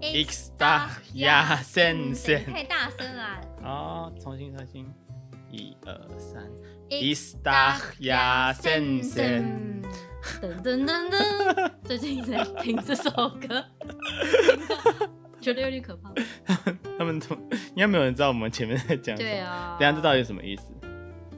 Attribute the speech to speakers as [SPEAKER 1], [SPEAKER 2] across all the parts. [SPEAKER 1] いくつだやせんせん
[SPEAKER 2] 哎太大声啊了。
[SPEAKER 1] 好，哦重新重新，一二三，い
[SPEAKER 2] い
[SPEAKER 1] つだやせんせん。
[SPEAKER 2] 噔噔噔噔，最近一直在听这首 歌，觉得有点可怕。
[SPEAKER 1] 他们怎么应该没有人知道我们前面在讲什么？
[SPEAKER 2] 对啊，
[SPEAKER 1] 等一下这到底是什么意思？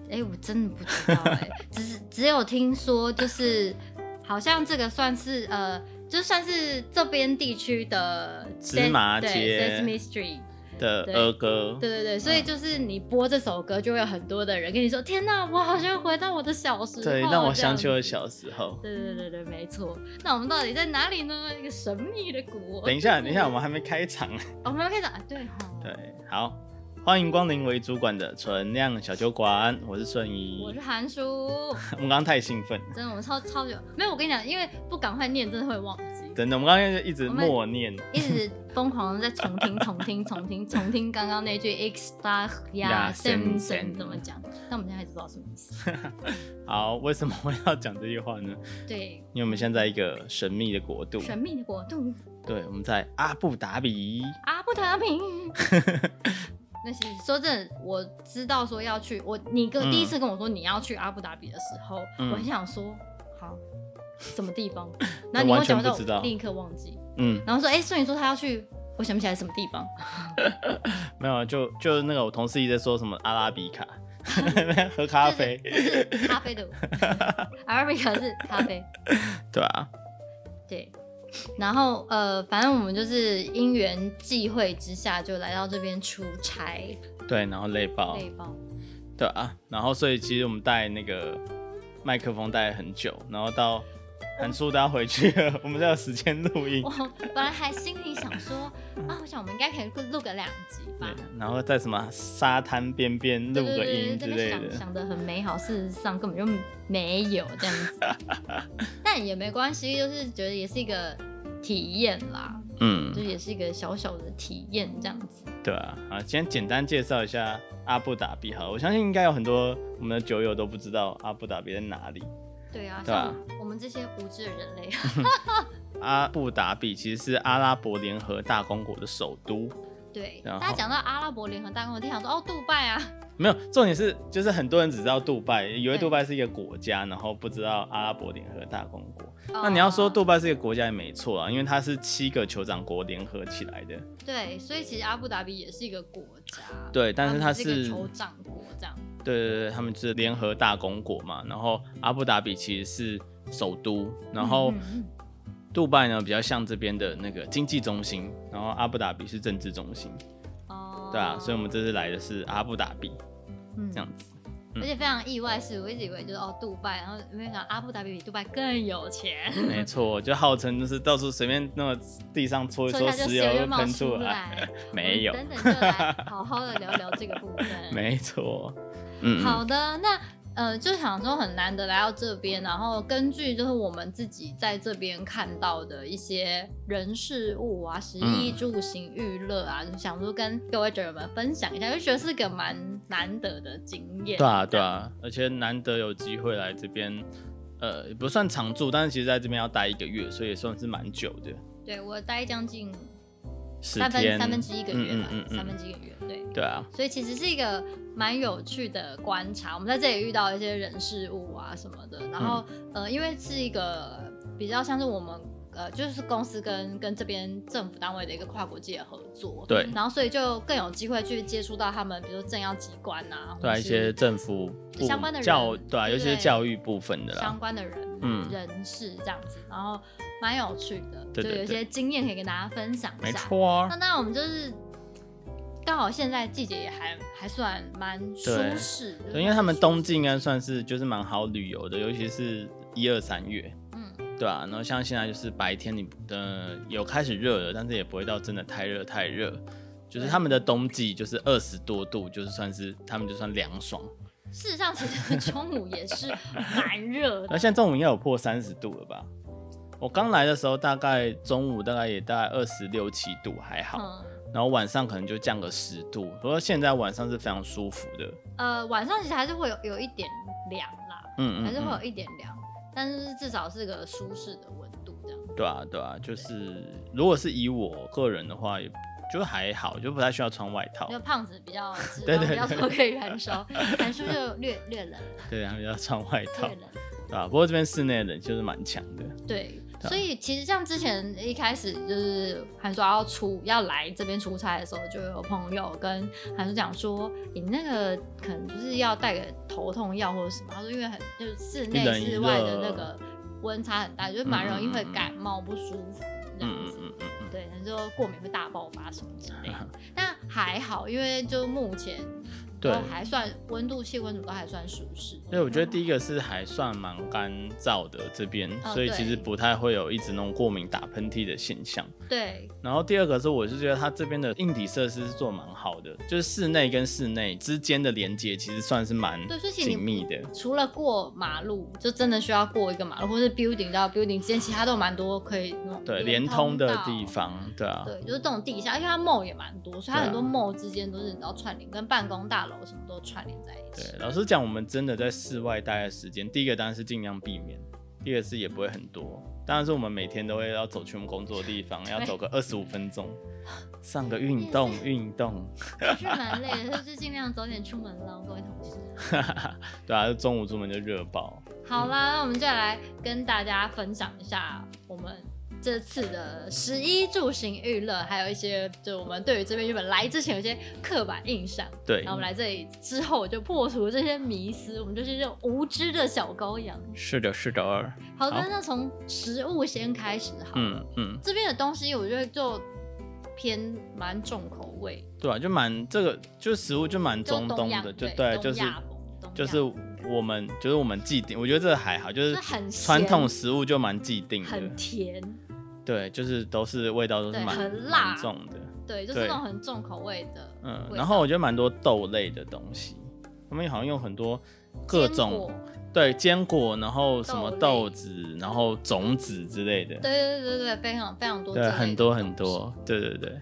[SPEAKER 2] 哎、我真的不知道哎、只是只有听说，就是好像这个算是呃，就算是这边地区的
[SPEAKER 1] 芝麻
[SPEAKER 2] 对
[SPEAKER 1] 街
[SPEAKER 2] Sesame Street，
[SPEAKER 1] 的
[SPEAKER 2] 对
[SPEAKER 1] 儿歌，
[SPEAKER 2] 对对对，
[SPEAKER 1] 嗯
[SPEAKER 2] 所以就是你播这首歌，就会有很多的人跟你说：“天哪，我好像回到我的小时候。”
[SPEAKER 1] 对，让我
[SPEAKER 2] 这
[SPEAKER 1] 想
[SPEAKER 2] 样
[SPEAKER 1] 起我
[SPEAKER 2] 子
[SPEAKER 1] 小时候。
[SPEAKER 2] 对对对对，没错。那我们到底在哪里呢？一个神秘的国。
[SPEAKER 1] 等一下，等一下，我们还没开场。
[SPEAKER 2] 哦，我们要开始啊，对哈。
[SPEAKER 1] 对，好，欢迎光临为主管的存量小酒馆，我是顺仪。
[SPEAKER 2] 我是韩叔，
[SPEAKER 1] 我们刚刚太兴奋，
[SPEAKER 2] 真的，我们超超久没有。我跟你讲，因为不赶快念，真的会忘记，
[SPEAKER 1] 真的，我们刚刚就一直
[SPEAKER 2] 我们
[SPEAKER 1] 默念
[SPEAKER 2] 一直疯狂的在重听、重听、重听、重听刚刚那句 “extra ya
[SPEAKER 1] Ya sen sen
[SPEAKER 2] sen” 怎么讲？但我们现在还是不知道什么意思。
[SPEAKER 1] 好，为什么我要讲这句话呢？
[SPEAKER 2] 对，
[SPEAKER 1] 因为我们现在在一个神秘的国度，
[SPEAKER 2] 神秘的国度
[SPEAKER 1] 对，我们在阿布达比。
[SPEAKER 2] 阿布 达比。啊那其实说真的，我知道说要去，我你跟、
[SPEAKER 1] 嗯
[SPEAKER 2] 第一次跟我说你要去阿布达比的时候，
[SPEAKER 1] 嗯
[SPEAKER 2] 我很想说好什么地 方，
[SPEAKER 1] 那
[SPEAKER 2] 然后你跟
[SPEAKER 1] 完
[SPEAKER 2] 我
[SPEAKER 1] 全
[SPEAKER 2] 讲
[SPEAKER 1] 不
[SPEAKER 2] 到，
[SPEAKER 1] 知道
[SPEAKER 2] 我立刻忘记，
[SPEAKER 1] 嗯，
[SPEAKER 2] 然后说哎，顺、宇说他要去，我想不起来什么地方，
[SPEAKER 1] 没有，就就那个我同事一直在说什么阿拉比卡，喝咖啡，
[SPEAKER 2] 就是就是咖 啡的，Arabica 是咖啡，
[SPEAKER 1] 对啊，
[SPEAKER 2] 对。然后呃，反正我们就是因缘际会之下，就来到这边出差，
[SPEAKER 1] 对，然后累爆，
[SPEAKER 2] 背包。
[SPEAKER 1] 对啊，然后所以其实我们带那个麦克风带了很久，然后到韩叔都要回去了，我们才有时间录音
[SPEAKER 2] 我。本来还心里想说，啊，我想我们应该可以录个两集吧
[SPEAKER 1] 对，，然后在什么沙滩边边录
[SPEAKER 2] 对对
[SPEAKER 1] 个
[SPEAKER 2] 对
[SPEAKER 1] 音
[SPEAKER 2] 对，
[SPEAKER 1] 之
[SPEAKER 2] 这边
[SPEAKER 1] 类
[SPEAKER 2] 想
[SPEAKER 1] 的，
[SPEAKER 2] 想的很美好，事实上根本就没有这 样子，但也没关系，就是觉得也是一个体验啦，
[SPEAKER 1] 嗯
[SPEAKER 2] 就，也是一个小小的体验这样子。
[SPEAKER 1] 对啊，啊，先简单介绍一下阿布达比好了，我相信应该有很多我们的酒友都不知道阿布达比在哪里。
[SPEAKER 2] 对啊，
[SPEAKER 1] 对啊
[SPEAKER 2] 像我们这些无知的 人类，
[SPEAKER 1] 阿布达比其实是阿拉伯联合大公国的首都，
[SPEAKER 2] 对，
[SPEAKER 1] 然后
[SPEAKER 2] 大家讲到阿拉伯联合大公国，就想说哦，杜拜啊，
[SPEAKER 1] 没有重点是就是很多人只知道杜拜，以为
[SPEAKER 2] 对
[SPEAKER 1] 杜拜是一个国家，然后不知道阿拉伯联合大公国。那
[SPEAKER 2] 哦
[SPEAKER 1] 你要说杜拜是一个国家也没错啊，因为它是七个酋长国联合起来的。
[SPEAKER 2] 对，所以其实阿布达比也是一个国家，
[SPEAKER 1] 对，但是
[SPEAKER 2] 它
[SPEAKER 1] 它
[SPEAKER 2] 是一
[SPEAKER 1] 是
[SPEAKER 2] 个酋长国这样，
[SPEAKER 1] 对对对，他们是联合大公国嘛。然后阿布达比其实是首都，然后
[SPEAKER 2] 嗯嗯
[SPEAKER 1] 杜拜呢比较像这边的那个经济中心，然后阿布达比是政治中心，
[SPEAKER 2] 嗯哦，
[SPEAKER 1] 对啊，所以我们这次来的是阿布达比
[SPEAKER 2] 嗯
[SPEAKER 1] 这样子。嗯
[SPEAKER 2] 而且非常意外是，我一直以为就是哦杜拜，然后没想到阿布达比比杜拜更 有钱，
[SPEAKER 1] 没错，就号称就是到处随便那么地上搓一
[SPEAKER 2] 所以
[SPEAKER 1] 搓，
[SPEAKER 2] 它就
[SPEAKER 1] 石
[SPEAKER 2] 是
[SPEAKER 1] 油
[SPEAKER 2] 又
[SPEAKER 1] 会哦
[SPEAKER 2] 冒
[SPEAKER 1] 喷
[SPEAKER 2] 出
[SPEAKER 1] 出来。
[SPEAKER 2] 来。
[SPEAKER 1] 没有
[SPEAKER 2] 我，们等等就来好好的聊聊这个部分。
[SPEAKER 1] 没错，嗯，
[SPEAKER 2] 好的，那呃，就想说很难得来到这边，然后根据就是我们自己在这边看到的一些人事物啊，食衣
[SPEAKER 1] 嗯
[SPEAKER 2] 住行娱乐啊，就想说跟各位酒友们分享一下，就觉得是个蛮难得的经验。
[SPEAKER 1] 对啊，对啊，而且难得有机会来这边，呃，也不算常住，但是其实在这边要待一个月，所以也算是蛮久的，
[SPEAKER 2] 对，我待将近
[SPEAKER 1] 十
[SPEAKER 2] 三分
[SPEAKER 1] 天，
[SPEAKER 2] 三分之一个月
[SPEAKER 1] 嗯嗯
[SPEAKER 2] 吧，
[SPEAKER 1] 嗯嗯
[SPEAKER 2] 三分之一个月，对。
[SPEAKER 1] 对啊，
[SPEAKER 2] 所以其实是一个蛮有趣的观察。我们在这里遇到一些人事物啊什么的，然后、
[SPEAKER 1] 嗯
[SPEAKER 2] 呃，因为是一个比较像是我们呃，就是公司跟跟这边政府单位的一个跨国界的合作，
[SPEAKER 1] 对
[SPEAKER 2] 然后所以就更有机会去接触到他们，比如说政要机关啊，
[SPEAKER 1] 对啊，
[SPEAKER 2] 或
[SPEAKER 1] 一
[SPEAKER 2] 是
[SPEAKER 1] 些政府部
[SPEAKER 2] 相关的人
[SPEAKER 1] 教，对啊，
[SPEAKER 2] 对
[SPEAKER 1] 尤
[SPEAKER 2] 不
[SPEAKER 1] 其是
[SPEAKER 2] 对
[SPEAKER 1] 教育部分的啦
[SPEAKER 2] 相，关的人、
[SPEAKER 1] 嗯
[SPEAKER 2] 人事这样子，然后蛮有趣的，
[SPEAKER 1] 对对
[SPEAKER 2] 就有一
[SPEAKER 1] 对
[SPEAKER 2] 些经验可以跟大家分享一下。
[SPEAKER 1] 没错啊
[SPEAKER 2] 那，当然，我们就是刚好现在季节也还还算蛮舒
[SPEAKER 1] 对
[SPEAKER 2] 适的，
[SPEAKER 1] 对因为他们冬季应该算是就是蛮好旅游的，尤其是一二三月，
[SPEAKER 2] 嗯
[SPEAKER 1] 对啊，然后像现在就是白天你呃有开始热了，但是也不会到真的太热太热，就是
[SPEAKER 2] 对
[SPEAKER 1] 他们的冬季就是二十多度，就是算是他们就算凉爽。
[SPEAKER 2] 事实上其实 中午也是蛮 热
[SPEAKER 1] 那
[SPEAKER 2] 的，
[SPEAKER 1] 现在中午应该有破三十度了吧？我刚来的时候大概中午大概也大概二十六七度还好，
[SPEAKER 2] 嗯
[SPEAKER 1] 然后晚上可能就降个十度。不过现在晚上是非常舒服的，
[SPEAKER 2] 呃晚上其实还是会有有一点凉啦，
[SPEAKER 1] 嗯嗯，
[SPEAKER 2] 还是会有
[SPEAKER 1] 嗯
[SPEAKER 2] 一点凉，但是至少是个舒适的温度这样子。
[SPEAKER 1] 对啊，对啊，就是如果是以我个人的话，也就还好，就不太需要穿外套
[SPEAKER 2] 因。为胖子比较脂
[SPEAKER 1] 对
[SPEAKER 2] 肪
[SPEAKER 1] 对
[SPEAKER 2] 比较
[SPEAKER 1] 对
[SPEAKER 2] 多可以燃烧， 韩叔就略略冷了，
[SPEAKER 1] 对，他啊们要穿外套
[SPEAKER 2] 略，冷。
[SPEAKER 1] 对啊吧、不过这边室内的冷气就是蛮强的，
[SPEAKER 2] 对，
[SPEAKER 1] 对啊
[SPEAKER 2] 所以其实像之前一开始就是韩叔要出要来这边出差的时候，就有朋友跟韩叔讲说，你那个可能就是要带个头痛药或者什么。他说因为很就是室内
[SPEAKER 1] 一冷一
[SPEAKER 2] 室外的
[SPEAKER 1] 热
[SPEAKER 2] 那个温差很大，就是蛮容易会感冒不舒服这
[SPEAKER 1] 嗯
[SPEAKER 2] 样
[SPEAKER 1] 嗯
[SPEAKER 2] 子。
[SPEAKER 1] 嗯嗯嗯，
[SPEAKER 2] 对，然后就过敏会大爆发什么之 类的。但还好，因为就目前都
[SPEAKER 1] 对
[SPEAKER 2] 还嗯算温度、气温什么都还算舒适。
[SPEAKER 1] 所以我觉得第一个是还算蛮干燥的这边，
[SPEAKER 2] 哦
[SPEAKER 1] 所以其实
[SPEAKER 2] 对
[SPEAKER 1] 不太会有一直弄过敏、打喷嚏的现象。
[SPEAKER 2] 对
[SPEAKER 1] 然后第二个是，我是觉得它这边的硬体设施是做蛮好的，就是室内跟室内之间的连接其实算是蛮
[SPEAKER 2] 对，所以其实
[SPEAKER 1] 紧
[SPEAKER 2] 你
[SPEAKER 1] 密的。
[SPEAKER 2] 除了过马路，就真的需要过一个马路，或是 building 到 building 之间，其他都有蛮多可以那种
[SPEAKER 1] 对，
[SPEAKER 2] 连
[SPEAKER 1] 连通的
[SPEAKER 2] 道
[SPEAKER 1] 地。方，对啊，
[SPEAKER 2] 对，就是这种地下，因为它 mall 也蛮多，所以它
[SPEAKER 1] 对啊
[SPEAKER 2] 很多 mall 之间都是你知道串联，跟办公大楼什么都串联在一起。
[SPEAKER 1] 对，老实讲，我们真的在室外待的时间，第一个当然是尽量避免，第二个是也不会很多。当然是我们每天都会要走去我们工作的地方，要走个二十五分 钟，上个运动
[SPEAKER 2] 也是
[SPEAKER 1] 运动，
[SPEAKER 2] 是蛮累的，就是尽量早点出门喽，各位同事。
[SPEAKER 1] 对啊，中午出门就热爆。
[SPEAKER 2] 好啦，那我们就来跟大家分享一下我们这次的十一住行娱乐，还有一些就我们对于这边原本来之前有一些刻板印象，
[SPEAKER 1] 对
[SPEAKER 2] 然后我们来这里之后就破除这些迷思，我们就是这种无知的小羔羊。
[SPEAKER 1] 是的，是的，
[SPEAKER 2] 好的，
[SPEAKER 1] 好
[SPEAKER 2] 那从食物先开始好了，
[SPEAKER 1] 嗯嗯，
[SPEAKER 2] 这边的东西我觉得就偏蛮重口味，
[SPEAKER 1] 对啊，就蛮这个，就食物就蛮
[SPEAKER 2] 就
[SPEAKER 1] 中
[SPEAKER 2] 东
[SPEAKER 1] 东
[SPEAKER 2] 亚
[SPEAKER 1] 的，就
[SPEAKER 2] 对，
[SPEAKER 1] 对，
[SPEAKER 2] 东
[SPEAKER 1] 就是
[SPEAKER 2] 亚风东
[SPEAKER 1] 就
[SPEAKER 2] 亚
[SPEAKER 1] 是我们就是我们既定，我觉得这个还好，就是
[SPEAKER 2] 就是很
[SPEAKER 1] 传
[SPEAKER 2] 咸
[SPEAKER 1] 统食物就蛮既定的，
[SPEAKER 2] 很甜，
[SPEAKER 1] 对，就是都是味道都是
[SPEAKER 2] 对
[SPEAKER 1] 蛮
[SPEAKER 2] 很
[SPEAKER 1] 蛮
[SPEAKER 2] 辣
[SPEAKER 1] 重的，
[SPEAKER 2] 对，就是
[SPEAKER 1] 对
[SPEAKER 2] 那种很重口味的味道。
[SPEAKER 1] 嗯，然后我觉得蛮多豆类的东西，他们好像用很多各
[SPEAKER 2] 坚
[SPEAKER 1] 种
[SPEAKER 2] 果
[SPEAKER 1] 对坚果，然后什么
[SPEAKER 2] 豆类
[SPEAKER 1] 豆子，然后种子之类的，
[SPEAKER 2] 对对对对，非常非常多这类
[SPEAKER 1] 对，
[SPEAKER 2] 的东西，
[SPEAKER 1] 很多很多，对对对，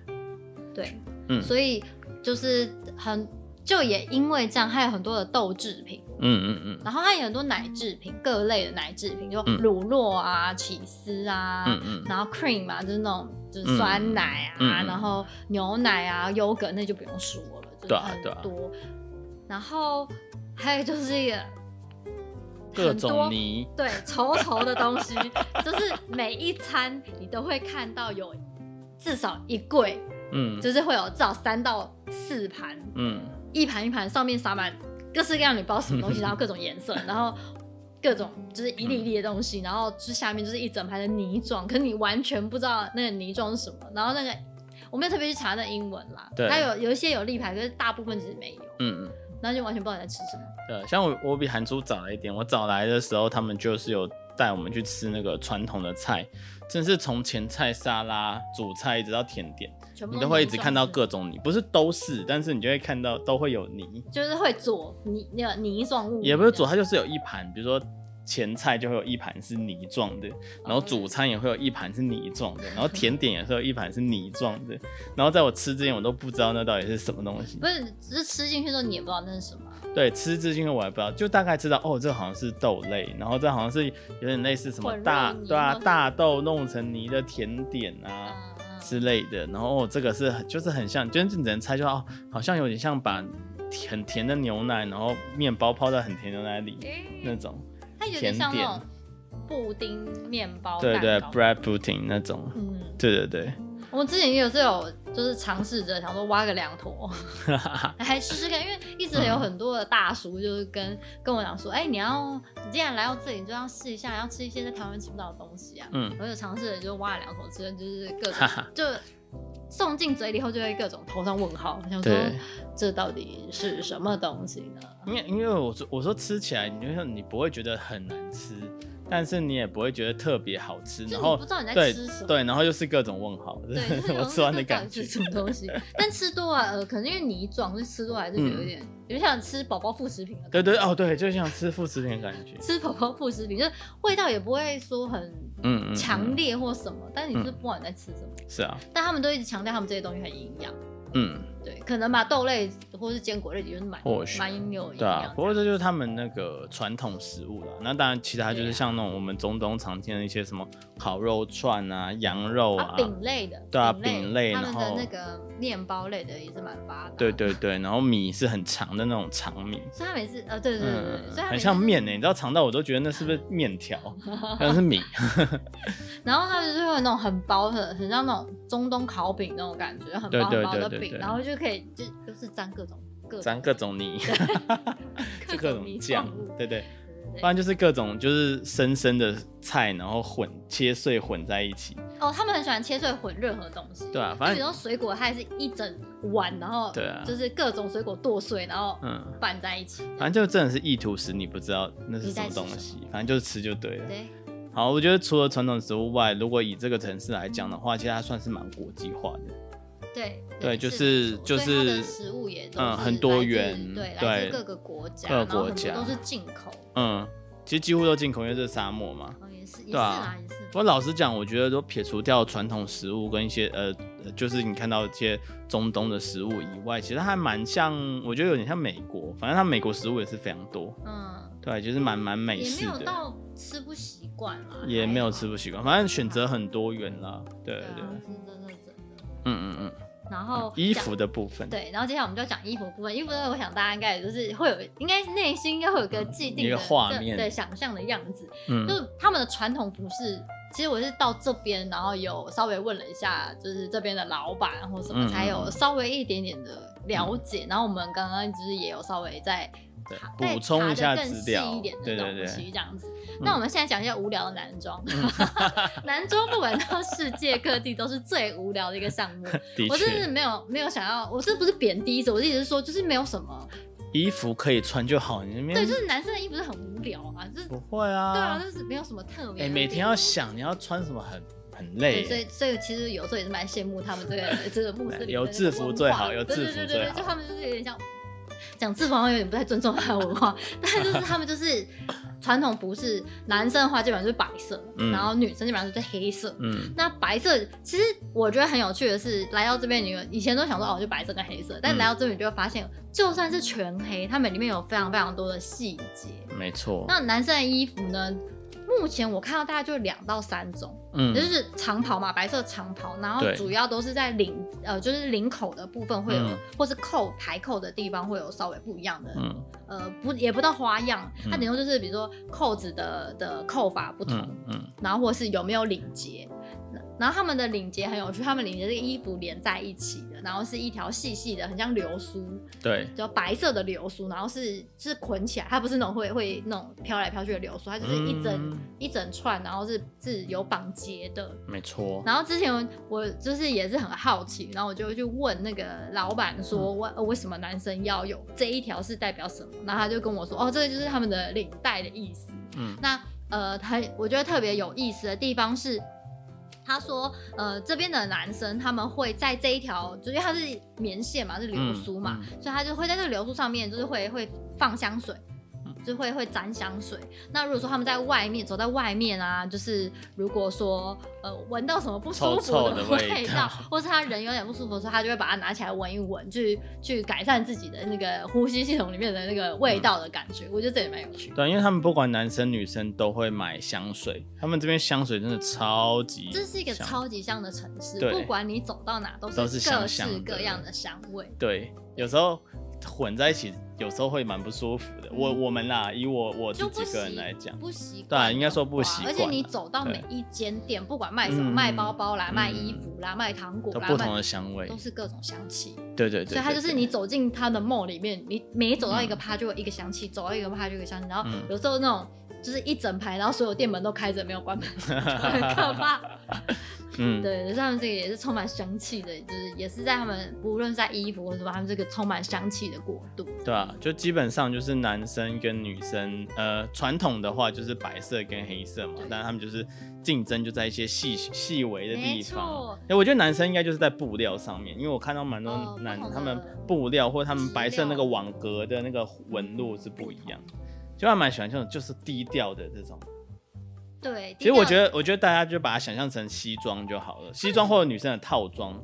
[SPEAKER 2] 对，
[SPEAKER 1] 嗯
[SPEAKER 2] 所以就是很就也因为这样，还有很多的豆制品，
[SPEAKER 1] 嗯嗯嗯
[SPEAKER 2] 然后还有很多奶制品，各类的奶制品，就
[SPEAKER 1] 嗯
[SPEAKER 2] 乳酪啊、起司啊，
[SPEAKER 1] 嗯嗯，
[SPEAKER 2] 然后 cream 啊，就是那种就是酸奶啊，
[SPEAKER 1] 嗯嗯嗯
[SPEAKER 2] 然后牛奶啊、优格那就不用说了，就是
[SPEAKER 1] 对啊
[SPEAKER 2] 很
[SPEAKER 1] 对啊
[SPEAKER 2] 多，然后还有就是一个
[SPEAKER 1] 各
[SPEAKER 2] 很多
[SPEAKER 1] 种泥，
[SPEAKER 2] 对，稠稠的东西，就是每一餐你都会看到有至少一柜，
[SPEAKER 1] 嗯
[SPEAKER 2] 就是会有至少三到四盘，
[SPEAKER 1] 嗯，
[SPEAKER 2] 一盘一盘上面撒满各式各样的不知道什么 东西，然后各种颜色，然后各种就是一粒粒的东
[SPEAKER 1] 嗯
[SPEAKER 2] 西，然后就是下面就是一整排的泥状，可是你完全不知道那个泥状是什么，然后那个我没有特别去查那英文啦，
[SPEAKER 1] 对
[SPEAKER 2] 它有有一些有立牌，可是大部分其实没有，
[SPEAKER 1] 嗯嗯。
[SPEAKER 2] 然后就完全不知道你在吃什么。
[SPEAKER 1] 对，像我我比韩叔早了一点，我早来的时候，他们就是有带我们去吃那个传统的菜，真的是从前菜、沙拉、主菜一直到甜点，
[SPEAKER 2] 全部
[SPEAKER 1] 你都会一直
[SPEAKER 2] 泥状
[SPEAKER 1] 看到
[SPEAKER 2] 的
[SPEAKER 1] 各种泥，不是都是，但是你就会看到都会有泥，
[SPEAKER 2] 就是会左泥那个泥状物，
[SPEAKER 1] 也不是煮，它就是有一盘，比如说前菜就会有一盘是泥状的，然
[SPEAKER 2] 哦
[SPEAKER 1] 后主餐也会有一盘是泥状的，然后 甜点也会有一盘是泥状的，然后在我吃之前我都不知道那到底是什么东西
[SPEAKER 2] 不，是，只是吃进去之后你也不知道那是什么。
[SPEAKER 1] 对，吃之前我还不知道，就大概知道哦，这好像是豆类，然后这好像是有点类似什么
[SPEAKER 2] 混入
[SPEAKER 1] 大
[SPEAKER 2] 泥
[SPEAKER 1] 对啊
[SPEAKER 2] 弄成
[SPEAKER 1] 大豆弄成泥的甜点啊。
[SPEAKER 2] 嗯嗯
[SPEAKER 1] 之类的。然后、哦、这个是很就是很像，就是你只能猜就哦，好像有点像把很甜的牛奶，然后面包泡在很甜的牛奶里那
[SPEAKER 2] 诶
[SPEAKER 1] 种，
[SPEAKER 2] 嗯它有点像
[SPEAKER 1] 嗯
[SPEAKER 2] 那
[SPEAKER 1] 甜
[SPEAKER 2] 种布丁面包
[SPEAKER 1] 对对
[SPEAKER 2] 蛋糕
[SPEAKER 1] ，bread pudding 那种，
[SPEAKER 2] 嗯，
[SPEAKER 1] 对对对，
[SPEAKER 2] 我们之前也有是有就是尝试着想说挖个 两坨来试试看，因为一直
[SPEAKER 1] 嗯
[SPEAKER 2] 有很多的大叔就是跟跟我讲说，哎、你要你既然来到这里，你就要试一下，要吃一些在台湾吃不到的东西啊。
[SPEAKER 1] 嗯，
[SPEAKER 2] 我有尝试着就挖了两口吃，就是各种
[SPEAKER 1] 哈哈，
[SPEAKER 2] 就送进嘴里后就会各种头上问号，想说
[SPEAKER 1] 对
[SPEAKER 2] 这到底是什么东西呢？
[SPEAKER 1] 因为因为我说我说吃起来，你就像你不会觉得很难吃，但是你也不会觉得特别好吃，
[SPEAKER 2] 就
[SPEAKER 1] 然
[SPEAKER 2] 你
[SPEAKER 1] 后
[SPEAKER 2] 不知道你在
[SPEAKER 1] 对
[SPEAKER 2] 吃什么。
[SPEAKER 1] 对，然后又是各种问号，
[SPEAKER 2] 对，就是
[SPEAKER 1] 我
[SPEAKER 2] 有
[SPEAKER 1] 吃完的感
[SPEAKER 2] 觉
[SPEAKER 1] 觉
[SPEAKER 2] 是，什么 东西？但吃多了，呃，可能因为泥状，所以吃多了还是觉得有点，有点像吃宝宝副食品的感觉。
[SPEAKER 1] 嗯对对哦对，就像吃副食品的感觉，
[SPEAKER 2] 吃宝宝副食品，就是味道也不会说很
[SPEAKER 1] 嗯嗯嗯，
[SPEAKER 2] 强烈或什么，但是你是不管在吃什么。
[SPEAKER 1] 是啊，
[SPEAKER 2] 但他们都一直强调他们这些东西很营养，
[SPEAKER 1] 嗯，
[SPEAKER 2] 对，可能吧，豆类或是坚果类就是蛮
[SPEAKER 1] 或许
[SPEAKER 2] 蛮有营
[SPEAKER 1] 对啊，
[SPEAKER 2] 养
[SPEAKER 1] 不
[SPEAKER 2] 的。
[SPEAKER 1] 过这就是他们那个传统食物了。那当然，其他
[SPEAKER 2] 啊
[SPEAKER 1] 就是像那种我们中东常见的一些什么烤肉串啊、羊肉
[SPEAKER 2] 啊，
[SPEAKER 1] 啊，
[SPEAKER 2] 饼类的，
[SPEAKER 1] 对啊饼
[SPEAKER 2] 饼
[SPEAKER 1] 类
[SPEAKER 2] 他
[SPEAKER 1] 然
[SPEAKER 2] 们的
[SPEAKER 1] 后
[SPEAKER 2] 那个面包类的也是蛮发达的。
[SPEAKER 1] 对对对，然后米是很长的那种长米，
[SPEAKER 2] 所以他每次呃，对对对对，所以他每
[SPEAKER 1] 嗯很
[SPEAKER 2] 次
[SPEAKER 1] 像面呢、你知道长到我都觉得那是不是面条，像是米。
[SPEAKER 2] 然后它就是会有那种很薄很很像那种中东烤饼那种感觉，很
[SPEAKER 1] 对
[SPEAKER 2] 薄
[SPEAKER 1] 对
[SPEAKER 2] 很薄
[SPEAKER 1] 对
[SPEAKER 2] 的
[SPEAKER 1] 对
[SPEAKER 2] 饼，
[SPEAKER 1] 对
[SPEAKER 2] 然后就可以就就是沾各种各
[SPEAKER 1] 沾各种泥， 就各种
[SPEAKER 2] 泥
[SPEAKER 1] 酱
[SPEAKER 2] 状物，
[SPEAKER 1] 对对，
[SPEAKER 2] 对
[SPEAKER 1] 不然就是各种就是生生的菜，然后混切碎混在一起，
[SPEAKER 2] 哦，他们很喜欢切碎混任何东西，
[SPEAKER 1] 对啊
[SPEAKER 2] 就
[SPEAKER 1] 反正
[SPEAKER 2] 比如说水果，它也是一整碗，然后
[SPEAKER 1] 对啊
[SPEAKER 2] 就是各种水果剁碎，然后
[SPEAKER 1] 嗯，
[SPEAKER 2] 拌在一起，
[SPEAKER 1] 反正就真的是意图使你不知道那是
[SPEAKER 2] 你
[SPEAKER 1] 什
[SPEAKER 2] 在
[SPEAKER 1] 么
[SPEAKER 2] 吃
[SPEAKER 1] 东
[SPEAKER 2] 什么
[SPEAKER 1] 西，反正就是吃就对了。
[SPEAKER 2] 对，
[SPEAKER 1] 好，我觉得除了传统食物外，如果以这个城市来讲的话，其实它算是蛮国际化的，
[SPEAKER 2] 对
[SPEAKER 1] 对就是是
[SPEAKER 2] 没错
[SPEAKER 1] 就
[SPEAKER 2] 所以它的
[SPEAKER 1] 是
[SPEAKER 2] 食物也都
[SPEAKER 1] 嗯
[SPEAKER 2] 是
[SPEAKER 1] 很多
[SPEAKER 2] 来自
[SPEAKER 1] 元
[SPEAKER 2] 对，来
[SPEAKER 1] 对
[SPEAKER 2] 自各个国家，
[SPEAKER 1] 各个国
[SPEAKER 2] 然后
[SPEAKER 1] 家
[SPEAKER 2] 很多都是进口，
[SPEAKER 1] 嗯，其实几乎都进口，因为这是沙漠嘛。
[SPEAKER 2] 哦也是也是
[SPEAKER 1] 对啊
[SPEAKER 2] 啦，也是啦。
[SPEAKER 1] 我老实讲，我觉得都撇除掉传统食物跟一些呃，呃就是你看到一些中东的食物以外，其实它还蛮像，我觉得有点像美国，反正它美国食物也是非常多，
[SPEAKER 2] 嗯，
[SPEAKER 1] 对，就是蛮蛮美
[SPEAKER 2] 也没
[SPEAKER 1] 式
[SPEAKER 2] 有
[SPEAKER 1] 的，
[SPEAKER 2] 到吃不习惯啦，
[SPEAKER 1] 也
[SPEAKER 2] 还
[SPEAKER 1] 没有
[SPEAKER 2] 好
[SPEAKER 1] 吃不习惯，反正选择很多元啦，对
[SPEAKER 2] 对
[SPEAKER 1] 对
[SPEAKER 2] 啊，
[SPEAKER 1] 对，
[SPEAKER 2] 是真的真的。
[SPEAKER 1] 嗯嗯
[SPEAKER 2] 然
[SPEAKER 1] 嗯
[SPEAKER 2] 后，
[SPEAKER 1] 衣
[SPEAKER 2] 讲
[SPEAKER 1] 服的部分，
[SPEAKER 2] 对，然后接下来我们就要讲衣服部分。衣服部分，我想大家应该也就是会有，应该内心应该会有个既
[SPEAKER 1] 嗯
[SPEAKER 2] 定
[SPEAKER 1] 一
[SPEAKER 2] 的
[SPEAKER 1] 个画面
[SPEAKER 2] 对想象的样子。
[SPEAKER 1] 嗯
[SPEAKER 2] 就是他们的传统服饰，其实我是到这边，然后有稍微问了一下，就是这边的老板或什么，
[SPEAKER 1] 嗯
[SPEAKER 2] 才有
[SPEAKER 1] 嗯
[SPEAKER 2] 稍微一点点的了解。然后我们刚刚就是也有稍微在
[SPEAKER 1] 对
[SPEAKER 2] 查。
[SPEAKER 1] 补充
[SPEAKER 2] 再
[SPEAKER 1] 一下
[SPEAKER 2] 查得更
[SPEAKER 1] 资料
[SPEAKER 2] 细一点
[SPEAKER 1] 对
[SPEAKER 2] 的
[SPEAKER 1] 对嗯
[SPEAKER 2] 东
[SPEAKER 1] 对
[SPEAKER 2] 西，这样子。那我们现在讲一下无聊的男装， 男装不管到世界各地都是最无聊的一个项目。
[SPEAKER 1] 的
[SPEAKER 2] 我真的是
[SPEAKER 1] 确，
[SPEAKER 2] 没有没有想要，我这不是贬低着，我的意思是说，就是没有什么，
[SPEAKER 1] 衣服可以穿就好，你那边
[SPEAKER 2] 对，就是男生的衣服是很无聊啊，就是
[SPEAKER 1] 不会
[SPEAKER 2] 对啊，
[SPEAKER 1] 啊，
[SPEAKER 2] 就是没有什么特别的地
[SPEAKER 1] 哎、
[SPEAKER 2] 方。
[SPEAKER 1] 每天要想你要穿什么很很累
[SPEAKER 2] 对，
[SPEAKER 1] 耶，
[SPEAKER 2] 所以所以其实有时候也是蛮羡慕他们这个这个穆斯林的
[SPEAKER 1] 哎有制服
[SPEAKER 2] 文化
[SPEAKER 1] 最好有
[SPEAKER 2] 对
[SPEAKER 1] 制
[SPEAKER 2] 对
[SPEAKER 1] 服
[SPEAKER 2] 对
[SPEAKER 1] 最
[SPEAKER 2] 对
[SPEAKER 1] 好
[SPEAKER 2] 对，就他们就是有点像讲制服好像有点不太尊重他的文化，但是就是他们就是传统服饰，男生的话基本上就是白色，
[SPEAKER 1] 嗯
[SPEAKER 2] 然后女生基本上就是黑色，
[SPEAKER 1] 嗯。
[SPEAKER 2] 那白色其实我觉得很有趣的是，来到这边你们以前都想说哦就白色跟黑色，但
[SPEAKER 1] 嗯
[SPEAKER 2] 来到这边你就会发现，就算是全黑，它们里面有非常非常多的细节。
[SPEAKER 1] 没错，
[SPEAKER 2] 那男生的衣服呢？目前我看到大概就两到三种，
[SPEAKER 1] 嗯
[SPEAKER 2] 就，是长袍嘛，白色长袍，然后
[SPEAKER 1] 对
[SPEAKER 2] 主要都是在领呃，就是领口的部分会有，
[SPEAKER 1] 嗯
[SPEAKER 2] 或是扣排扣的地方会有稍微不一样的
[SPEAKER 1] 嗯，
[SPEAKER 2] 呃，不也不到花样，
[SPEAKER 1] 嗯
[SPEAKER 2] 它顶多就是比如说扣子的的扣法不同，
[SPEAKER 1] 嗯嗯，
[SPEAKER 2] 然后或是有没有领结。那然后他们的领结很有趣，他们领结这个衣服连在一起的，然后是一条细细的，很像流苏，
[SPEAKER 1] 对，
[SPEAKER 2] 就白色的流苏，然后是是捆起来，它不是那种会会那种飘来飘去的流苏，它就是一整、
[SPEAKER 1] 嗯
[SPEAKER 2] 一整串，然后是是有绑结的。
[SPEAKER 1] 没错，
[SPEAKER 2] 然后之前我就是也是很好奇，然后我就去问那个老板说，
[SPEAKER 1] 嗯
[SPEAKER 2] 为、呃为什么男生要有这一条是代表什么？然后他就跟我说，哦，这个就是他们的领带的意思。
[SPEAKER 1] 嗯
[SPEAKER 2] 那呃，他我觉得特别有意思的地方是，他说呃这边的男生他们会在这一条，就是因为它是棉线嘛，是流苏嘛，
[SPEAKER 1] 嗯
[SPEAKER 2] 所以他就会在这个流苏上面，就是会会放香水。
[SPEAKER 1] 嗯
[SPEAKER 2] 就会会沾香水。那如果说他们在外面走在外面啊，就是如果说呃闻到什么不舒
[SPEAKER 1] 臭
[SPEAKER 2] 服
[SPEAKER 1] 臭的味
[SPEAKER 2] 味
[SPEAKER 1] 道
[SPEAKER 2] 或是他人有点不舒服的时候，他就会把它拿起来闻一闻，去去改善自己的那个呼吸系统里面的那个味道的感
[SPEAKER 1] 嗯
[SPEAKER 2] 觉。我觉得这也蛮有趣的。
[SPEAKER 1] 对，啊因为他们不管男生女生都会买香水，他们这边香水真的超级香，
[SPEAKER 2] 这是一个超级香的城市，
[SPEAKER 1] 对
[SPEAKER 2] 不管你走到哪都是
[SPEAKER 1] 都是香
[SPEAKER 2] 各
[SPEAKER 1] 香的
[SPEAKER 2] 式各样的香味。
[SPEAKER 1] 对，有时候混在一起，有时候会蛮不舒服的。我我们啦，以我我自
[SPEAKER 2] 嗯就不
[SPEAKER 1] 己
[SPEAKER 2] 习
[SPEAKER 1] 个人来讲，
[SPEAKER 2] 不习惯，
[SPEAKER 1] 对啊应该说不习惯
[SPEAKER 2] 而且你走到
[SPEAKER 1] 对
[SPEAKER 2] 每一间店，不管卖什么，
[SPEAKER 1] 嗯
[SPEAKER 2] 卖包包啦，
[SPEAKER 1] 嗯
[SPEAKER 2] 卖衣服啦，卖糖果
[SPEAKER 1] 都
[SPEAKER 2] 啦，
[SPEAKER 1] 不同
[SPEAKER 2] 卖
[SPEAKER 1] 的香味
[SPEAKER 2] 都，是各种香气。
[SPEAKER 1] 对对对，
[SPEAKER 2] 所以它
[SPEAKER 1] 对
[SPEAKER 2] 就是
[SPEAKER 1] 对
[SPEAKER 2] 你走进它的梦里面，你每走到一个
[SPEAKER 1] 嗯
[SPEAKER 2] 趴就有一个香气，走到一个趴就有一个香气，然后
[SPEAKER 1] 嗯
[SPEAKER 2] 有时候那种就是一整排，然后所有店门都开着，没有 关门，很可怕。
[SPEAKER 1] 嗯，
[SPEAKER 2] 对，就是他们这个也是充满香气的，就是也是在他们无论是在衣服或者什么，他们这个充满香气的国度。
[SPEAKER 1] 对啊，就基本上就是男生跟女生，呃，传统的话就是白色跟黑色嘛
[SPEAKER 2] 对，
[SPEAKER 1] 但他们就是竞争就在一些细细微的
[SPEAKER 2] 没
[SPEAKER 1] 地方。
[SPEAKER 2] 错，
[SPEAKER 1] 哎、我觉得男生应该就是在布料上面，因为我看到蛮
[SPEAKER 2] 哦
[SPEAKER 1] 多男、
[SPEAKER 2] 不同的
[SPEAKER 1] 他们布料或他们
[SPEAKER 2] 织
[SPEAKER 1] 白色那
[SPEAKER 2] 料嗯
[SPEAKER 1] 个网格的那个纹路是不一样的，就还蛮喜欢这种就是低调的这种。
[SPEAKER 2] 对。
[SPEAKER 1] 其实我觉
[SPEAKER 2] 得
[SPEAKER 1] 得，我觉得大家就把它想象成西装就好了，西装或者女生的套装，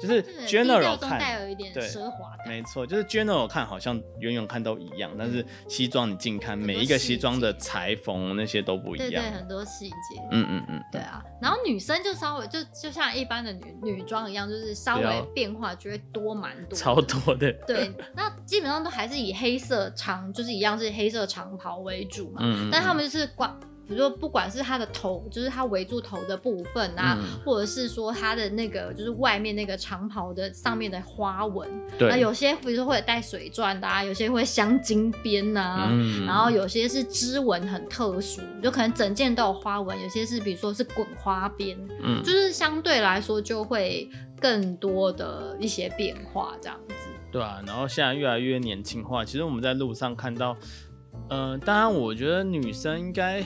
[SPEAKER 1] 就是
[SPEAKER 2] 这个低
[SPEAKER 1] general
[SPEAKER 2] 调中
[SPEAKER 1] 看
[SPEAKER 2] 带有一点
[SPEAKER 1] 对
[SPEAKER 2] 奢华感，
[SPEAKER 1] 没错，就是 general 看好像远远看都一样，但是西装你近看，
[SPEAKER 2] 嗯很多
[SPEAKER 1] 每一个西装的
[SPEAKER 2] 细节
[SPEAKER 1] 裁缝那些都不一
[SPEAKER 2] 对对，
[SPEAKER 1] 样。
[SPEAKER 2] 很多细节。
[SPEAKER 1] 嗯嗯嗯，
[SPEAKER 2] 对啊，然后女生就稍微就就像一般的女女装一样，就是稍
[SPEAKER 1] 对
[SPEAKER 2] 微
[SPEAKER 1] 啊
[SPEAKER 2] 变化就会多蛮多的，
[SPEAKER 1] 超多的。
[SPEAKER 2] 对， 那基本上都还是以黑色长，就是一样是黑色长袍为主嘛。
[SPEAKER 1] 嗯，嗯
[SPEAKER 2] 但他
[SPEAKER 1] 嗯
[SPEAKER 2] 们就是管，比如说不管是他的头，就是他围住头的部分啊，
[SPEAKER 1] 嗯
[SPEAKER 2] 或者是说他的那个就是外面那个长袍的上面的花纹，那
[SPEAKER 1] 对，
[SPEAKER 2] 有些比如说会有带水钻的啊，有些会镶金边呐、啊。
[SPEAKER 1] 嗯
[SPEAKER 2] 然后有些是织纹很特殊，就可能整件都有花纹；有些是比如说是滚花边，
[SPEAKER 1] 嗯
[SPEAKER 2] 就是相对来说就会更多的一些变化这样子。
[SPEAKER 1] 对啊，然后现在越来越年轻化。其实我们在路上看到，呃，当然我觉得女生应该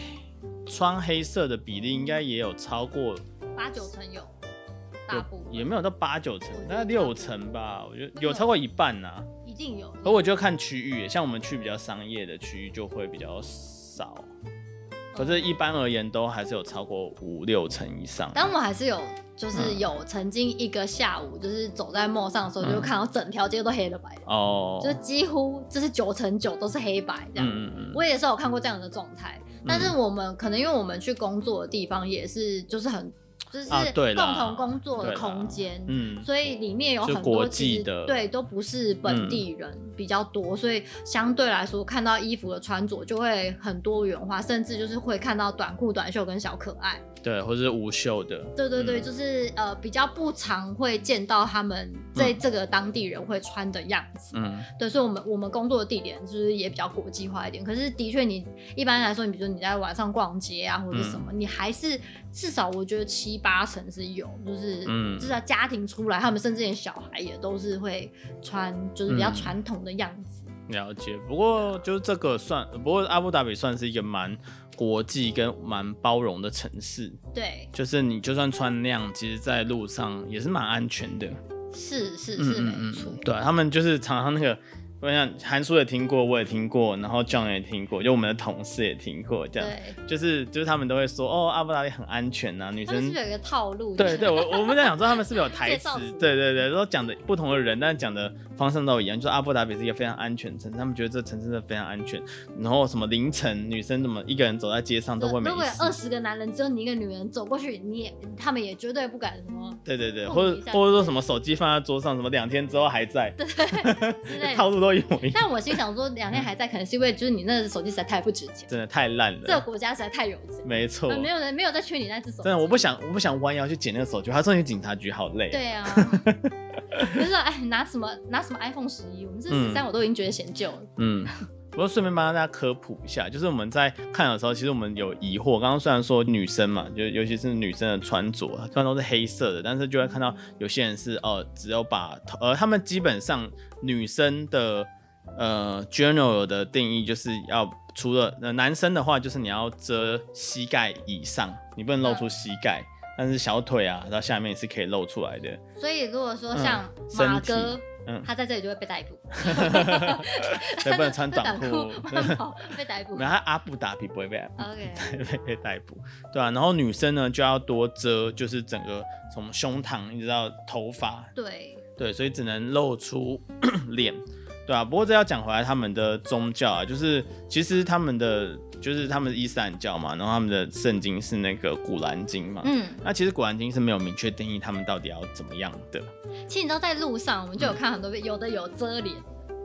[SPEAKER 1] 穿黑色的比例应该也有超过，
[SPEAKER 2] 八九成有，大部分
[SPEAKER 1] 也没有到八九成
[SPEAKER 2] 我觉，得
[SPEAKER 1] 大概六成吧。我觉得有超过一半呐、
[SPEAKER 2] 一定有。
[SPEAKER 1] 可我就看区域，像我们去比较商业的区域就会比较少，可是，一般而言都还是有超过五六成以上。
[SPEAKER 2] 但我还是有，就是
[SPEAKER 1] 嗯
[SPEAKER 2] 有曾经一个下午，就是走在陌上的时候，
[SPEAKER 1] 嗯
[SPEAKER 2] 就看到整条街都黑的白的，
[SPEAKER 1] 哦，
[SPEAKER 2] 就是几乎就是九成九都是黑白这样。
[SPEAKER 1] 嗯嗯嗯，
[SPEAKER 2] 我也是有看过这样的状态，但是我们可能因为我们去工作的地方也是，就是很就是
[SPEAKER 1] 啊对啦
[SPEAKER 2] 共同工作
[SPEAKER 1] 对
[SPEAKER 2] 的
[SPEAKER 1] 啦
[SPEAKER 2] 空间，
[SPEAKER 1] 嗯
[SPEAKER 2] 所以里面有很
[SPEAKER 1] 就国
[SPEAKER 2] 多
[SPEAKER 1] 际
[SPEAKER 2] 其实
[SPEAKER 1] 的嗯
[SPEAKER 2] 对都不是本地人比较多，所以相对来说看到衣服的穿着就会很多元化，甚至就是会看到短裤、短袖跟小可爱。
[SPEAKER 1] 对，或者是无袖的，
[SPEAKER 2] 对对对，
[SPEAKER 1] 嗯
[SPEAKER 2] 就是呃比较不常会见到他们在
[SPEAKER 1] 嗯
[SPEAKER 2] 这个当地人会穿的样子。
[SPEAKER 1] 嗯，
[SPEAKER 2] 对，所以我们我们工作的地点就是也比较国际化一点。可是的确你，一般来说，你比如说你在晚上逛街啊，或者是什
[SPEAKER 1] 嗯
[SPEAKER 2] 么，你还是至少我觉得七八成是有，就是、
[SPEAKER 1] 嗯
[SPEAKER 2] 至少家庭出来，他们甚至连小孩也都是会穿，就是比较
[SPEAKER 1] 嗯
[SPEAKER 2] 传统的样子。
[SPEAKER 1] 了解。不过就是这个算，不过阿布达比算是一个蛮国际跟蛮包容的城市，
[SPEAKER 2] 对，
[SPEAKER 1] 就是你就算穿那样，其实在路上也是蛮安全的。
[SPEAKER 2] 是是
[SPEAKER 1] 嗯
[SPEAKER 2] 是
[SPEAKER 1] 嗯
[SPEAKER 2] 没
[SPEAKER 1] 嗯
[SPEAKER 2] 错。
[SPEAKER 1] 对啊他们就是常常那个，我想韩叔也听过，我也听过，然后 John 也听过，就我们的同事也听过，这样
[SPEAKER 2] 对，
[SPEAKER 1] 就是就是他们都会说哦，阿布达比很安全呐、女
[SPEAKER 2] 他们是
[SPEAKER 1] 生
[SPEAKER 2] 不是有一个套 路？
[SPEAKER 1] 对对，我我们在想说他们是不是有台
[SPEAKER 2] 介
[SPEAKER 1] 词
[SPEAKER 2] 绍词？
[SPEAKER 1] 对对对，都讲的不同的人，但讲的方向都一样。就是阿布达比是一个非常安全的城市，他们觉得这城市真的非常安全。然后什么凌晨女生怎么一个人走在街上都
[SPEAKER 2] 如
[SPEAKER 1] 不会没
[SPEAKER 2] 果如果有二
[SPEAKER 1] 事。
[SPEAKER 2] 十个男人只有你一个女人走过去，你也他们也绝对不敢什么
[SPEAKER 1] 对对对，
[SPEAKER 2] 碰
[SPEAKER 1] 或者
[SPEAKER 2] 一下
[SPEAKER 1] 或者说什么手机放在桌上，什么两天之后还在，
[SPEAKER 2] 之类
[SPEAKER 1] 套
[SPEAKER 2] 的。
[SPEAKER 1] 路都一模一样，
[SPEAKER 2] 但我心想说，两天还在，可能是因为就是你那个手机实在太不值钱。
[SPEAKER 1] 真的太烂
[SPEAKER 2] 这个
[SPEAKER 1] 了。
[SPEAKER 2] 国家实在太有钱，
[SPEAKER 1] 啊没错，
[SPEAKER 2] 呃没
[SPEAKER 1] 真
[SPEAKER 2] 有人没有在缺你那只手机。
[SPEAKER 1] 的我不想我不想弯腰去捡那个手机，他送去警察局好累。
[SPEAKER 2] 对啊，就是哎，拿什么拿什么 iPhone 十一，我们这
[SPEAKER 1] 嗯
[SPEAKER 2] 十三我都已经觉得嫌旧了。
[SPEAKER 1] 嗯，不过顺便帮大家科普一下，就是我们在看的时候，其实我们有疑惑。刚刚虽然说女生嘛，就尤其是女生的穿着，虽然都是黑色的，但是就会看到有些人是哦、呃只有把头，呃，他们基本上女生的呃 general 的定义就是要除了呃男生的话，就是你要遮膝盖以上，你不能露出膝盖。但是小腿啊，到下面是可以露出来的，
[SPEAKER 2] 所以如果说像
[SPEAKER 1] 嗯
[SPEAKER 2] 马
[SPEAKER 1] 身体
[SPEAKER 2] 哥，
[SPEAKER 1] 嗯
[SPEAKER 2] 他在这里就会被逮捕，
[SPEAKER 1] 对，不能穿短
[SPEAKER 2] 短
[SPEAKER 1] 裤。
[SPEAKER 2] 慢跑被逮捕
[SPEAKER 1] 没。有，他阿布达比不会被
[SPEAKER 2] OK，
[SPEAKER 1] 被被逮捕，对啊，然后女生呢就要多遮，就是整个从胸膛一直到头发，
[SPEAKER 2] 对，
[SPEAKER 1] 对，所以只能露出 脸，对啊。不过这要讲回来，他们的宗教啊，就是其实他们的就是他们的伊斯兰教嘛，然后他们的圣经是那个古兰经嘛。
[SPEAKER 2] 嗯，
[SPEAKER 1] 那其实《古兰经》是没有明确定义他们到底要怎么样的，
[SPEAKER 2] 其实你知道在路上我们
[SPEAKER 1] 嗯
[SPEAKER 2] 就有看很多，有的有遮脸，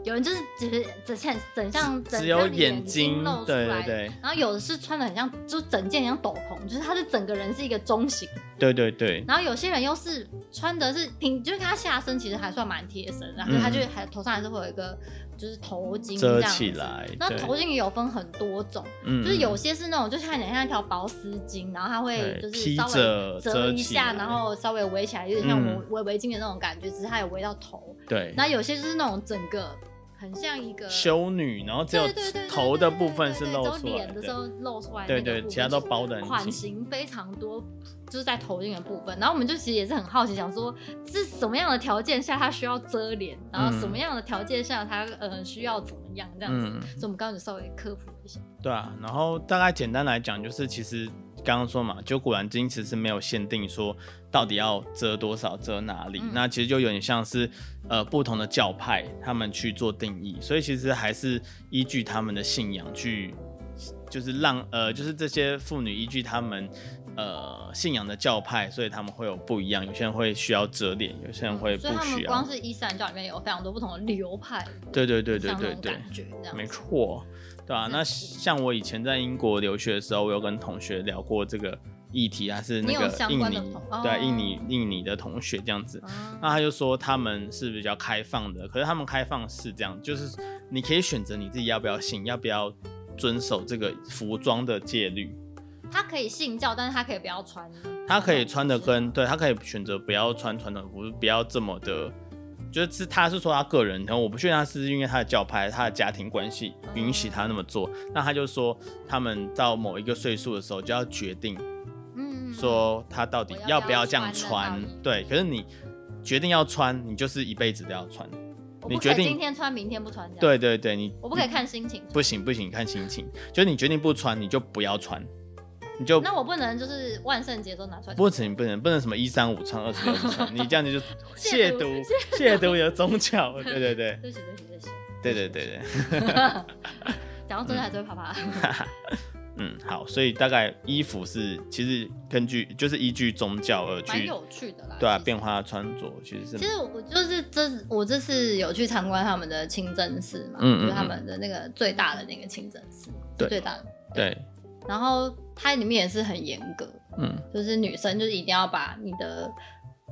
[SPEAKER 2] 有人就是只是只像整像整
[SPEAKER 1] 只有
[SPEAKER 2] 张眼
[SPEAKER 1] 睛
[SPEAKER 2] 睛露，出
[SPEAKER 1] 对对
[SPEAKER 2] 来。
[SPEAKER 1] 对
[SPEAKER 2] 然后有的是穿的很像，就整件很像斗篷，就是他是整个人是一个中型，
[SPEAKER 1] 对对对，
[SPEAKER 2] 然后有些人又是穿的是平，就是他下身其实还算蛮贴身的，然后
[SPEAKER 1] 嗯
[SPEAKER 2] 他就还头上还是会有一个就是头巾这
[SPEAKER 1] 遮
[SPEAKER 2] 样
[SPEAKER 1] 起
[SPEAKER 2] 子。
[SPEAKER 1] 来，
[SPEAKER 2] 那
[SPEAKER 1] 对
[SPEAKER 2] 头巾也有分很多种，
[SPEAKER 1] 嗯
[SPEAKER 2] 就是有些是那种就看起来像一条薄丝巾，然后它会
[SPEAKER 1] 对
[SPEAKER 2] 就是
[SPEAKER 1] 披
[SPEAKER 2] 稍微
[SPEAKER 1] 着
[SPEAKER 2] 折一
[SPEAKER 1] 起
[SPEAKER 2] 下，
[SPEAKER 1] 来
[SPEAKER 2] 然后稍微围起来，有点像围
[SPEAKER 1] 嗯
[SPEAKER 2] 围围巾的那种感觉，只是它有围到头。
[SPEAKER 1] 对
[SPEAKER 2] 那有些就是那种整个很像一个
[SPEAKER 1] 修女，然后只有
[SPEAKER 2] 对对对对对
[SPEAKER 1] 头的部分
[SPEAKER 2] 对
[SPEAKER 1] 是
[SPEAKER 2] 对对
[SPEAKER 1] 露
[SPEAKER 2] 只有
[SPEAKER 1] 出来
[SPEAKER 2] 脸的时候露出来那个
[SPEAKER 1] 对
[SPEAKER 2] 部分，
[SPEAKER 1] 对，其他都包的很
[SPEAKER 2] 款
[SPEAKER 1] 紧。
[SPEAKER 2] 型非常多，就是在头巾的部分。然后我们就其实也是很好奇，想说是什么样的条件下它需要遮脸，然后什么样的条件下它呃需要怎么样这样子。
[SPEAKER 1] 嗯，
[SPEAKER 2] 所以我们刚刚就稍微科普一下。
[SPEAKER 1] 对啊。然后大概简单来讲，就是其实刚刚说嘛，酒谷蓝鲸其实没有限定说到底要遮多少、遮哪里，
[SPEAKER 2] 嗯
[SPEAKER 1] 那其实就有点像是呃不同的教派他们去做定义，所以其实还是依据他们的信仰去，就是让呃就是这些妇女依据他们呃信仰的教派，所以他们会有不一样，有些人会需要遮脸，有些人会不
[SPEAKER 2] 嗯哦所以他
[SPEAKER 1] 需
[SPEAKER 2] 们
[SPEAKER 1] 要
[SPEAKER 2] 光。是伊斯兰教里面有非常多不同的流派，
[SPEAKER 1] 对对对对
[SPEAKER 2] 像那
[SPEAKER 1] 对
[SPEAKER 2] 种
[SPEAKER 1] 对。
[SPEAKER 2] 感觉这样
[SPEAKER 1] 没
[SPEAKER 2] 子。嗯
[SPEAKER 1] 错，对啊。
[SPEAKER 2] 是
[SPEAKER 1] 那像我以前在英国留学的时候，我有跟同学聊过这个议题，还是那
[SPEAKER 2] 你有
[SPEAKER 1] 个
[SPEAKER 2] 相
[SPEAKER 1] 印
[SPEAKER 2] 关的
[SPEAKER 1] 尼
[SPEAKER 2] 同，哦
[SPEAKER 1] 对啊、印尼印尼的同学这样子。
[SPEAKER 2] 啊
[SPEAKER 1] 那他就说他们是比较开放的，可是他们开放是这样，就是你可以选择你自己要不要信，要不要遵守这个服装的戒律。
[SPEAKER 2] 他可以信教，但是他可以不要穿。
[SPEAKER 1] 他可以穿的跟对他可以选择不要穿传统服，不要这么的，就是他是说他个人，然后我不确定他是因为他的教派、他的家庭关系允许他那么做。那他就说，他们到某一个岁数的时候就要决定
[SPEAKER 2] 嗯，嗯，
[SPEAKER 1] 说他到底
[SPEAKER 2] 我
[SPEAKER 1] 要
[SPEAKER 2] 要
[SPEAKER 1] 不
[SPEAKER 2] 不
[SPEAKER 1] 要
[SPEAKER 2] 要
[SPEAKER 1] 这样
[SPEAKER 2] 穿
[SPEAKER 1] 穿
[SPEAKER 2] 那套衣。服
[SPEAKER 1] 对，可是你决定要穿，你就是一辈子都要穿。
[SPEAKER 2] 我
[SPEAKER 1] 你
[SPEAKER 2] 不
[SPEAKER 1] 决
[SPEAKER 2] 可以
[SPEAKER 1] 定
[SPEAKER 2] 今天穿，明天不穿这样。，
[SPEAKER 1] 对对对，你
[SPEAKER 2] 我不可以看心情。
[SPEAKER 1] 不行不行，看心情，就是你决定不穿，你就不要穿，你就
[SPEAKER 2] 那我不能就是万圣节的时候拿出来。
[SPEAKER 1] 不行，不能不能什么一三五穿二十六穿，你这 样子就亵
[SPEAKER 2] 亵渎
[SPEAKER 1] 渎亵渎有宗教。对对对
[SPEAKER 2] 对不起，对不起，对不起。
[SPEAKER 1] 对对对对，
[SPEAKER 2] 讲到真的还是会怕怕。
[SPEAKER 1] 嗯，好，所以大概衣服是其实根据就是依据宗教而
[SPEAKER 2] 蛮
[SPEAKER 1] 去
[SPEAKER 2] 有趣的啦。
[SPEAKER 1] 对啊
[SPEAKER 2] 其实
[SPEAKER 1] 变。化穿着，其实是
[SPEAKER 2] 其实我就是这我这次有去参观他们的清真寺嘛，
[SPEAKER 1] 嗯嗯嗯
[SPEAKER 2] 就是他们的那个最大的那个清真寺，
[SPEAKER 1] 对
[SPEAKER 2] 最大的。
[SPEAKER 1] 对，
[SPEAKER 2] 然后它里面也是很严格，
[SPEAKER 1] 嗯，
[SPEAKER 2] 就是女生就是一定要把你的，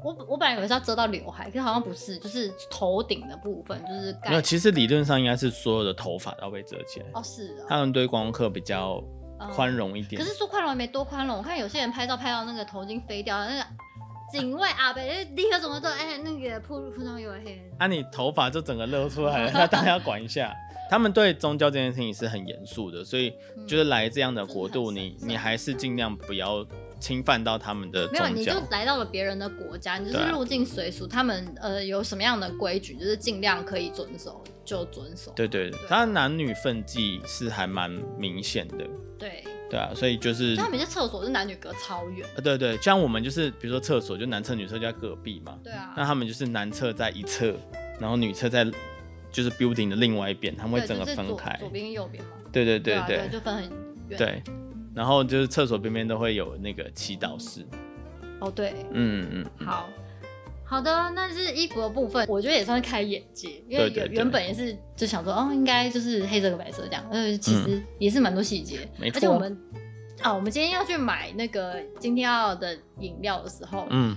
[SPEAKER 2] 我我本来以为是要遮到刘海，可是好像不是，就是头顶的部分就是
[SPEAKER 1] 没有，
[SPEAKER 2] 盖。
[SPEAKER 1] 其实理论上应该是所有的头发都要被遮起来，
[SPEAKER 2] 哦，是
[SPEAKER 1] 他们对观光客比较
[SPEAKER 2] 哦，
[SPEAKER 1] 宽容一点
[SPEAKER 2] 可。是说宽容也没多宽容，我看有些人拍照拍到那个头巾飞掉，那个警卫阿伯就立刻怎么说，哎、那个扑扑通有黑人。
[SPEAKER 1] 啊，你头发就整个露出来了， 那当然要管一下。他们对宗教这件事情是很严肃的，所以
[SPEAKER 2] 嗯
[SPEAKER 1] 就是来这样的国度，
[SPEAKER 2] 就是嗯很
[SPEAKER 1] 你
[SPEAKER 2] 神圣
[SPEAKER 1] 你还是尽量不要侵犯到他们的
[SPEAKER 2] 没有，
[SPEAKER 1] 宗
[SPEAKER 2] 你就
[SPEAKER 1] 教。
[SPEAKER 2] 来到了别人的国家，你就
[SPEAKER 1] 对啊
[SPEAKER 2] 是入境随俗，他们呃有什么样的规矩，就是尽量可以遵守就遵守。
[SPEAKER 1] 对对对，他男女分际是还蛮明显的，
[SPEAKER 2] 对，
[SPEAKER 1] 对啊，所以就是
[SPEAKER 2] 就他们有些厕所是男女隔超远。
[SPEAKER 1] 呃对对，像我们就是比如说厕所，就男厕女厕就在隔壁嘛，
[SPEAKER 2] 对啊，
[SPEAKER 1] 那他们就是男厕在一侧，然后女厕在就是 building 的另外一边，他们
[SPEAKER 2] 对，
[SPEAKER 1] 会整个
[SPEAKER 2] 就是
[SPEAKER 1] 分
[SPEAKER 2] 左
[SPEAKER 1] 开。
[SPEAKER 2] 左边右边嘛。
[SPEAKER 1] 对对对
[SPEAKER 2] 啊对，就分很远。，
[SPEAKER 1] 对，然后就是厕所边边都会有那个祈祷室。
[SPEAKER 2] 哦对，
[SPEAKER 1] 嗯嗯嗯，
[SPEAKER 2] 好好的，那是衣服的部分，我觉得也算是开眼界，因
[SPEAKER 1] 对
[SPEAKER 2] 为
[SPEAKER 1] 对
[SPEAKER 2] 原
[SPEAKER 1] 对
[SPEAKER 2] 原本也是就想说，哦，应该就是黑色跟白色这样，呃，其实也是蛮多细节，
[SPEAKER 1] 嗯没错
[SPEAKER 2] 而且我们啊，我们今天要去买那个今天要的饮料的时候，
[SPEAKER 1] 嗯，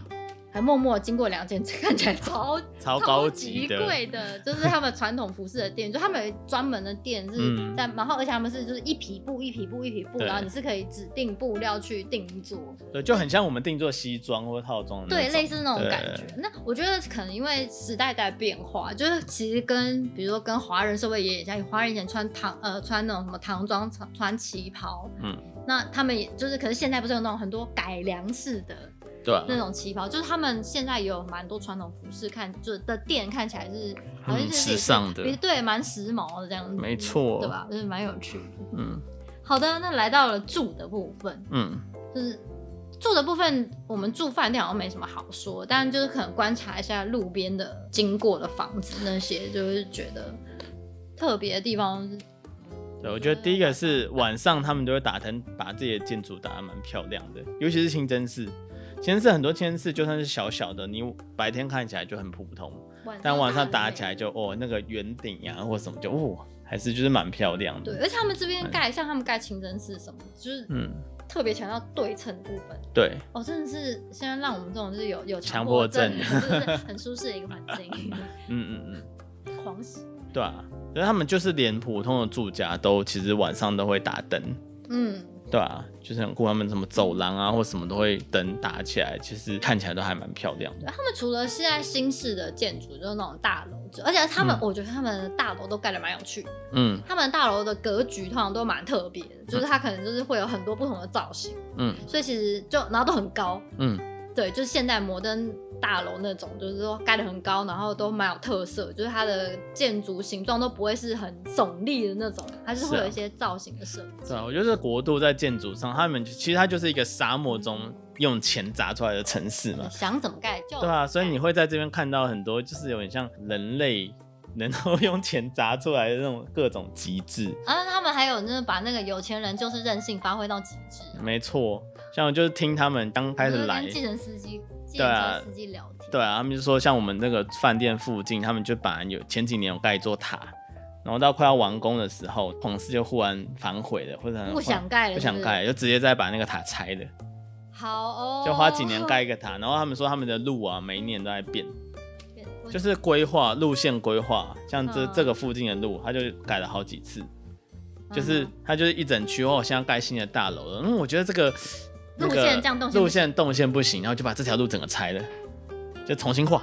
[SPEAKER 2] 还默默经过两间看起来超
[SPEAKER 1] 超高级
[SPEAKER 2] 级
[SPEAKER 1] 的，
[SPEAKER 2] 贵的，就是他们传统服饰 的店，就他们有专门的店是
[SPEAKER 1] 嗯
[SPEAKER 2] 在，然后而且他们是就是一匹布一匹布一匹布，
[SPEAKER 1] 对
[SPEAKER 2] 然后你是可以指定布料去定做，
[SPEAKER 1] 对，就很像我们定做西装或套装的那
[SPEAKER 2] 对，
[SPEAKER 1] 种
[SPEAKER 2] 类似那种
[SPEAKER 1] 对
[SPEAKER 2] 感觉。那我觉得可能因为时代在变化，就是其实跟比如说跟华人社会也像，华人以前穿唐呃穿那种什么唐装、穿穿旗袍，
[SPEAKER 1] 嗯，
[SPEAKER 2] 那他们也就是，可是现在不是有那种很多改良式的
[SPEAKER 1] 对
[SPEAKER 2] 那
[SPEAKER 1] 啊，
[SPEAKER 2] 种旗袍，就是他们现在也有蛮多传统服饰看，就是的店看起来是好像
[SPEAKER 1] 嗯
[SPEAKER 2] 是
[SPEAKER 1] 时尚的
[SPEAKER 2] 比对，蛮时髦的这样子，
[SPEAKER 1] 没错
[SPEAKER 2] 对吧？就是蛮有趣的。
[SPEAKER 1] 嗯
[SPEAKER 2] 好的，那来到了住的部分，
[SPEAKER 1] 嗯，
[SPEAKER 2] 就是住的部分，我们住饭店好像没什么好说，但就是可能观察一下路边的经过的房子那些，就是觉得特别的地方是。
[SPEAKER 1] 对，我觉得第一个是晚上他们都会打灯，把自己的建筑打得蛮漂亮的，尤其是清真寺。清真寺很多清真寺就算是小小的，你白天看起来就很普通，但晚上打起来就哦那个圆顶呀、或什么就哦，还是就是蛮漂亮
[SPEAKER 2] 对，
[SPEAKER 1] 的。
[SPEAKER 2] 而且他们这边盖，像他们盖清真寺什么，就是
[SPEAKER 1] 嗯，
[SPEAKER 2] 特别强调对称部分。
[SPEAKER 1] 对，
[SPEAKER 2] 哦，真的是现在让我们这种就是有有
[SPEAKER 1] 强迫
[SPEAKER 2] 迫
[SPEAKER 1] 症
[SPEAKER 2] 症的， 就是很舒适的一个环境，
[SPEAKER 1] 嗯嗯嗯。
[SPEAKER 2] 狂喜。
[SPEAKER 1] 对啊，所以他们就是连普通的住家都其实晚上都会打灯，
[SPEAKER 2] 嗯，
[SPEAKER 1] 对啊，就是很酷。他们什么走廊啊或什么都会灯打起来，其实看起来都还蛮漂亮的。
[SPEAKER 2] 他们除了现在新式的建筑，就是那种大楼之，而且他们、
[SPEAKER 1] 嗯
[SPEAKER 2] 我觉得他们的大楼都盖得蛮有趣的。
[SPEAKER 1] 嗯
[SPEAKER 2] 他们大楼的格局通常都蛮特嗯别的，就是它可能就是会有很多不同的造型，
[SPEAKER 1] 嗯
[SPEAKER 2] 所以其实就然后都很高，
[SPEAKER 1] 嗯，
[SPEAKER 2] 对，就是现代摩登大楼那种，就是说盖得很高，然后都蛮有特色，就是它的建筑形状都不会是很耸立的那种，它是
[SPEAKER 1] 是
[SPEAKER 2] 会
[SPEAKER 1] 啊
[SPEAKER 2] 有一些造型的设计。
[SPEAKER 1] 对啊，我觉得这国度在建筑上，他们其实它就是一个沙漠中用钱砸出来的城市嘛，
[SPEAKER 2] 想怎么盖就哎
[SPEAKER 1] 对啊，所以
[SPEAKER 2] 怎么
[SPEAKER 1] 你会在这边看到很多，就是有点像人类能够用钱砸出来的那种各种极致。
[SPEAKER 2] 盖啊，他们还有就是把那个有钱人就是任性发挥到极致啊、
[SPEAKER 1] 没错，像我就是听他们刚开
[SPEAKER 2] 我
[SPEAKER 1] 始
[SPEAKER 2] 就
[SPEAKER 1] 来
[SPEAKER 2] 跟，计程司机、计
[SPEAKER 1] 对
[SPEAKER 2] 程
[SPEAKER 1] 啊
[SPEAKER 2] 车司机聊天，
[SPEAKER 1] 对啊，他们就说像我们那个饭店附近，他们就本来有前几年有盖一座塔，然后到快要完工的时候，皇室就忽然反悔了，或者
[SPEAKER 2] 不想盖了
[SPEAKER 1] 不想
[SPEAKER 2] 是不是
[SPEAKER 1] 盖，就直接再把那个塔拆了。
[SPEAKER 2] 好哦，
[SPEAKER 1] 啊就花几年盖一个塔，然后他们说他们的路啊，每一年都在变，
[SPEAKER 2] 对，
[SPEAKER 1] 就
[SPEAKER 2] 就是
[SPEAKER 1] 规划路线规划，像这、
[SPEAKER 2] 嗯
[SPEAKER 1] 这个附近的路，他就改了好几次，
[SPEAKER 2] 嗯
[SPEAKER 1] 就是他就是一整区哦，现在盖新的大楼了，嗯，我觉得这个那个
[SPEAKER 2] 路线这样动线不行
[SPEAKER 1] 路线动线不行，然后就把这条路整个拆了，就重新画，，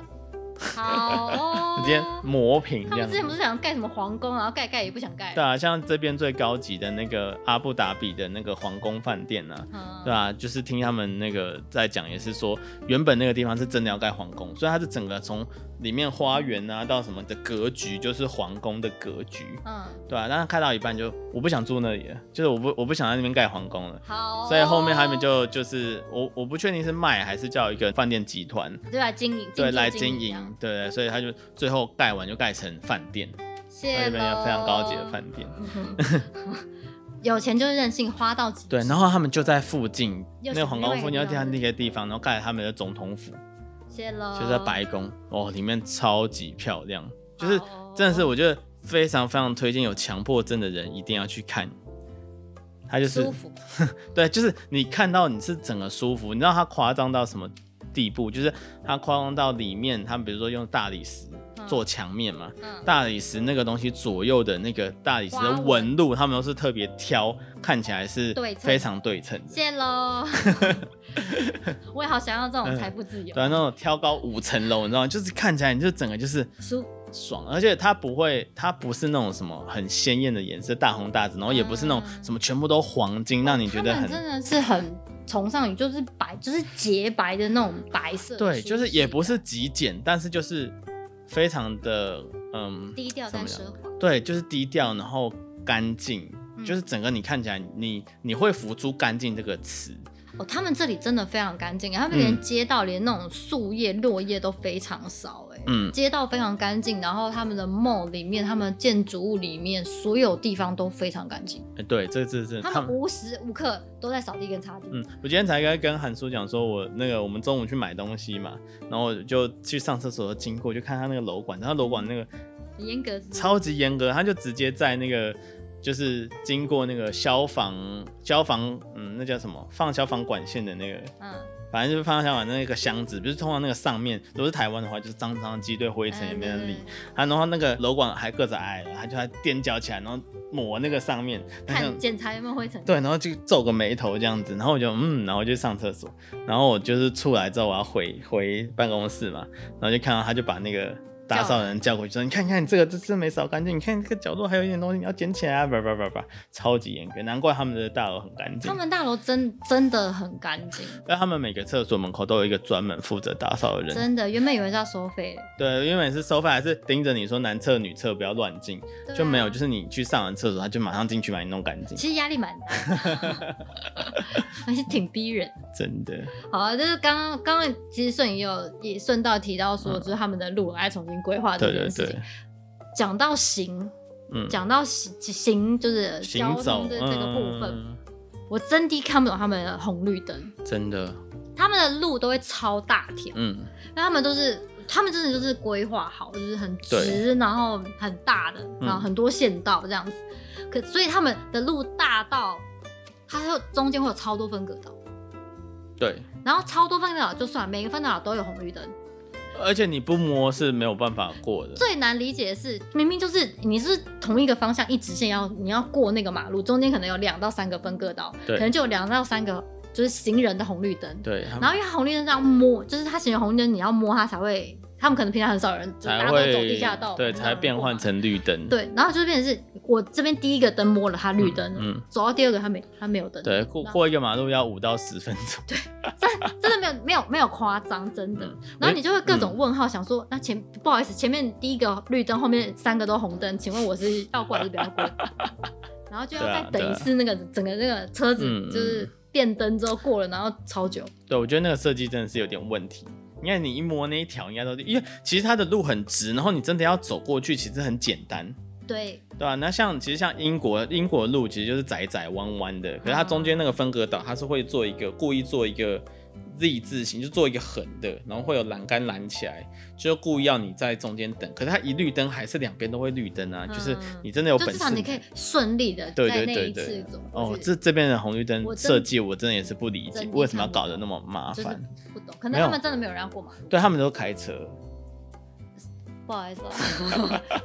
[SPEAKER 2] 好哦
[SPEAKER 1] 直接磨平
[SPEAKER 2] 他
[SPEAKER 1] 这
[SPEAKER 2] 们
[SPEAKER 1] 样
[SPEAKER 2] 之前
[SPEAKER 1] 子
[SPEAKER 2] 不。是想盖什么皇宫，然后盖盖也不想盖，
[SPEAKER 1] 对啊，像这边最高级的那个阿布达比的那个皇宫饭店啊，
[SPEAKER 2] 嗯，
[SPEAKER 1] 对啊，就是听他们那个在讲，也是说原本那个地方是真的要盖皇宫，所以它是整个从里面花园啊到什么的格局，就是皇宫的格局，
[SPEAKER 2] 嗯，
[SPEAKER 1] 对啊。但是开到一半就我不想住那里了，就是我不我不想在那边盖皇宫了。
[SPEAKER 2] 好哦，
[SPEAKER 1] 所以后面他们就就是我我不确定是卖还是叫一个饭店集团
[SPEAKER 2] 对来经营，
[SPEAKER 1] 对
[SPEAKER 2] 进驻
[SPEAKER 1] 来
[SPEAKER 2] 经
[SPEAKER 1] 经
[SPEAKER 2] 这
[SPEAKER 1] 营
[SPEAKER 2] 样，
[SPEAKER 1] 对，所以他就最后盖完就盖成饭店，在
[SPEAKER 2] 谢
[SPEAKER 1] 这边一个非常高级的
[SPEAKER 2] 咯
[SPEAKER 1] 饭店。
[SPEAKER 2] 有钱就是任性，花到极致。
[SPEAKER 1] 对，然后他们就在附近
[SPEAKER 2] 又
[SPEAKER 1] 那
[SPEAKER 2] 是
[SPEAKER 1] 个皇
[SPEAKER 2] 另外
[SPEAKER 1] 宫
[SPEAKER 2] 一
[SPEAKER 1] 附
[SPEAKER 2] 个
[SPEAKER 1] 近
[SPEAKER 2] 地方
[SPEAKER 1] 那个地方，然后盖了他们的总统府。
[SPEAKER 2] 谢喽，
[SPEAKER 1] 就在白宫哦，里面超级漂亮，就是
[SPEAKER 2] 哦
[SPEAKER 1] 真的是我觉得非常非常推荐有强迫症的人一定要去看。它就是
[SPEAKER 2] 舒服，
[SPEAKER 1] 对，就是你看到你是整个舒服，你知道它夸张到什么地步？就是它夸张到里面，他们比如说用大理石
[SPEAKER 2] 嗯
[SPEAKER 1] 做墙面嘛，
[SPEAKER 2] 嗯，
[SPEAKER 1] 大理石那个东西左右的那个大理石
[SPEAKER 2] 花
[SPEAKER 1] 的
[SPEAKER 2] 纹
[SPEAKER 1] 纹路，他们都是特别挑，看起来是
[SPEAKER 2] 对称
[SPEAKER 1] 非常对称的。
[SPEAKER 2] 谢 喽。我也好想要这种财富自由
[SPEAKER 1] 对，啊，那种挑高五层楼，你知道吗？就是看起来你就整个就是
[SPEAKER 2] 舒服，
[SPEAKER 1] 爽，而且它不会，它不是那种什么很鲜艳的颜色，大红大紫，然后也不是那种
[SPEAKER 2] 嗯哦
[SPEAKER 1] 什么全部都黄金，让你觉得
[SPEAKER 2] 他们
[SPEAKER 1] 很
[SPEAKER 2] 真的是很崇尚于就是白，就是洁白的那种白色，
[SPEAKER 1] 对，就是也不
[SPEAKER 2] 是
[SPEAKER 1] 是极简，但是就是非常的嗯，
[SPEAKER 2] 低调
[SPEAKER 1] 怎
[SPEAKER 2] 但
[SPEAKER 1] 么
[SPEAKER 2] 奢
[SPEAKER 1] 样？
[SPEAKER 2] 华，
[SPEAKER 1] 对，就是低调，然后干净，
[SPEAKER 2] 嗯
[SPEAKER 1] 就是整个你看起来你你会浮出“干净”这个词，
[SPEAKER 2] 哦，他们这里真的非常干净，他们
[SPEAKER 1] 嗯
[SPEAKER 2] 连街道、连那种树叶、落叶都非常少、哎，
[SPEAKER 1] 嗯
[SPEAKER 2] 街道非常干净，然后他们的 mall 里面、他们建筑物里面，所有地方都非常干净，
[SPEAKER 1] 哎对，这这这
[SPEAKER 2] 他们无时无刻都在扫地跟擦地，
[SPEAKER 1] 嗯，我今天才跟跟韩叔讲说，我那个我们中午去买东西嘛，然后我就去上厕所的经过，就看他那个楼管，他楼管那个
[SPEAKER 2] 很严格是不是
[SPEAKER 1] 超级严格，他就直接在那个就是经过那个消防消防嗯那叫什么放消防管线的那个，
[SPEAKER 2] 嗯，
[SPEAKER 1] 反正就是放消防管那个箱子，不是通常那个上面如果是台湾的话就是脏脏的积堆灰尘也没
[SPEAKER 2] 嗯
[SPEAKER 1] 人理，啊，然后那个楼管还个子矮了，他就还踮脚起来，然后抹那个上面，
[SPEAKER 2] 对，
[SPEAKER 1] 他想
[SPEAKER 2] 看检查有没有灰尘，
[SPEAKER 1] 对，然后就皱个眉头这样子，然后我就嗯，然后就上厕所，然后我就是出来之后我要回回办公室嘛，然后就看到他就把那个打扫人叫过去说，你看看你这个这这没扫干净，你看这个角落还有一点东西你要捡起来啊，叭叭叭叭，超级严格，难怪他们的大楼很干净
[SPEAKER 2] 他。们大楼真真的很干净，
[SPEAKER 1] 但他们每个厕所门口都有一个专门负责打扫的人，
[SPEAKER 2] 真的，原本以为是要收费的，
[SPEAKER 1] 对，因为每次收费还是盯着你说男厕女厕不要乱进，
[SPEAKER 2] 对啊
[SPEAKER 1] 就没有，就是你去上完厕所，他就马上进去把你弄干净，
[SPEAKER 2] 其实压力蛮大 的，还是挺逼人的。
[SPEAKER 1] 真的。
[SPEAKER 2] 好啊，就是刚刚刚刚其实顺也有也顺道提到说，就是他们的路来重新规划啊
[SPEAKER 1] 嗯
[SPEAKER 2] 这
[SPEAKER 1] 对
[SPEAKER 2] 件
[SPEAKER 1] 对
[SPEAKER 2] 事情。
[SPEAKER 1] 对，
[SPEAKER 2] 讲到行，
[SPEAKER 1] 嗯，
[SPEAKER 2] 讲到行行就是交
[SPEAKER 1] 行走
[SPEAKER 2] 通的这个部分，
[SPEAKER 1] 嗯
[SPEAKER 2] 我真的看不懂他们的红绿灯，
[SPEAKER 1] 真的，
[SPEAKER 2] 他们的路都会超大条，
[SPEAKER 1] 嗯，
[SPEAKER 2] 那他们都是他们真的就是规划好，就是很直，
[SPEAKER 1] 对嗯
[SPEAKER 2] 然后很大的，然后很多线道这样子。可所以他们的路大到，它会有中间会有超多分隔岛，
[SPEAKER 1] 对，
[SPEAKER 2] 然后超多分隔岛就算，每个分隔岛都有红绿灯。
[SPEAKER 1] 而且你不摸是没有办法过的，
[SPEAKER 2] 最难理解的是，明明就是你是同一个方向一直线要你要过那个马路，中间可能有两到三个分割道，
[SPEAKER 1] 对
[SPEAKER 2] 可能就有两到三个就是行人的红绿灯。
[SPEAKER 1] 对，他们
[SPEAKER 2] 然后因为它红绿灯这样摸，就是它行人红绿灯，你要摸它才会他们可能平常很少人，就大
[SPEAKER 1] 才
[SPEAKER 2] 家都
[SPEAKER 1] 会
[SPEAKER 2] 走地下道，
[SPEAKER 1] 对，
[SPEAKER 2] 没有
[SPEAKER 1] 才
[SPEAKER 2] 人
[SPEAKER 1] 变
[SPEAKER 2] 过
[SPEAKER 1] 换
[SPEAKER 2] 嘛
[SPEAKER 1] 成绿灯。
[SPEAKER 2] 对，然后就变成是我这边第一个灯摸了它绿灯了，
[SPEAKER 1] 嗯嗯
[SPEAKER 2] 走到第二个它没它没有灯，
[SPEAKER 1] 对，过过一个马路要五到十分钟。
[SPEAKER 2] 真的没有没有没有夸张，真的
[SPEAKER 1] 嗯。
[SPEAKER 2] 然后你就会各种问号，想说那前不好意思，前面第一个绿灯，后面三个都红灯，请问我是要过还是不要过？ 然后就要
[SPEAKER 1] 对
[SPEAKER 2] 再
[SPEAKER 1] 啊
[SPEAKER 2] 等一次那个整个那个车子
[SPEAKER 1] 嗯
[SPEAKER 2] 就是变灯之后过了，然后超久。
[SPEAKER 1] 对，我觉得那个设计真的是有点问题。你看你一摸那一条，应该都是因为其实它的路很直，然后你真的要走过去，其实很简单，
[SPEAKER 2] 对，
[SPEAKER 1] 对吧、啊那像其实像英国英国路其实就是窄窄弯弯的，可是它中间那个分隔岛，它是会做一个故意做一个 Z 字形，就做一个横的，然后会有栏杆拦起来，就故意要你在中间等。可是它一绿灯还是两边都会绿灯啊，就是你真的有
[SPEAKER 2] 嗯就
[SPEAKER 1] 本
[SPEAKER 2] 至少
[SPEAKER 1] 事
[SPEAKER 2] 你可以顺利的
[SPEAKER 1] 对
[SPEAKER 2] 在那
[SPEAKER 1] 对
[SPEAKER 2] 一
[SPEAKER 1] 对
[SPEAKER 2] 次
[SPEAKER 1] 对
[SPEAKER 2] 走过
[SPEAKER 1] 哦，
[SPEAKER 2] 去
[SPEAKER 1] 这这边的红绿灯
[SPEAKER 2] 我真
[SPEAKER 1] 设计我真的也是不理解
[SPEAKER 2] 真，的
[SPEAKER 1] 为什么要
[SPEAKER 2] 看不懂
[SPEAKER 1] 搞得那么麻
[SPEAKER 2] 就是
[SPEAKER 1] 烦？
[SPEAKER 2] 不懂，可能
[SPEAKER 1] 没有
[SPEAKER 2] 他们真的没有人要过马路。
[SPEAKER 1] 对啊他们都开车，
[SPEAKER 2] 不好 意思哦，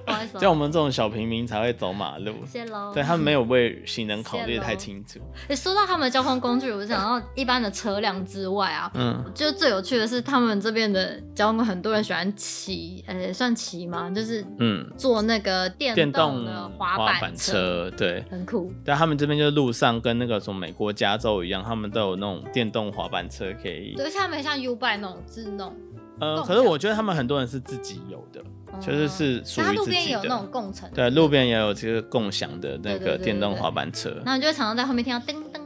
[SPEAKER 2] 不好意思
[SPEAKER 1] 像我
[SPEAKER 2] 哦，
[SPEAKER 1] 们这种小平民才会走马路，
[SPEAKER 2] 谢喽。
[SPEAKER 1] 对他们没有为行人考虑
[SPEAKER 2] 谢
[SPEAKER 1] 得
[SPEAKER 2] 咯
[SPEAKER 1] 太清楚。
[SPEAKER 2] 诶说到他们的交通工具，我想到一般的车辆之外啊，
[SPEAKER 1] 嗯，
[SPEAKER 2] 就是最有趣的是，他们这边的交通工具很多人喜欢骑，呃，算骑吗？就是
[SPEAKER 1] 嗯，
[SPEAKER 2] 坐那个电
[SPEAKER 1] 电
[SPEAKER 2] 动
[SPEAKER 1] 动
[SPEAKER 2] 的
[SPEAKER 1] 滑
[SPEAKER 2] 板
[SPEAKER 1] 板，车，对。
[SPEAKER 2] 很酷。
[SPEAKER 1] 但他们这边就是路上跟那个什么美国加州一样，他们都有那种电动滑板车可以
[SPEAKER 2] 对，。而且他们像 U bike 那种自弄，
[SPEAKER 1] 呃，
[SPEAKER 2] 共
[SPEAKER 1] 可是我
[SPEAKER 2] 享
[SPEAKER 1] 觉得他们很多人是自己有的，
[SPEAKER 2] 嗯
[SPEAKER 1] 就是是属
[SPEAKER 2] 那它
[SPEAKER 1] 于
[SPEAKER 2] 路
[SPEAKER 1] 自
[SPEAKER 2] 边也
[SPEAKER 1] 己
[SPEAKER 2] 有那
[SPEAKER 1] 的
[SPEAKER 2] 种。共乘，
[SPEAKER 1] 对，路边也有这个共享的那
[SPEAKER 2] 对对对
[SPEAKER 1] 个
[SPEAKER 2] 对
[SPEAKER 1] 电动
[SPEAKER 2] 对
[SPEAKER 1] 滑板车。
[SPEAKER 2] 然后你就会常常在后面听到叮噔，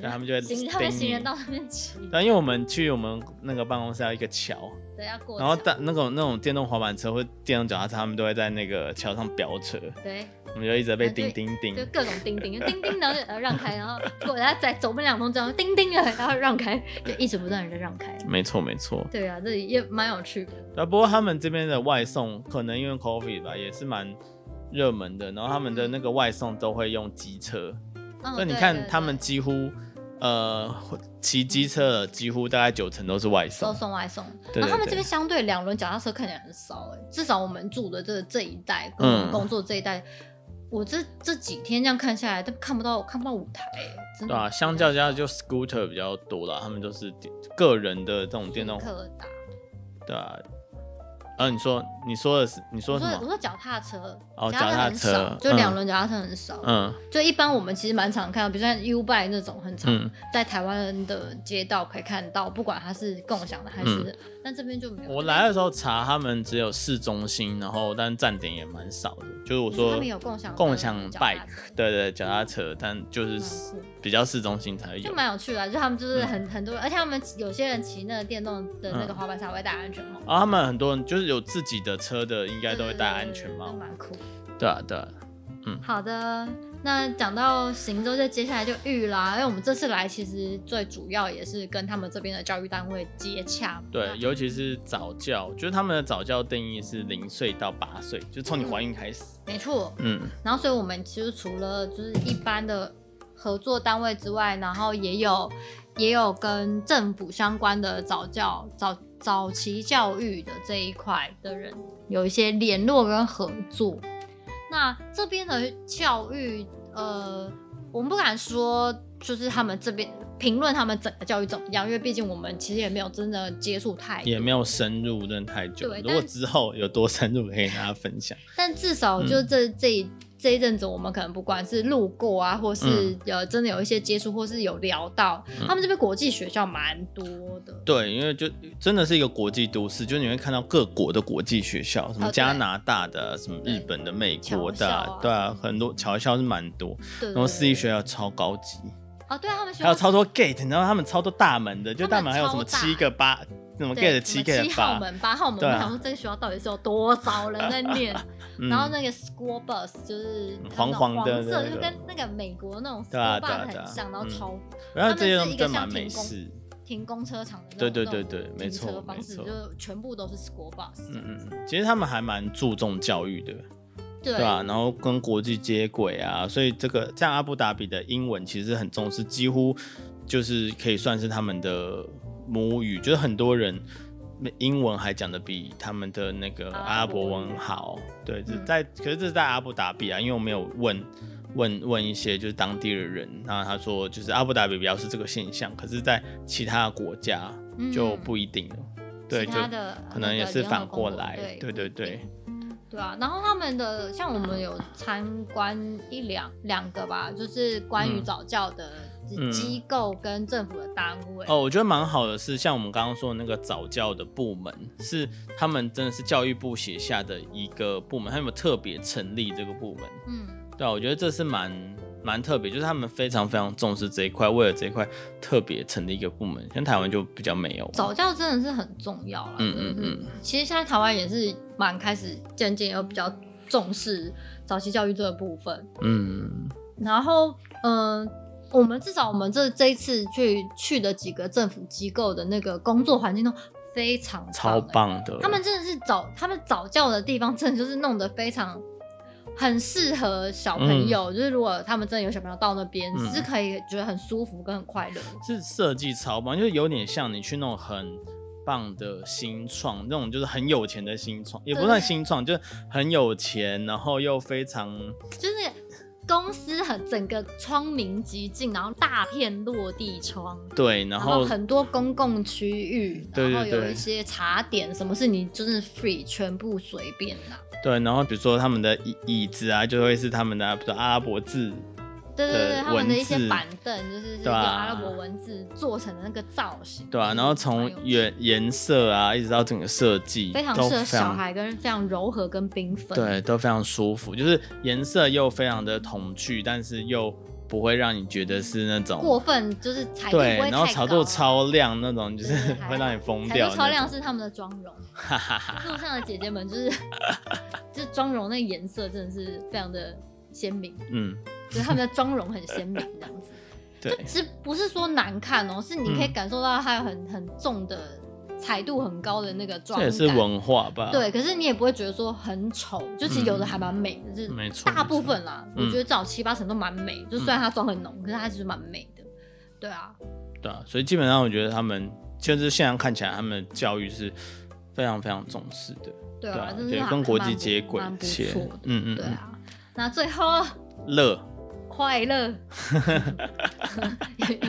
[SPEAKER 1] 然后他们就会
[SPEAKER 2] 行，他们
[SPEAKER 1] 叮
[SPEAKER 2] 行人
[SPEAKER 1] 你
[SPEAKER 2] 到那边骑，
[SPEAKER 1] 但因为我们去我们那个办公室要一个桥，
[SPEAKER 2] 对，要过桥，
[SPEAKER 1] 然后在那种那种电动滑板车或电动脚踏车，他们都会在那个桥上飙车，
[SPEAKER 2] 对，
[SPEAKER 1] 我们就一直被
[SPEAKER 2] 啊对
[SPEAKER 1] 叮叮叮
[SPEAKER 2] 就。各种叮叮，叮叮，然后就呃让开，然后过，然后再走不两分钟，叮叮了，然后让开，就一直不断的让开。
[SPEAKER 1] 没错没错，
[SPEAKER 2] 对啊，这里也蛮有趣的。
[SPEAKER 1] 啊，不过他们这边的外送可能因为 COVID 吧，也是蛮热门的。然后他们的那个外送都会用机车，
[SPEAKER 2] 嗯
[SPEAKER 1] 所以你
[SPEAKER 2] 对对
[SPEAKER 1] 看
[SPEAKER 2] 对
[SPEAKER 1] 他们几乎呃骑机车的几乎大概九成都是外送
[SPEAKER 2] 都。送外送，
[SPEAKER 1] 对
[SPEAKER 2] 然后他
[SPEAKER 1] 对
[SPEAKER 2] 们这
[SPEAKER 1] 对
[SPEAKER 2] 边，相对两轮脚踏车看起来很少哎、至少我们住的这这一带，跟我们
[SPEAKER 1] 嗯
[SPEAKER 2] 工作这一带，我这这几天这样看下来，都看不到看不到舞台哎、真的。
[SPEAKER 1] 对啊，相较之下就 scooter 比较多啦，他们都是电个人的这种电动，
[SPEAKER 2] 可达，
[SPEAKER 1] 对啊。呃、你说你说的是你说
[SPEAKER 2] 我
[SPEAKER 1] 什
[SPEAKER 2] 说我
[SPEAKER 1] 么？
[SPEAKER 2] 说脚踏车，
[SPEAKER 1] 哦
[SPEAKER 2] 踏
[SPEAKER 1] 脚
[SPEAKER 2] 很少
[SPEAKER 1] 踏车，
[SPEAKER 2] 就两轮脚踏车很少。
[SPEAKER 1] 嗯
[SPEAKER 2] 就一般我们其实蛮常看到，比如像 U bike 那种，很常、
[SPEAKER 1] 嗯，
[SPEAKER 2] 在台湾的街道可以看到，不管它是共享的还是，但这边就没有。
[SPEAKER 1] 嗯我来的时候查他们只有市中心，然后但站点也蛮少的，就是我
[SPEAKER 2] 你说
[SPEAKER 1] 说
[SPEAKER 2] 他们有共享
[SPEAKER 1] 共享
[SPEAKER 2] 脚踏
[SPEAKER 1] bike，
[SPEAKER 2] 车
[SPEAKER 1] 对对，脚踏车，但就是
[SPEAKER 2] 嗯
[SPEAKER 1] 比较市中心才会有
[SPEAKER 2] 就。蛮有趣的啊、就他们就是
[SPEAKER 1] 嗯
[SPEAKER 2] 很、很多人，而且他们有些人骑那个电动的那个
[SPEAKER 1] 嗯
[SPEAKER 2] 滑板车还会戴安全帽，
[SPEAKER 1] 啊，他们很多人就是有自己的车的，应该都会戴安全
[SPEAKER 2] 对
[SPEAKER 1] 帽
[SPEAKER 2] 对对对。蛮酷。
[SPEAKER 1] 对啊，对啊，
[SPEAKER 2] 好的，那讲到行州，就接下来就玉啦，因为我们这次来其实最主要也是跟他们这边的教育单位接洽，
[SPEAKER 1] 对，尤其是早教，就是他们的早教定义是零岁到八岁，就从你怀孕开始。
[SPEAKER 2] 没错。
[SPEAKER 1] 嗯，
[SPEAKER 2] 然后所以我们其实除了就是一般的合作单位之外，然后也有也有跟政府相关的早教早早期教育的这一块的人有一些联络跟合作。那这边的教育，呃，我们不敢说就是他们这边评论他们整个教育怎么样，因为毕竟我们其实也没有真的接触太多
[SPEAKER 1] 也没有深入真的太久。
[SPEAKER 2] 对
[SPEAKER 1] 如果
[SPEAKER 2] 但
[SPEAKER 1] 之后有多深入，可以跟大家分享。
[SPEAKER 2] 但至
[SPEAKER 1] 嗯
[SPEAKER 2] 少就这、这一这一阵子，我们可能不管是路过啊，或是
[SPEAKER 1] 嗯
[SPEAKER 2] 呃真的有一些接触，或是有聊到，他们这边国际学校蛮多的。
[SPEAKER 1] 对，因为就真的是一个国际都市，就是你会看到各国的国际学校，什
[SPEAKER 2] 哦
[SPEAKER 1] 么
[SPEAKER 2] 对
[SPEAKER 1] 加拿大的、什么日本的、美国的啊
[SPEAKER 2] 侨校啊，
[SPEAKER 1] 对啊，很多侨校是蛮多，
[SPEAKER 2] 对
[SPEAKER 1] 然后私立学
[SPEAKER 2] 校
[SPEAKER 1] 校超高级，
[SPEAKER 2] 哦，对啊，他们学校
[SPEAKER 1] 还有超多 gate，你知道他们超多大门的，就
[SPEAKER 2] 他
[SPEAKER 1] 大
[SPEAKER 2] 们
[SPEAKER 1] 门还有什么
[SPEAKER 2] 超大
[SPEAKER 1] 七个八，什么
[SPEAKER 2] 对
[SPEAKER 1] gate
[SPEAKER 2] 什
[SPEAKER 1] 七
[SPEAKER 2] 么
[SPEAKER 1] gate
[SPEAKER 2] 号
[SPEAKER 1] 八，
[SPEAKER 2] 门、八号门，
[SPEAKER 1] 对啊
[SPEAKER 2] 我想说这个学校到底是有多少人在念？
[SPEAKER 1] 嗯
[SPEAKER 2] 然后那个 school bus 就是
[SPEAKER 1] 嗯
[SPEAKER 2] 它那
[SPEAKER 1] 黄
[SPEAKER 2] 种
[SPEAKER 1] 黄的
[SPEAKER 2] 黄
[SPEAKER 1] 那
[SPEAKER 2] 色，
[SPEAKER 1] 个
[SPEAKER 2] 就跟那个美国那种 school
[SPEAKER 1] 对啊
[SPEAKER 2] bus
[SPEAKER 1] 对啊对啊
[SPEAKER 2] 很像，然后
[SPEAKER 1] 嗯
[SPEAKER 2] 超
[SPEAKER 1] 然后
[SPEAKER 2] 他们
[SPEAKER 1] 这些
[SPEAKER 2] 是
[SPEAKER 1] 东西
[SPEAKER 2] 一个
[SPEAKER 1] 真的
[SPEAKER 2] 像
[SPEAKER 1] 蛮美
[SPEAKER 2] 停工
[SPEAKER 1] 式，
[SPEAKER 2] 停公车场的那
[SPEAKER 1] 对
[SPEAKER 2] 种
[SPEAKER 1] 对对对
[SPEAKER 2] 那种
[SPEAKER 1] 没
[SPEAKER 2] 停车
[SPEAKER 1] 错
[SPEAKER 2] 方
[SPEAKER 1] 没
[SPEAKER 2] 式，
[SPEAKER 1] 错
[SPEAKER 2] 就是全部都是 school bus 这
[SPEAKER 1] 嗯
[SPEAKER 2] 样
[SPEAKER 1] 嗯
[SPEAKER 2] 子。
[SPEAKER 1] 嗯，其实他们还蛮注重教育的，
[SPEAKER 2] 对
[SPEAKER 1] 对啊，然后跟国际接轨啊，所以这个像阿布达比的英文其实很重视，几乎就是可以算是他们的母语，就是很多人英文还讲的比他们的那个
[SPEAKER 2] 阿拉
[SPEAKER 1] 阿拉
[SPEAKER 2] 伯
[SPEAKER 1] 伯
[SPEAKER 2] 语
[SPEAKER 1] 文好。对，这
[SPEAKER 2] 嗯
[SPEAKER 1] 在、可是这是在阿布达比啊，因为我没有问问问一些就是当地的人，那他说就是阿布达比比较是这个现象，可是在其他的国家就
[SPEAKER 2] 嗯
[SPEAKER 1] 不一定了。对，
[SPEAKER 2] 其
[SPEAKER 1] 就
[SPEAKER 2] 他的
[SPEAKER 1] 可能也是反过来，
[SPEAKER 2] 对
[SPEAKER 1] 对对对，
[SPEAKER 2] 对啊。然后他们的像我们有参观一两两个吧，就是关于
[SPEAKER 1] 嗯
[SPEAKER 2] 早教的
[SPEAKER 1] 嗯
[SPEAKER 2] 机构跟政府的单位。
[SPEAKER 1] 哦，我觉得蛮好的是，像我们刚刚说的那个早教的部门，是他们真的是教育部写下的一个部门，他们特别成立这个部门。
[SPEAKER 2] 嗯，
[SPEAKER 1] 对啊，我觉得这是蛮蛮特别，就是他们非常非常重视这一块，为了这一块特别成立一个部门，像台湾就比较没有嘛。
[SPEAKER 2] 早教真的是很重要啦。
[SPEAKER 1] 嗯嗯
[SPEAKER 2] 就是其实现在台湾也是蛮开始渐渐有比较重视早期教育这个部分。
[SPEAKER 1] 嗯
[SPEAKER 2] 然后，嗯、我们至少我们这这一次去去的几个政府机构的那个工作环境都非常棒
[SPEAKER 1] 超
[SPEAKER 2] 欸
[SPEAKER 1] 棒的。
[SPEAKER 2] 他们真的是早，他们早教的地方真的就是弄得非常很适合小朋友，就是如果他们真的有小朋友到那边，
[SPEAKER 1] 嗯
[SPEAKER 2] 是可以觉得很舒服跟很快乐。
[SPEAKER 1] 是设计超棒，就是有点像你去那种很棒的新创，那种就是很有钱的新创，也不算新创，就是很有钱，然后又非常
[SPEAKER 2] 就是公司很整个窗明几净，然后大片落地窗，
[SPEAKER 1] 对，然
[SPEAKER 2] 然
[SPEAKER 1] 后
[SPEAKER 2] 很多公共区域，
[SPEAKER 1] 对
[SPEAKER 2] 然后
[SPEAKER 1] 对
[SPEAKER 2] 有
[SPEAKER 1] 对
[SPEAKER 2] 一些茶点，什么是你就是 free，全部随便啦。
[SPEAKER 1] 对，然后比如说他们的椅椅子啊，就会是他们的啊，比如说阿拉伯字，
[SPEAKER 2] 对对对，
[SPEAKER 1] 的
[SPEAKER 2] 他们的一些
[SPEAKER 1] 文字
[SPEAKER 2] 板凳就是是
[SPEAKER 1] 对
[SPEAKER 2] 用
[SPEAKER 1] 啊
[SPEAKER 2] 阿拉伯文字做成的那个造型，
[SPEAKER 1] 对啊，然后从
[SPEAKER 2] 嗯蛮有
[SPEAKER 1] 颜颜色啊，一直到整个设计，
[SPEAKER 2] 非常
[SPEAKER 1] 都
[SPEAKER 2] 适合
[SPEAKER 1] 非
[SPEAKER 2] 小
[SPEAKER 1] 常
[SPEAKER 2] 孩跟非常柔和跟缤纷。
[SPEAKER 1] 对，都非常舒服，就是颜色又非常的童趣，但是又不会让你觉得是那种
[SPEAKER 2] 过分就是彩度不
[SPEAKER 1] 对，
[SPEAKER 2] 会
[SPEAKER 1] 然后
[SPEAKER 2] 太
[SPEAKER 1] 潮
[SPEAKER 2] 高
[SPEAKER 1] 度超亮那种，就是
[SPEAKER 2] 对对还
[SPEAKER 1] 会让你疯
[SPEAKER 2] 彩
[SPEAKER 1] 掉
[SPEAKER 2] 度
[SPEAKER 1] 那种。
[SPEAKER 2] 超亮是他们的妆 容，
[SPEAKER 1] 哈哈哈。
[SPEAKER 2] 路上的姐姐们就是就是妆容那颜色真的是非常的鲜明，
[SPEAKER 1] 嗯，
[SPEAKER 2] 就是他们的妆容很鲜明这 样子。
[SPEAKER 1] 对，
[SPEAKER 2] 其实不是说难看哦，是你可以
[SPEAKER 1] 嗯
[SPEAKER 2] 感受到它有很很重的彩度很高的那个妆
[SPEAKER 1] 这
[SPEAKER 2] 感。
[SPEAKER 1] 也是文化吧？
[SPEAKER 2] 对，可是你也不会觉得说很丑，就是有的还蛮美的，就是
[SPEAKER 1] 嗯没错嗯
[SPEAKER 2] 大部分啦，
[SPEAKER 1] 没错
[SPEAKER 2] 我觉得至少七八成都蛮美，就虽然它妆很浓，可是它其实蛮美的。对啊，
[SPEAKER 1] 对啊，所以基本上我觉得他们就是现在看起来，他们的教育是非常非常重视的，
[SPEAKER 2] 对
[SPEAKER 1] 对
[SPEAKER 2] 啊，真的
[SPEAKER 1] 也
[SPEAKER 2] 是
[SPEAKER 1] 跟
[SPEAKER 2] 还
[SPEAKER 1] 国
[SPEAKER 2] 蛮
[SPEAKER 1] 际
[SPEAKER 2] 不
[SPEAKER 1] 接轨
[SPEAKER 2] 蛮不
[SPEAKER 1] 一些
[SPEAKER 2] 错的。
[SPEAKER 1] 嗯嗯
[SPEAKER 2] 对
[SPEAKER 1] 嗯，
[SPEAKER 2] 啊，那最后
[SPEAKER 1] 乐，
[SPEAKER 2] 快乐，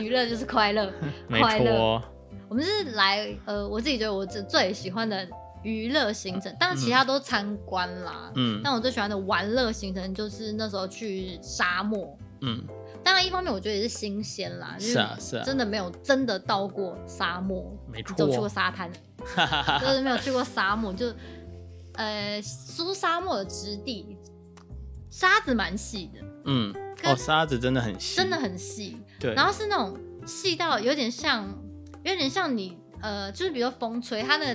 [SPEAKER 2] 娱乐就是快乐，
[SPEAKER 1] 没
[SPEAKER 2] 快
[SPEAKER 1] 错
[SPEAKER 2] 乐。
[SPEAKER 1] 哦，
[SPEAKER 2] 我们是来呃，我自己觉得我最最喜欢的娱乐行程，当然其他都参观啦。
[SPEAKER 1] 嗯
[SPEAKER 2] 但我最喜欢的玩乐行程就是那时候去沙漠，
[SPEAKER 1] 嗯，
[SPEAKER 2] 当然一方面我觉得也是新鲜啦，就是
[SPEAKER 1] 啊是啊
[SPEAKER 2] 真的没有真的到过沙漠，
[SPEAKER 1] 没
[SPEAKER 2] 只有去
[SPEAKER 1] 错，
[SPEAKER 2] 过沙滩，
[SPEAKER 1] 哈哈哈
[SPEAKER 2] 就
[SPEAKER 1] 哈
[SPEAKER 2] 是没有去过沙漠，就呃，苏沙漠的质地，沙子蛮细的，
[SPEAKER 1] 嗯，
[SPEAKER 2] 跟
[SPEAKER 1] 哦，沙子真的很细，
[SPEAKER 2] 真的很细，
[SPEAKER 1] 对，
[SPEAKER 2] 然后是那种细到有点像，有点像你呃，就是比如说风吹，它那个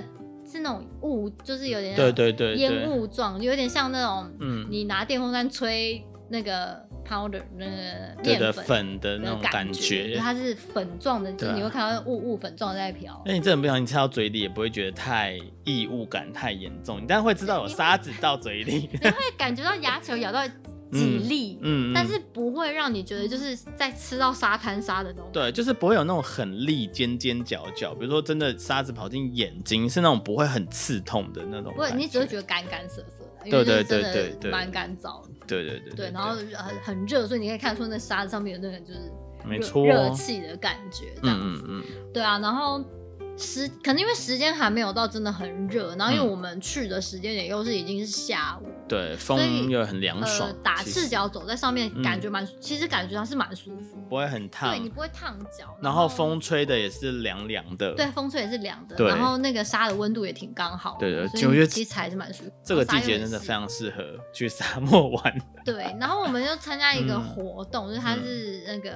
[SPEAKER 2] 是那种雾，就是有点
[SPEAKER 1] 对对对
[SPEAKER 2] 烟
[SPEAKER 1] 对，
[SPEAKER 2] 雾状，有点像那种、
[SPEAKER 1] 嗯，
[SPEAKER 2] 你拿电风扇吹那个 powder 那个
[SPEAKER 1] 对的
[SPEAKER 2] 面粉
[SPEAKER 1] 粉的那
[SPEAKER 2] 的
[SPEAKER 1] 种
[SPEAKER 2] 感
[SPEAKER 1] 觉
[SPEAKER 2] 就。它是粉状的，就
[SPEAKER 1] 对啊
[SPEAKER 2] 是
[SPEAKER 1] 哎
[SPEAKER 2] 你会看到雾雾粉状的在飘。
[SPEAKER 1] 那你真的不小心吃到嘴里，也不会觉得太异物感太严重，你当然会知道有
[SPEAKER 2] 对你会
[SPEAKER 1] 沙子到嘴里。
[SPEAKER 2] 你会感觉到牙齿有咬到几粒，
[SPEAKER 1] 嗯，嗯
[SPEAKER 2] 但是不会让你觉得就是在吃到沙滩沙的那种。
[SPEAKER 1] 对，就是不会有那种很利、尖尖角角，比如说真的沙子跑进眼睛，是那种不会很刺痛的那种
[SPEAKER 2] 不会，
[SPEAKER 1] 感
[SPEAKER 2] 你只会觉
[SPEAKER 1] 得
[SPEAKER 2] 得干干涩涩的，因
[SPEAKER 1] 对
[SPEAKER 2] 为就
[SPEAKER 1] 对
[SPEAKER 2] 是
[SPEAKER 1] 对
[SPEAKER 2] 真
[SPEAKER 1] 对
[SPEAKER 2] 的
[SPEAKER 1] 对
[SPEAKER 2] 蛮干燥的。
[SPEAKER 1] 对对对
[SPEAKER 2] 对，然后很很热，所以你可以看出那沙子上面有那个就是
[SPEAKER 1] 没
[SPEAKER 2] 热
[SPEAKER 1] 错哦
[SPEAKER 2] 热气的感觉，这样
[SPEAKER 1] 嗯
[SPEAKER 2] 子。
[SPEAKER 1] 嗯
[SPEAKER 2] 对啊，然后时可能因为时间还没有到真的很热，然后因为
[SPEAKER 1] 嗯
[SPEAKER 2] 我们去的时间点又是已经是下午，
[SPEAKER 1] 嗯，对，
[SPEAKER 2] 所以
[SPEAKER 1] 风又很凉爽
[SPEAKER 2] 呃，，打
[SPEAKER 1] 其
[SPEAKER 2] 赤
[SPEAKER 1] 实
[SPEAKER 2] 脚走在上面
[SPEAKER 1] 嗯
[SPEAKER 2] 感觉蛮，其实感觉上是蛮舒服，
[SPEAKER 1] 不会很烫
[SPEAKER 2] 对，你不会烫脚，
[SPEAKER 1] 然后风吹的也是凉凉的。
[SPEAKER 2] 对，风吹也是凉的，
[SPEAKER 1] 对
[SPEAKER 2] 然后那个沙的温度也挺刚好的，
[SPEAKER 1] 对对
[SPEAKER 2] 所以
[SPEAKER 1] 就我觉得
[SPEAKER 2] 其实还是蛮舒服。
[SPEAKER 1] 这个
[SPEAKER 2] 然后
[SPEAKER 1] 季
[SPEAKER 2] 沙
[SPEAKER 1] 节
[SPEAKER 2] 又
[SPEAKER 1] 真的
[SPEAKER 2] 是
[SPEAKER 1] 非常适合去沙漠玩，
[SPEAKER 2] 对，然后我们就参加一个
[SPEAKER 1] 嗯
[SPEAKER 2] 活动，就是它
[SPEAKER 1] 嗯
[SPEAKER 2] 是那个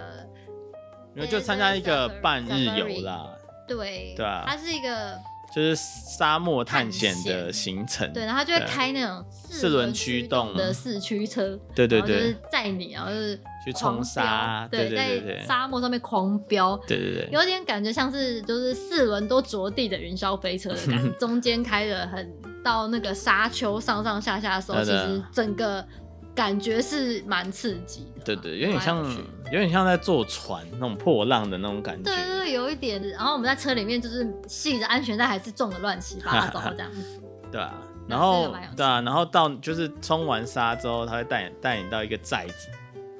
[SPEAKER 1] 然后就参加一个半日游啦，
[SPEAKER 2] 对，
[SPEAKER 1] 对啊
[SPEAKER 2] 它是一个
[SPEAKER 1] 就是沙漠探险
[SPEAKER 2] 探险
[SPEAKER 1] 的行程。
[SPEAKER 2] 对，然后它就会
[SPEAKER 1] 对啊
[SPEAKER 2] 开那种
[SPEAKER 1] 四轮
[SPEAKER 2] 驱
[SPEAKER 1] 驱动
[SPEAKER 2] 的四驱车，
[SPEAKER 1] 对对
[SPEAKER 2] 然后就
[SPEAKER 1] 对
[SPEAKER 2] 是载你，然后就是
[SPEAKER 1] 去
[SPEAKER 2] 狂
[SPEAKER 1] 冲沙
[SPEAKER 2] 飙
[SPEAKER 1] 对
[SPEAKER 2] 对，
[SPEAKER 1] 对对
[SPEAKER 2] 在
[SPEAKER 1] 对
[SPEAKER 2] 沙漠上面狂飙。
[SPEAKER 1] 对对对，
[SPEAKER 2] 有点感觉像是就是四轮都着地的云霄飞车的感觉，中间开的很到那个沙丘上上下下的时候，
[SPEAKER 1] 对
[SPEAKER 2] 其
[SPEAKER 1] 的
[SPEAKER 2] 实整个感觉是蛮刺激的啦。
[SPEAKER 1] 对对，有点
[SPEAKER 2] 蛮
[SPEAKER 1] 像
[SPEAKER 2] 趣的
[SPEAKER 1] 有点像在坐船那种破浪的那种感觉。
[SPEAKER 2] 对对对，有一点。然后我们在车里面就是系着安全带，还是中的乱七八糟这样子。
[SPEAKER 1] 对啊，
[SPEAKER 2] 那
[SPEAKER 1] 然
[SPEAKER 2] 这个
[SPEAKER 1] 后
[SPEAKER 2] 蛮有趣
[SPEAKER 1] 对啊，然后到就是冲完沙之后，他会带你带你到一个寨子，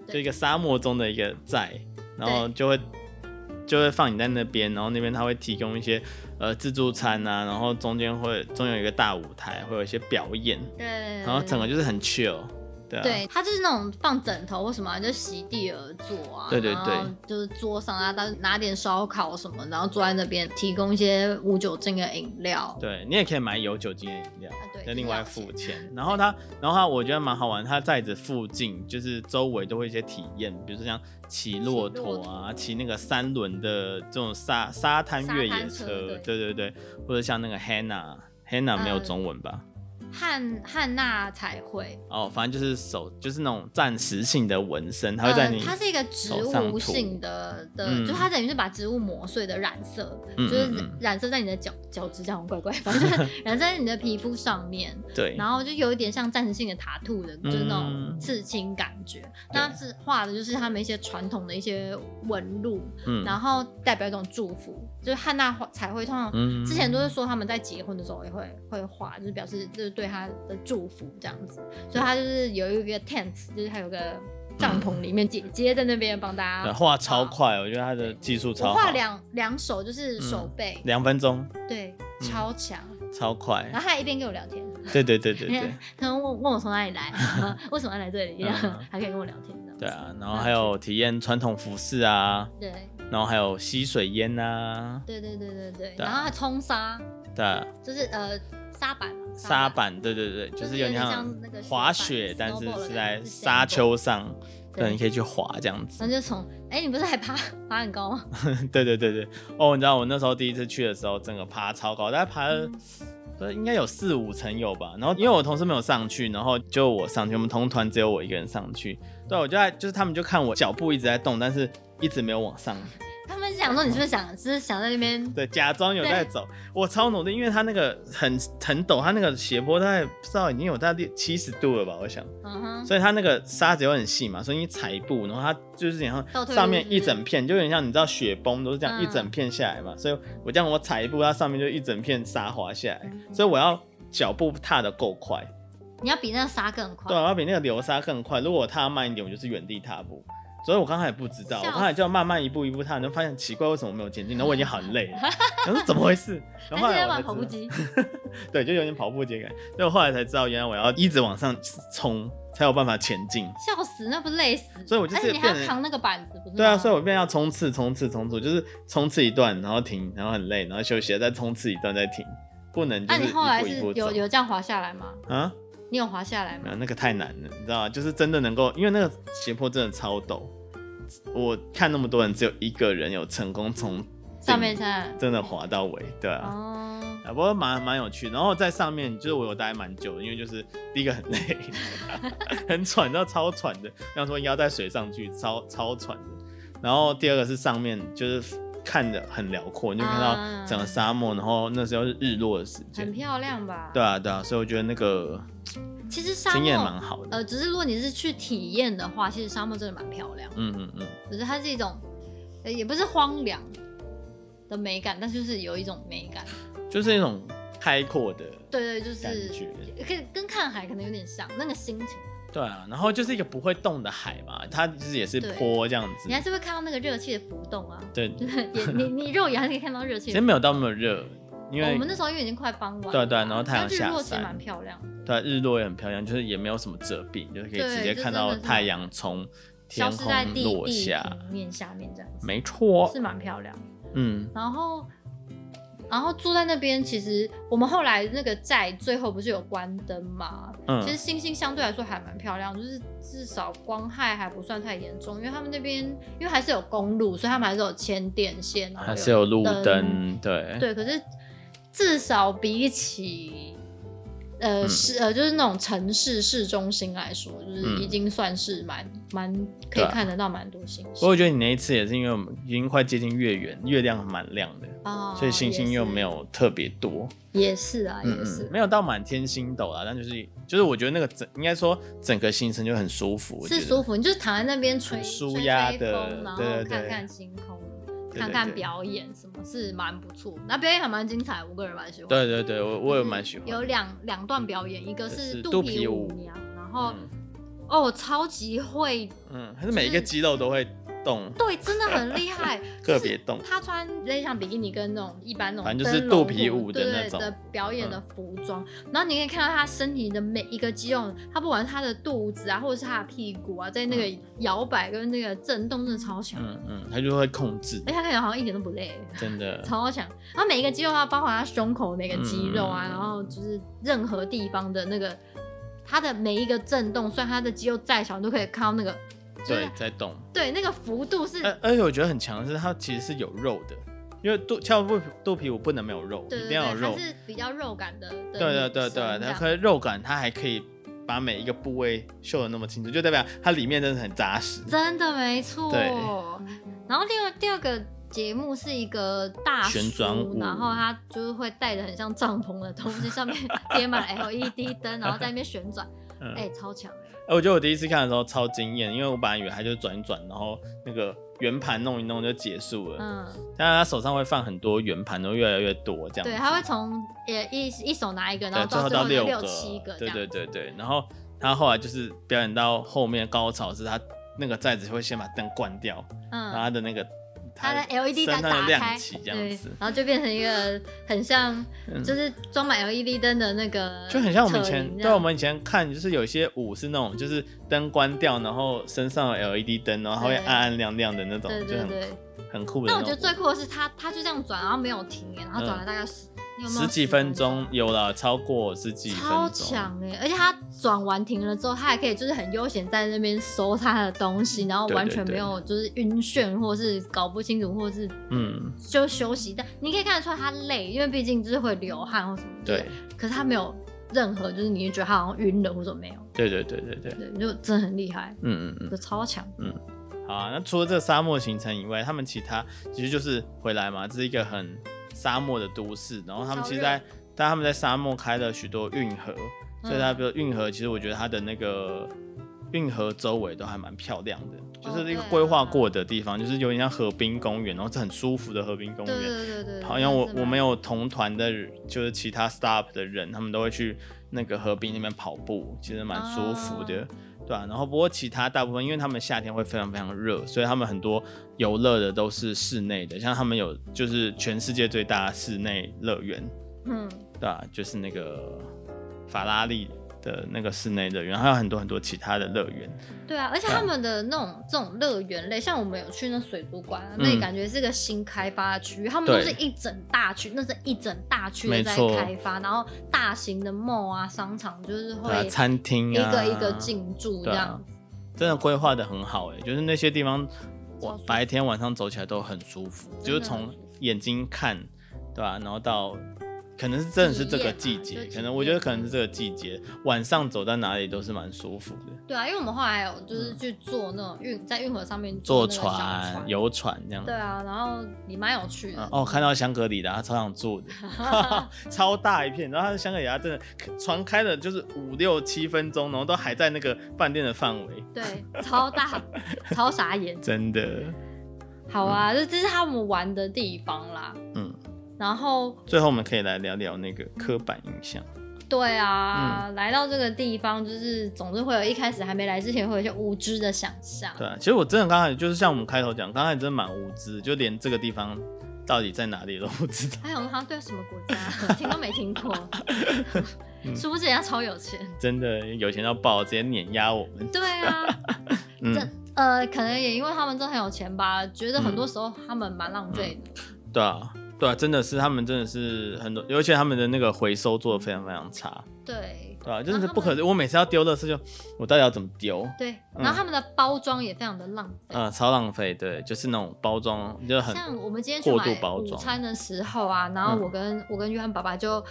[SPEAKER 2] 对
[SPEAKER 1] 就一个沙漠中的一个寨，然后就会就会放你在那边，然后那边他会提供一些呃自助餐啊，然后中间会中间有一个大舞台，会有一些表演，
[SPEAKER 2] 对，然
[SPEAKER 1] 然后整个就是很 chill，对啊，
[SPEAKER 2] 对，它就是那种放枕头或什么啊，就席地而坐啊，
[SPEAKER 1] 对对对
[SPEAKER 2] 然后就是桌上啊，但拿点烧烤什么，然后坐在那边提供一些无酒精的饮料，
[SPEAKER 1] 对你也可以买有酒精的饮料
[SPEAKER 2] 啊，对
[SPEAKER 1] 再
[SPEAKER 2] 这
[SPEAKER 1] 另
[SPEAKER 2] 个
[SPEAKER 1] 外
[SPEAKER 2] 要
[SPEAKER 1] 付
[SPEAKER 2] 钱
[SPEAKER 1] 钱。然后它，然后它我觉得蛮好玩，它在这附近就是周围都会有一些体验，比如说像骑骆
[SPEAKER 2] 骆
[SPEAKER 1] 驼
[SPEAKER 2] 驼
[SPEAKER 1] 啊，骑那个三轮的这种沙沙滩
[SPEAKER 2] 沙
[SPEAKER 1] 越野
[SPEAKER 2] 滩
[SPEAKER 1] 车，
[SPEAKER 2] 车
[SPEAKER 1] 对对对，或者像那个 Hannah。Hannah 没有
[SPEAKER 2] 嗯
[SPEAKER 1] 中文吧？
[SPEAKER 2] 汉汉娜彩绘，
[SPEAKER 1] 哦，反正就是手，就是那种暂时性的纹身，它会在
[SPEAKER 2] 呃
[SPEAKER 1] 你，
[SPEAKER 2] 它是一个植
[SPEAKER 1] 手上涂
[SPEAKER 2] 物性的的，
[SPEAKER 1] 嗯
[SPEAKER 2] 就它等于是把植物磨碎的染色，
[SPEAKER 1] 嗯
[SPEAKER 2] 就是
[SPEAKER 1] 嗯嗯
[SPEAKER 2] 染色在你的脚脚趾这样怪怪， 反正染色在你的皮肤上面，
[SPEAKER 1] 对，
[SPEAKER 2] 然后就有一点像暂时性的塔兔的，就是那
[SPEAKER 1] 嗯
[SPEAKER 2] 种刺青感觉。那是画的就是他们一些传统的一些纹路，
[SPEAKER 1] 嗯
[SPEAKER 2] 然后代表一种祝福，就是汉娜画彩绘，通常
[SPEAKER 1] 嗯
[SPEAKER 2] 之前都是说他们在结婚的时候也会会画，就是表示就是对他的祝福这样子。所以他就是有一个 tent，就是他有个帐
[SPEAKER 1] 嗯
[SPEAKER 2] 篷里面，姐姐在那边帮大
[SPEAKER 1] 对
[SPEAKER 2] 家。
[SPEAKER 1] 画超快，我觉得他的技术
[SPEAKER 2] 啊我
[SPEAKER 1] 超
[SPEAKER 2] 画
[SPEAKER 1] 好，
[SPEAKER 2] 两两手就是手背，
[SPEAKER 1] 两分钟，
[SPEAKER 2] 对，
[SPEAKER 1] 嗯
[SPEAKER 2] 超强。
[SPEAKER 1] 超快，
[SPEAKER 2] 然后他还一边跟我聊天。
[SPEAKER 1] 对对对对 对。
[SPEAKER 2] 可能问问我从哪 里来，啊为什么要来这里，这样
[SPEAKER 1] 嗯
[SPEAKER 2] 还可以跟我聊天的。
[SPEAKER 1] 对啊，然后还有体验传统服饰啊，
[SPEAKER 2] 对
[SPEAKER 1] 然后还有吸水烟啊，
[SPEAKER 2] 对对对对对，
[SPEAKER 1] 对啊
[SPEAKER 2] 然后还冲沙，
[SPEAKER 1] 对啊，
[SPEAKER 2] 就是呃沙板嘛，
[SPEAKER 1] 沙板，对对对，就是有点像
[SPEAKER 2] 像那个
[SPEAKER 1] 滑雪，
[SPEAKER 2] snowboard
[SPEAKER 1] 但是
[SPEAKER 2] 的感
[SPEAKER 1] 是
[SPEAKER 2] 觉
[SPEAKER 1] 在
[SPEAKER 2] 是
[SPEAKER 1] 沙
[SPEAKER 2] sandboard
[SPEAKER 1] 丘上，对，
[SPEAKER 2] 对
[SPEAKER 1] 你可以去滑这样 子
[SPEAKER 2] 然。后就从哎，你不是还爬爬很高吗？
[SPEAKER 1] 对对对对，哦，你知道我那时候第一次去的时候，整个爬超高，大概爬了。不是应该有四五层有吧，然后因为我同事没有上去，然后就我上去，我们同团只有我一个人上去。对，我就在就是他们就看我脚步一直在动，但是一直没有往上。
[SPEAKER 2] 他们想说你是不是想，是不是想在那边？
[SPEAKER 1] 对，假装有在
[SPEAKER 2] 对
[SPEAKER 1] 走，我超努力，因为它那个很很陡，它那个斜坡大概不知道已经有大概七十度了吧，我想，
[SPEAKER 2] 嗯哼，
[SPEAKER 1] 所以它那个沙子又很细嘛，所以你踩一步，然后它就是然
[SPEAKER 2] 倒
[SPEAKER 1] 后
[SPEAKER 2] 退
[SPEAKER 1] 上
[SPEAKER 2] 路
[SPEAKER 1] 面
[SPEAKER 2] 是不
[SPEAKER 1] 一
[SPEAKER 2] 是
[SPEAKER 1] 整片，就有点像你知道雪崩都是这样、一整
[SPEAKER 2] 嗯
[SPEAKER 1] 片下来嘛，所以我这样我踩一步，它上面就一整片沙滑下来，所以我要脚步踏得够快，
[SPEAKER 2] 你要比那个沙更快
[SPEAKER 1] 对，。啊我要比那个流沙更快，如果我踏慢一点，我就是原地踏步。所以我刚才也不知道，我
[SPEAKER 2] 笑
[SPEAKER 1] 刚才就慢慢一步一步踏，然后发现奇怪，为什么没有前进？然后我已经很 累了，然后说怎么回事？然后后
[SPEAKER 2] 还是
[SPEAKER 1] 来
[SPEAKER 2] 在
[SPEAKER 1] 啊我才
[SPEAKER 2] 玩
[SPEAKER 1] 知道
[SPEAKER 2] 跑步机，
[SPEAKER 1] 对，就有点跑步机的感觉。所以我后来才知道，原来我要一直往上冲才有办法前进。
[SPEAKER 2] 笑死，那不累死？
[SPEAKER 1] 所以我就是
[SPEAKER 2] 而且你还
[SPEAKER 1] 变成
[SPEAKER 2] 要扛那个板子，不是
[SPEAKER 1] 对啊，
[SPEAKER 2] 吗
[SPEAKER 1] 所以我变成要冲刺、冲刺、冲刺，就是冲刺一段，然后停，然后很累，然后休息，再冲刺一段，再停，不能就
[SPEAKER 2] 那
[SPEAKER 1] 是一
[SPEAKER 2] 啊你后来
[SPEAKER 1] 步
[SPEAKER 2] 是
[SPEAKER 1] 一步走
[SPEAKER 2] 有。有这样滑下来吗？
[SPEAKER 1] 啊，
[SPEAKER 2] 你有滑下来
[SPEAKER 1] 没
[SPEAKER 2] 吗
[SPEAKER 1] 有？那个太难了，你知道吗？就是真的能够，因为那个斜坡真的超陡，我看那么多人，只有一个人有成功从
[SPEAKER 2] 上面山
[SPEAKER 1] 真的滑到尾，对啊。
[SPEAKER 2] 哦，
[SPEAKER 1] 啊，不过蛮蛮有趣。然后在上面，就是我有待蛮久的，因为就是第一个很 累， 很喘，到超喘的。要说腰在水上去，超超喘的。然后第二个是上面就是看的很辽阔，你就看到
[SPEAKER 2] 啊
[SPEAKER 1] 整个沙漠，然后那时候是日落的时
[SPEAKER 2] 很
[SPEAKER 1] 间。
[SPEAKER 2] 漂亮吧？
[SPEAKER 1] 对啊，对啊，所以我觉得那个
[SPEAKER 2] 其实沙
[SPEAKER 1] 经验
[SPEAKER 2] 漠
[SPEAKER 1] 蛮好的。
[SPEAKER 2] 呃，只是如果你是去体验的话，其实沙漠真的蛮漂亮的，
[SPEAKER 1] 嗯嗯嗯，
[SPEAKER 2] 可是它是一种，呃也不是荒凉的美感，但就是有一种美感。
[SPEAKER 1] 就是一种开阔的
[SPEAKER 2] 对对，就
[SPEAKER 1] 感
[SPEAKER 2] 是
[SPEAKER 1] 觉。
[SPEAKER 2] 跟跟看海可能有点像，那个心情，
[SPEAKER 1] 对啊，然后就是一个不会动的海嘛，它就是也是
[SPEAKER 2] 对
[SPEAKER 1] 坡这样子
[SPEAKER 2] 你。还是会看到那个热气的浮动啊，
[SPEAKER 1] 对，
[SPEAKER 2] 就是也你你肉眼还是可以看到热气
[SPEAKER 1] 其
[SPEAKER 2] 的
[SPEAKER 1] 实
[SPEAKER 2] 浮动。哦
[SPEAKER 1] 没有到那么热，因为
[SPEAKER 2] 我们那时候因为已经快傍晚了嘛，
[SPEAKER 1] 对啊对啊然后太阳
[SPEAKER 2] 但日
[SPEAKER 1] 下
[SPEAKER 2] 落其实
[SPEAKER 1] 山
[SPEAKER 2] 蛮漂亮的，
[SPEAKER 1] 对，日落也很漂亮，就是也没有什么遮蔽，你就是可以
[SPEAKER 2] 对
[SPEAKER 1] 直接
[SPEAKER 2] 就
[SPEAKER 1] 看
[SPEAKER 2] 真
[SPEAKER 1] 到
[SPEAKER 2] 的是
[SPEAKER 1] 太阳从天
[SPEAKER 2] 消失在
[SPEAKER 1] 空
[SPEAKER 2] 地
[SPEAKER 1] 落
[SPEAKER 2] 地
[SPEAKER 1] 下，
[SPEAKER 2] 平面下面这样子，
[SPEAKER 1] 没错
[SPEAKER 2] 是，蛮漂亮的。
[SPEAKER 1] 嗯，
[SPEAKER 2] 然后，然后住在那边，其实我们后来那个寨最后不是有关灯嘛？
[SPEAKER 1] 嗯
[SPEAKER 2] 其实星星相对来说还蛮漂亮，就是至少光害还不算太严重，因为他们那边因为还是有公路，所以他们还是有牵电线，然后
[SPEAKER 1] 还是有路灯
[SPEAKER 2] 灯，
[SPEAKER 1] 对，
[SPEAKER 2] 对。可是至少比起呃、
[SPEAKER 1] 嗯
[SPEAKER 2] 市呃就是那种城市市中心来说，就是已
[SPEAKER 1] 嗯
[SPEAKER 2] 经算是蛮蛮可
[SPEAKER 1] 对
[SPEAKER 2] 以
[SPEAKER 1] 啊
[SPEAKER 2] 看得到蛮多星星。
[SPEAKER 1] 不过我觉得你那一次也是因为我们已经快接近月圆，月亮蛮亮的，
[SPEAKER 2] 啊
[SPEAKER 1] 所以星星又没
[SPEAKER 2] 有，
[SPEAKER 1] 有特别多，
[SPEAKER 2] 也是啊，
[SPEAKER 1] 嗯
[SPEAKER 2] 也是
[SPEAKER 1] 嗯，。没有到满天星斗啦，但就是就是我觉得那个整应该说整个行程就很舒服，我觉
[SPEAKER 2] 是
[SPEAKER 1] 得
[SPEAKER 2] 舒服，你就是躺在那边吹
[SPEAKER 1] 很舒压
[SPEAKER 2] 吹吹
[SPEAKER 1] 的
[SPEAKER 2] 风，然后
[SPEAKER 1] 对对对
[SPEAKER 2] 看看星空，
[SPEAKER 1] 对
[SPEAKER 2] 看看表演，什么是蛮不错。那表演还蛮精彩，我个人蛮喜欢。嗯
[SPEAKER 1] 对对对，我我也蛮喜欢的，
[SPEAKER 2] 有两两段表演，一个
[SPEAKER 1] 是
[SPEAKER 2] 是
[SPEAKER 1] 肚
[SPEAKER 2] 肚
[SPEAKER 1] 皮
[SPEAKER 2] 皮
[SPEAKER 1] 舞嗯
[SPEAKER 2] 舞娘，然后、哦，超级会，
[SPEAKER 1] 嗯，它是每一个肌肉都会洞，，
[SPEAKER 2] 对，真的很厉害
[SPEAKER 1] 个别动
[SPEAKER 2] 就是他穿类像比基尼跟那种一般那种
[SPEAKER 1] 反
[SPEAKER 2] 灯
[SPEAKER 1] 正就
[SPEAKER 2] 笼裤，
[SPEAKER 1] 是肚皮舞的
[SPEAKER 2] 对
[SPEAKER 1] 那
[SPEAKER 2] 对
[SPEAKER 1] 种嗯
[SPEAKER 2] 的表演的服装，然后你可以看到他身体的每一个肌肉，他不管是他的肚子啊，或者是他的屁股啊，在那个摇摆跟那个震动，真的超强，
[SPEAKER 1] 嗯嗯，他就会控制
[SPEAKER 2] 而，且他看起来好像一点都不累。
[SPEAKER 1] 真的，
[SPEAKER 2] 超强，然后每一个肌肉啊，包括他胸口那个肌肉啊，
[SPEAKER 1] 嗯
[SPEAKER 2] 然后就是任何地方的那个，他的每一个震动，虽然他的肌肉再小，你都可以看到那个，就是
[SPEAKER 1] 对，在动。
[SPEAKER 2] 对那个幅度是，
[SPEAKER 1] 而而且我觉得很强的是，它其实是有肉的，因为肚跳肚皮肚皮舞不能没有肉，
[SPEAKER 2] 对
[SPEAKER 1] 一定
[SPEAKER 2] 对对，
[SPEAKER 1] 要有肉
[SPEAKER 2] 它。是比较肉感的，对
[SPEAKER 1] 对对对对，它可以肉感，它还可以把每一个部位秀的那么清楚，就代表它里面真的很扎实。
[SPEAKER 2] 真的没错
[SPEAKER 1] 对。
[SPEAKER 2] 然后第二第二个节目是一个大叔
[SPEAKER 1] 旋转舞
[SPEAKER 2] 然后他就是会带着很像帐篷的东西， 上面贴满了 LED 灯，然后在那边旋转，
[SPEAKER 1] 嗯，
[SPEAKER 2] 哎、超强。
[SPEAKER 1] 哎我觉得我第一次看的时候超惊艳，因为我本来以为它就转一转，然后那个圆盘弄一弄就结束了，
[SPEAKER 2] 嗯，
[SPEAKER 1] 但他手上会放很多圆盘，然后越来越多这样。
[SPEAKER 2] 对，他会从呃一一手拿一个，然
[SPEAKER 1] 对，
[SPEAKER 2] 后
[SPEAKER 1] 最
[SPEAKER 2] 到
[SPEAKER 1] 后
[SPEAKER 2] 最后
[SPEAKER 1] 到
[SPEAKER 2] 的
[SPEAKER 1] 六
[SPEAKER 2] 六七个这
[SPEAKER 1] 对
[SPEAKER 2] 样。
[SPEAKER 1] 对对对。然后他后来就是表演到后面高潮是他那个寨子会先把灯关掉，然后
[SPEAKER 2] 嗯，哎
[SPEAKER 1] 他的那个
[SPEAKER 2] 他的 LED
[SPEAKER 1] 身
[SPEAKER 2] 灯
[SPEAKER 1] 上就
[SPEAKER 2] 打
[SPEAKER 1] 亮
[SPEAKER 2] 开
[SPEAKER 1] 起，这样
[SPEAKER 2] 对
[SPEAKER 1] 子，，
[SPEAKER 2] 然后就变成一个很像，
[SPEAKER 1] 嗯
[SPEAKER 2] 就是装满 LED 灯的那个，
[SPEAKER 1] 就很像我们以前对我们以前看，就是有些舞是那种就是灯关掉，然后身上有 LED 灯，然后它会
[SPEAKER 2] 对
[SPEAKER 1] 暗暗亮亮的那种，
[SPEAKER 2] 对
[SPEAKER 1] 就
[SPEAKER 2] 对
[SPEAKER 1] 很
[SPEAKER 2] 对。
[SPEAKER 1] 很酷的
[SPEAKER 2] 但
[SPEAKER 1] 那
[SPEAKER 2] 我觉得
[SPEAKER 1] 种。
[SPEAKER 2] 最酷的是他，他就这样转，然后没有停耶，然后转了大概十、你有没
[SPEAKER 1] 嗯
[SPEAKER 2] 有
[SPEAKER 1] 十几分钟，有了，超过十几
[SPEAKER 2] 十
[SPEAKER 1] 分钟，
[SPEAKER 2] 超强哎！而且他转完停了之后，他还可以就是很悠闲在那边收他的东西，然后完全没有就是晕眩或是搞不清楚，或是
[SPEAKER 1] 嗯，
[SPEAKER 2] 就休息。但你可以看得出来他累，因为毕竟就是会流汗或什么。
[SPEAKER 1] 对。，
[SPEAKER 2] 可是他没有任何就是你觉得他好像晕了或者没有，
[SPEAKER 1] 对对对对对，
[SPEAKER 2] 对，就真的很厉害，
[SPEAKER 1] 嗯嗯嗯。
[SPEAKER 2] 就超强。
[SPEAKER 1] 好啊，那除了这个沙漠行程以外，他们其他其实就是回来嘛，这是一个很沙漠的都市，然后他们其实在，但他们在沙漠开了许多运河，所以它
[SPEAKER 2] 嗯
[SPEAKER 1] 比如运河，其实我觉得它的那个运河周围都还蛮漂亮的，就
[SPEAKER 2] 哦
[SPEAKER 1] 是一个
[SPEAKER 2] 对啊
[SPEAKER 1] 规划过的地方，就是有点像河滨公园，然后是很舒服的河滨公
[SPEAKER 2] 对
[SPEAKER 1] 园。
[SPEAKER 2] 对对对对，
[SPEAKER 1] 好像我我们
[SPEAKER 2] 有
[SPEAKER 1] 有同团的，就是其他 staff 的人，他们都会去那个河滨那边跑步，其实蛮舒服
[SPEAKER 2] 哦
[SPEAKER 1] 的，对啊。然后不过其他大部分，因为他们夏天会非常非常热，所以他们很多游乐的都是室内的，像他们有就是全世界最大的室内乐园，
[SPEAKER 2] 嗯
[SPEAKER 1] 对啊，就是那个法拉利的那个室内乐园，还有很多很多其他的乐园，
[SPEAKER 2] 对啊，而且
[SPEAKER 1] 对啊
[SPEAKER 2] 他们的那种这种乐园类，像我们有去那水族馆啊，那里
[SPEAKER 1] 嗯
[SPEAKER 2] 感觉是个新开发的区域，他们都
[SPEAKER 1] 对
[SPEAKER 2] 是一整大区，那是一整大区
[SPEAKER 1] 没
[SPEAKER 2] 的在
[SPEAKER 1] 错
[SPEAKER 2] 开发，然后大型的 mall 啊、商场就是
[SPEAKER 1] 对啊，
[SPEAKER 2] 会
[SPEAKER 1] 餐厅
[SPEAKER 2] 一
[SPEAKER 1] 啊，
[SPEAKER 2] 个一个进驻这样子。
[SPEAKER 1] 真的规划的很好哎、就是那些地方，
[SPEAKER 2] 超
[SPEAKER 1] 我
[SPEAKER 2] 舒服
[SPEAKER 1] 白天晚上走起来都很舒服，
[SPEAKER 2] 真的
[SPEAKER 1] 就是从
[SPEAKER 2] 很舒服
[SPEAKER 1] 眼睛看，对吧、然后到可能是真的是这个季
[SPEAKER 2] 体
[SPEAKER 1] 节
[SPEAKER 2] 验，嘛
[SPEAKER 1] 可能我觉得可能是这个季节，晚上走到哪里都是蛮舒服的，
[SPEAKER 2] 对啊，因为我们后来有就是去坐那种运在运河上面
[SPEAKER 1] 嗯坐
[SPEAKER 2] 那个小
[SPEAKER 1] 船、
[SPEAKER 2] 船，
[SPEAKER 1] 游船这样
[SPEAKER 2] 对。啊，然后也蛮有趣的
[SPEAKER 1] 嗯。哦，看到香格里拉，超想住 的，超大一片。然后它的香格里拉真的船开了就是五六七分钟，然后都还在那个饭店的范围，
[SPEAKER 2] 对，超大，超傻眼。
[SPEAKER 1] 真的。
[SPEAKER 2] 好啊，这这是他们玩的地方啦。
[SPEAKER 1] 嗯，
[SPEAKER 2] 然后
[SPEAKER 1] 最后我们可以来聊聊那个刻板印象。
[SPEAKER 2] 对啊，
[SPEAKER 1] 嗯
[SPEAKER 2] 来到这个地方，就是总是会有一开始还没来之前会有一些无知的想象。
[SPEAKER 1] 对啊，其实我真的刚才就是像我们开头讲，刚才真的蛮无知，就连这个地方到底在哪里都不知道。
[SPEAKER 2] 还有他对什么国
[SPEAKER 1] 嗯
[SPEAKER 2] 家 听都没听过， 殊不知人家超有钱。
[SPEAKER 1] 真的有钱到爆，直接碾压我们。
[SPEAKER 2] 对 啊，这
[SPEAKER 1] 嗯，
[SPEAKER 2] 呃，可能也因为他们真的很有钱吧，觉得很多时候他们蛮浪费的。
[SPEAKER 1] 对啊，对啊，真的是他们真的是很多，而且他们的那个回收做的非常非常差，
[SPEAKER 2] 对
[SPEAKER 1] 对啊，真
[SPEAKER 2] 那
[SPEAKER 1] 的
[SPEAKER 2] 他
[SPEAKER 1] 不可。
[SPEAKER 2] 们
[SPEAKER 1] 我每次要丢垃圾就，我到底要怎么丢？
[SPEAKER 2] 对，
[SPEAKER 1] 嗯
[SPEAKER 2] 然后他们的包装也非常的浪费。
[SPEAKER 1] 嗯、超浪费，对，就是那种包装就很
[SPEAKER 2] 像我们今天去
[SPEAKER 1] 过度
[SPEAKER 2] 买
[SPEAKER 1] 包
[SPEAKER 2] 午
[SPEAKER 1] 装
[SPEAKER 2] 餐的时候啊，然后
[SPEAKER 1] 嗯
[SPEAKER 2] 我跟、我跟约翰爸爸就。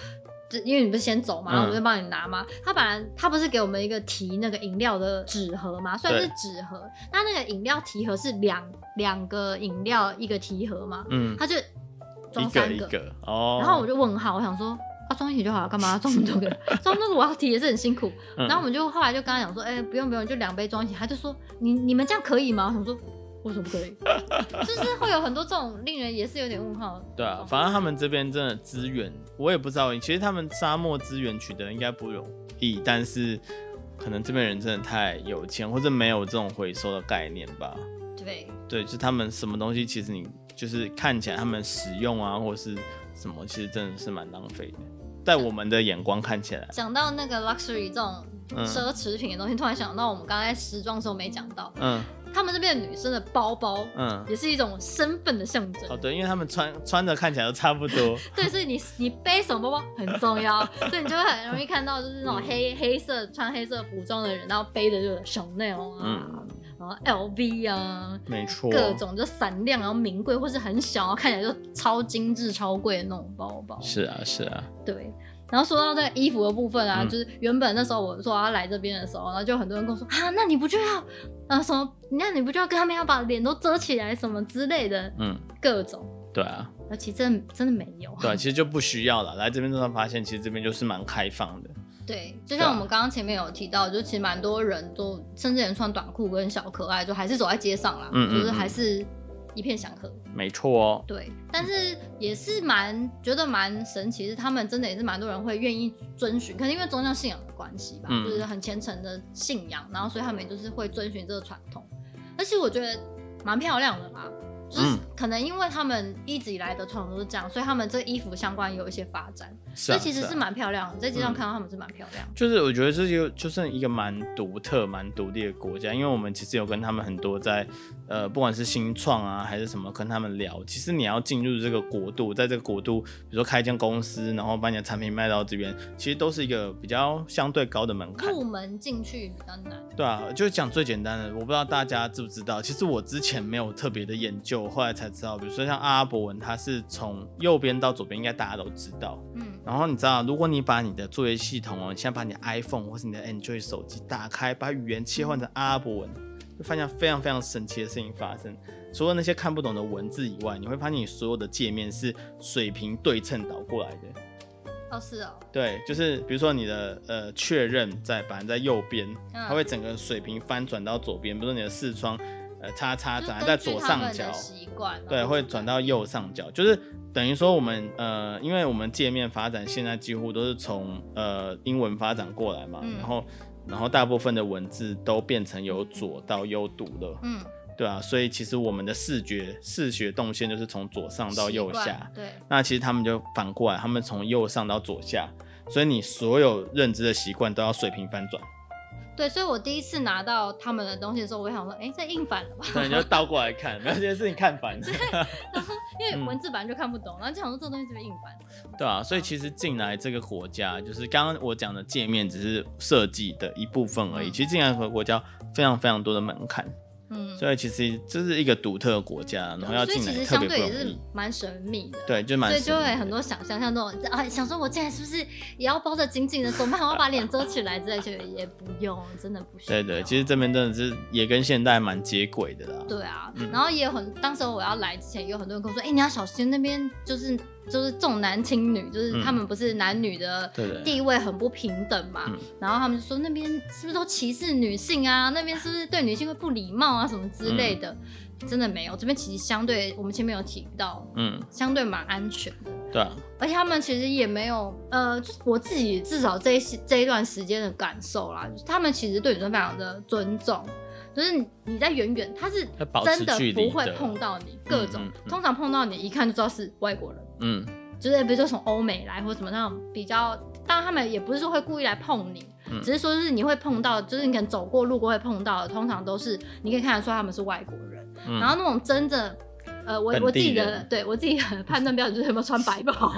[SPEAKER 2] 就因为你不是先走嘛，
[SPEAKER 1] 嗯
[SPEAKER 2] 然后我就帮你拿嘛。他本来他不是给我们一个提那个饮料的纸盒嘛，虽然
[SPEAKER 1] 对
[SPEAKER 2] 是纸盒，那那个饮料提盒是两两个饮料一个提盒嘛，
[SPEAKER 1] 嗯，
[SPEAKER 2] 他就
[SPEAKER 1] 一
[SPEAKER 2] 装
[SPEAKER 1] 个
[SPEAKER 2] 三
[SPEAKER 1] 一个哦。
[SPEAKER 2] 然后我就问号，我想说啊装一起就好了，干嘛要装那么多个？装那么多个我要提也是很辛苦。
[SPEAKER 1] 嗯
[SPEAKER 2] 然后我们就后来就跟他讲说，哎、不用不用，就两杯装一起。他就说，你你们这样可以吗？我想说，为什么不可以？ 就是会有很多这种令人也是有点问号的状况。
[SPEAKER 1] 对啊，反正他们这边真的资源，我也不知道。其实他们沙漠资源取得应该不容易，但是可能这边人真的太有钱，或者没有这种回收的概念吧。
[SPEAKER 2] 对，
[SPEAKER 1] 对，就是他们什么东西，其实你就是看起来他们使用啊，或者是什么，其实真的是蛮浪费的。在我们的眼光看起来，
[SPEAKER 2] 讲到那个 luxury 这种
[SPEAKER 1] 嗯
[SPEAKER 2] 奢侈品的东西，突然想到我们刚才时装的时候没讲到，
[SPEAKER 1] 嗯
[SPEAKER 2] 他们这边的女生的包包
[SPEAKER 1] 嗯，
[SPEAKER 2] 也是一种身份的象征。
[SPEAKER 1] 哦对，因为他们穿穿的看起来都差不多，
[SPEAKER 2] 对，所以你你背什么包包很重要，所以你就会很容易看到就是那种
[SPEAKER 1] 嗯
[SPEAKER 2] 黑、黑色穿黑色服装的人，然后背的就是香奈儿啊，
[SPEAKER 1] 嗯，
[SPEAKER 2] 然后 LV 啊，
[SPEAKER 1] 没错，
[SPEAKER 2] 各种就闪亮然后名贵，或是很小，然后看起来就超精致、超贵的那种包包。
[SPEAKER 1] 是啊是啊，
[SPEAKER 2] 对。然后说到这个衣服的部分啊，
[SPEAKER 1] 嗯
[SPEAKER 2] 就是原本那时候我说我要来这边的时候，然后就很多人跟我说啊，那你不就要啊什么？那你不就要跟他们要把脸都遮起来什么之类的
[SPEAKER 1] 嗯，
[SPEAKER 2] 各种，
[SPEAKER 1] 对啊
[SPEAKER 2] 而其实真的真的没有。
[SPEAKER 1] 对啊，其实就不需要了。来这边之后发现，其实这边就是蛮开放的，
[SPEAKER 2] 对，就
[SPEAKER 1] 对啊
[SPEAKER 2] 像我们刚刚前面有提到，就其实蛮多人都甚至连穿短裤跟小可爱，就还是走在街上啦，
[SPEAKER 1] 嗯嗯
[SPEAKER 2] 就是
[SPEAKER 1] 嗯
[SPEAKER 2] 还是一片祥和。
[SPEAKER 1] 没错哦，
[SPEAKER 2] 对，但是也是蛮觉得蛮神奇，是他们真的也是蛮多人会愿意遵循，可能因为宗教信仰的关系吧，
[SPEAKER 1] 嗯
[SPEAKER 2] 就是很虔诚的信仰，然后所以他们也就是会遵循这个传统。而且我觉得蛮漂亮的啦，就是
[SPEAKER 1] 嗯
[SPEAKER 2] 可能因为他们一直以来的传统都是这样，所以他们这衣服相关有一些发展，
[SPEAKER 1] 是
[SPEAKER 2] 所
[SPEAKER 1] 啊
[SPEAKER 2] 以其实
[SPEAKER 1] 啊
[SPEAKER 2] 是蛮漂亮的。在街
[SPEAKER 1] 嗯
[SPEAKER 2] 上看到他们是蛮漂亮的。
[SPEAKER 1] 就是我觉得这就就是一个蛮独特、蛮独立的国家，因为我们其实有跟他们很多在呃，不管是新创啊还是什么，跟他们聊。其实你要进入这个国度，在这个国度，比如说开一间公司，然后把你的产品卖到这边，其实都是一个比较相对高的门槛。
[SPEAKER 2] 入门进去比较难，
[SPEAKER 1] 对啊，就讲最简单的，我不知道大家知不知道，其实我之前没有特别的研究，后来才知道，比如说像阿拉伯文，它是从右边到左边，应该大家都知道。
[SPEAKER 2] 嗯，
[SPEAKER 1] 然后你知道，如果你把你的作业系统哦，你现在把你的 iPhone 或是你的 Android 手机打开，把语言切换成阿拉伯文，会发现非常非常神奇的事情发生。除了那些看不懂的文字以外，你会发现你所有的界面是水平对称倒过来的。
[SPEAKER 2] 哦是哦，
[SPEAKER 1] 对，就是比如说你的呃确认在反正在右边，
[SPEAKER 2] 嗯
[SPEAKER 1] 它会整个水平翻转到左边，比如说你的视窗呃叉叉
[SPEAKER 2] 就
[SPEAKER 1] 闸
[SPEAKER 2] 根
[SPEAKER 1] 在
[SPEAKER 2] 据
[SPEAKER 1] 左
[SPEAKER 2] 他
[SPEAKER 1] 上
[SPEAKER 2] 们
[SPEAKER 1] 角
[SPEAKER 2] 的，习惯，哦
[SPEAKER 1] 对，会转到右上角，就是等于说我们呃，因为我们界面发展现在几乎都是从呃英文发展过来嘛，
[SPEAKER 2] 嗯
[SPEAKER 1] 然后然后大部分的文字都变成由左到右读了，
[SPEAKER 2] 嗯
[SPEAKER 1] 对啊，所以其实我们的视觉视觉动线就是从左上到右
[SPEAKER 2] 习
[SPEAKER 1] 下
[SPEAKER 2] 惯，对，
[SPEAKER 1] 那其实他们就反过来，他们从右上到左下，所以你所有认知的习惯都要水平翻转，
[SPEAKER 2] 对，所以我第一次拿到他们的东西的时候，我也想说，哎、这印反了吧？
[SPEAKER 1] 那你就倒过来看，没有这件事情看反 了。
[SPEAKER 2] 因
[SPEAKER 1] 嗯
[SPEAKER 2] 为文字版就看不懂，然后就想说这东西是不是印反？
[SPEAKER 1] 对啊，所以其实进来这个国家，就是刚刚我讲的界面只是设计的一部分而已。
[SPEAKER 2] 嗯
[SPEAKER 1] 其实进来这个国家非常非常多的门槛，
[SPEAKER 2] 嗯，
[SPEAKER 1] 所以其实这是一个独特的国家，然后要
[SPEAKER 2] 所以
[SPEAKER 1] 进
[SPEAKER 2] 其
[SPEAKER 1] 来
[SPEAKER 2] 实
[SPEAKER 1] 特
[SPEAKER 2] 相
[SPEAKER 1] 别不
[SPEAKER 2] 对
[SPEAKER 1] 容
[SPEAKER 2] 也是
[SPEAKER 1] 易。
[SPEAKER 2] 蛮神秘的。。
[SPEAKER 1] 对，就蛮
[SPEAKER 2] 所以就
[SPEAKER 1] 神秘
[SPEAKER 2] 会
[SPEAKER 1] 的
[SPEAKER 2] 很多想象，像那种啊，想说我进来是不是也要包的紧紧的，怎么办？我要把脸遮起来之类，就也不用，真的不需
[SPEAKER 1] 对
[SPEAKER 2] 要。
[SPEAKER 1] 对，其实这边真的是也跟现代蛮接轨的啦。
[SPEAKER 2] 对啊，
[SPEAKER 1] 嗯
[SPEAKER 2] 然后也有很，当时我要来之前，也有很多人跟我说，哎、你要小心那边就是就是重男轻女，就是
[SPEAKER 1] 嗯
[SPEAKER 2] 他们不是男女的
[SPEAKER 1] 对对对
[SPEAKER 2] 地位很不平等嘛，
[SPEAKER 1] 嗯
[SPEAKER 2] 然后他们就说那边是不是都歧视女性啊？那边是不是对女性会不礼貌啊什么之
[SPEAKER 1] 嗯
[SPEAKER 2] 类的？真的没有，这边其实相对我们前面有提到，
[SPEAKER 1] 嗯，
[SPEAKER 2] 相对蛮安全的。
[SPEAKER 1] 对啊，
[SPEAKER 2] 而且他们其实也没有，呃，就是我自己至少这一些这一段时间的感受啦，就是他们其实对女生非常的尊重，就是你你在远远，他是
[SPEAKER 1] 要保持
[SPEAKER 2] 真的
[SPEAKER 1] 距离
[SPEAKER 2] 不会
[SPEAKER 1] 的
[SPEAKER 2] 碰到你，各种、
[SPEAKER 1] 嗯嗯
[SPEAKER 2] 通常碰到你一看就知道是外国人，
[SPEAKER 1] 嗯，
[SPEAKER 2] 就是比如说从欧美来或什么那种比较，当然他们也不是说会故意来碰你，
[SPEAKER 1] 嗯
[SPEAKER 2] 只是说是你会碰到，就是你可能走过路过会碰到的，通常都是你可以看得出他们是外国人，
[SPEAKER 1] 嗯
[SPEAKER 2] 然后那种真的，呃，我我
[SPEAKER 1] 本
[SPEAKER 2] 自己
[SPEAKER 1] 地人
[SPEAKER 2] 的对我自己的判断标准就是有没有穿 白袍，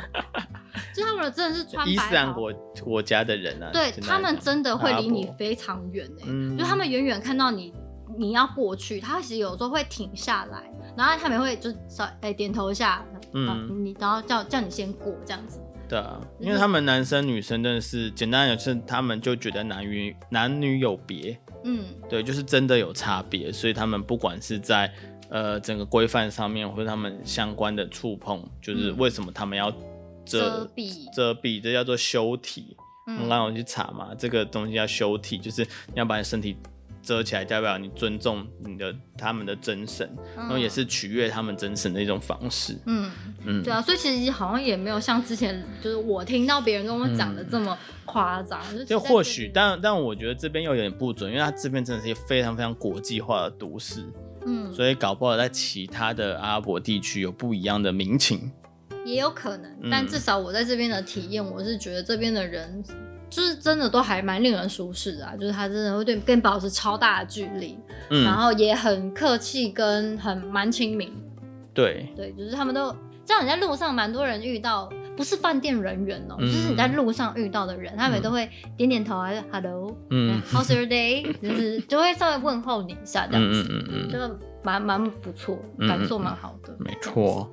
[SPEAKER 2] 就他们真的是穿
[SPEAKER 1] 伊斯
[SPEAKER 2] 白
[SPEAKER 1] 兰
[SPEAKER 2] 袍。
[SPEAKER 1] 国国家的人啊，
[SPEAKER 2] 对
[SPEAKER 1] 简单
[SPEAKER 2] 他
[SPEAKER 1] 来
[SPEAKER 2] 们
[SPEAKER 1] 讲
[SPEAKER 2] 真的会
[SPEAKER 1] 阿拉
[SPEAKER 2] 离你
[SPEAKER 1] 伯
[SPEAKER 2] 非常远哎、
[SPEAKER 1] 嗯
[SPEAKER 2] 就他们远远看到你，你要过去，他其实有时候会停下来，然后他们会就稍哎、点头一下，
[SPEAKER 1] 嗯
[SPEAKER 2] 嗯，你然后叫叫你先过这样子，
[SPEAKER 1] 对啊，
[SPEAKER 2] 嗯
[SPEAKER 1] 因为他们男生女生真的是简单来讲，他们就觉得男女男女有别，
[SPEAKER 2] 嗯，
[SPEAKER 1] 对，就是真的有差别，所以他们不管是在呃整个规范上面，或者他们相关的触碰，就是
[SPEAKER 2] 嗯
[SPEAKER 1] 为什么他们要遮
[SPEAKER 2] 遮蔽
[SPEAKER 1] 遮蔽，这叫做修体。我们
[SPEAKER 2] 嗯
[SPEAKER 1] 刚刚有去查嘛，这个东西叫修体，就是你要把你身体遮起来，代表你尊重你的他们的真神，然后也，是取悦他们真神的一种方式。
[SPEAKER 2] 嗯，
[SPEAKER 1] 嗯，
[SPEAKER 2] 对啊，所以其实好像也没有像之前就是我听到别人跟我讲的这么夸张，
[SPEAKER 1] 嗯
[SPEAKER 2] 就
[SPEAKER 1] 就
[SPEAKER 2] 实在
[SPEAKER 1] 或
[SPEAKER 2] 是
[SPEAKER 1] 许，但但我觉得这边又有点不准，因为它这边真的是一个非常非常国际化的都市，
[SPEAKER 2] 嗯，
[SPEAKER 1] 所以搞不好在其他的阿拉伯地区有不一样的民情。
[SPEAKER 2] 也有可能
[SPEAKER 1] 嗯。
[SPEAKER 2] 但至少我在这边的体验，我是觉得这边的人就是真的都还蛮令人舒适的、啊，就是他真的会对跟你保持超大的距离，然
[SPEAKER 1] 嗯，
[SPEAKER 2] 后也很客气跟很蛮亲民。
[SPEAKER 1] 对，
[SPEAKER 2] 对，就是他们都这样。你在路上蛮多人遇到，不是饭店人员哦、
[SPEAKER 1] 嗯
[SPEAKER 2] 就是你在路上遇到的人，他
[SPEAKER 1] 嗯
[SPEAKER 2] 们都会点点头，啊还是 “hello”，
[SPEAKER 1] 嗯
[SPEAKER 2] 嗯，“how's your day”，就是就会稍微问候你一下这样
[SPEAKER 1] 嗯
[SPEAKER 2] 子，
[SPEAKER 1] 嗯嗯嗯，
[SPEAKER 2] 就蛮蛮不错，
[SPEAKER 1] 嗯
[SPEAKER 2] 感受蛮好的，
[SPEAKER 1] 没。错。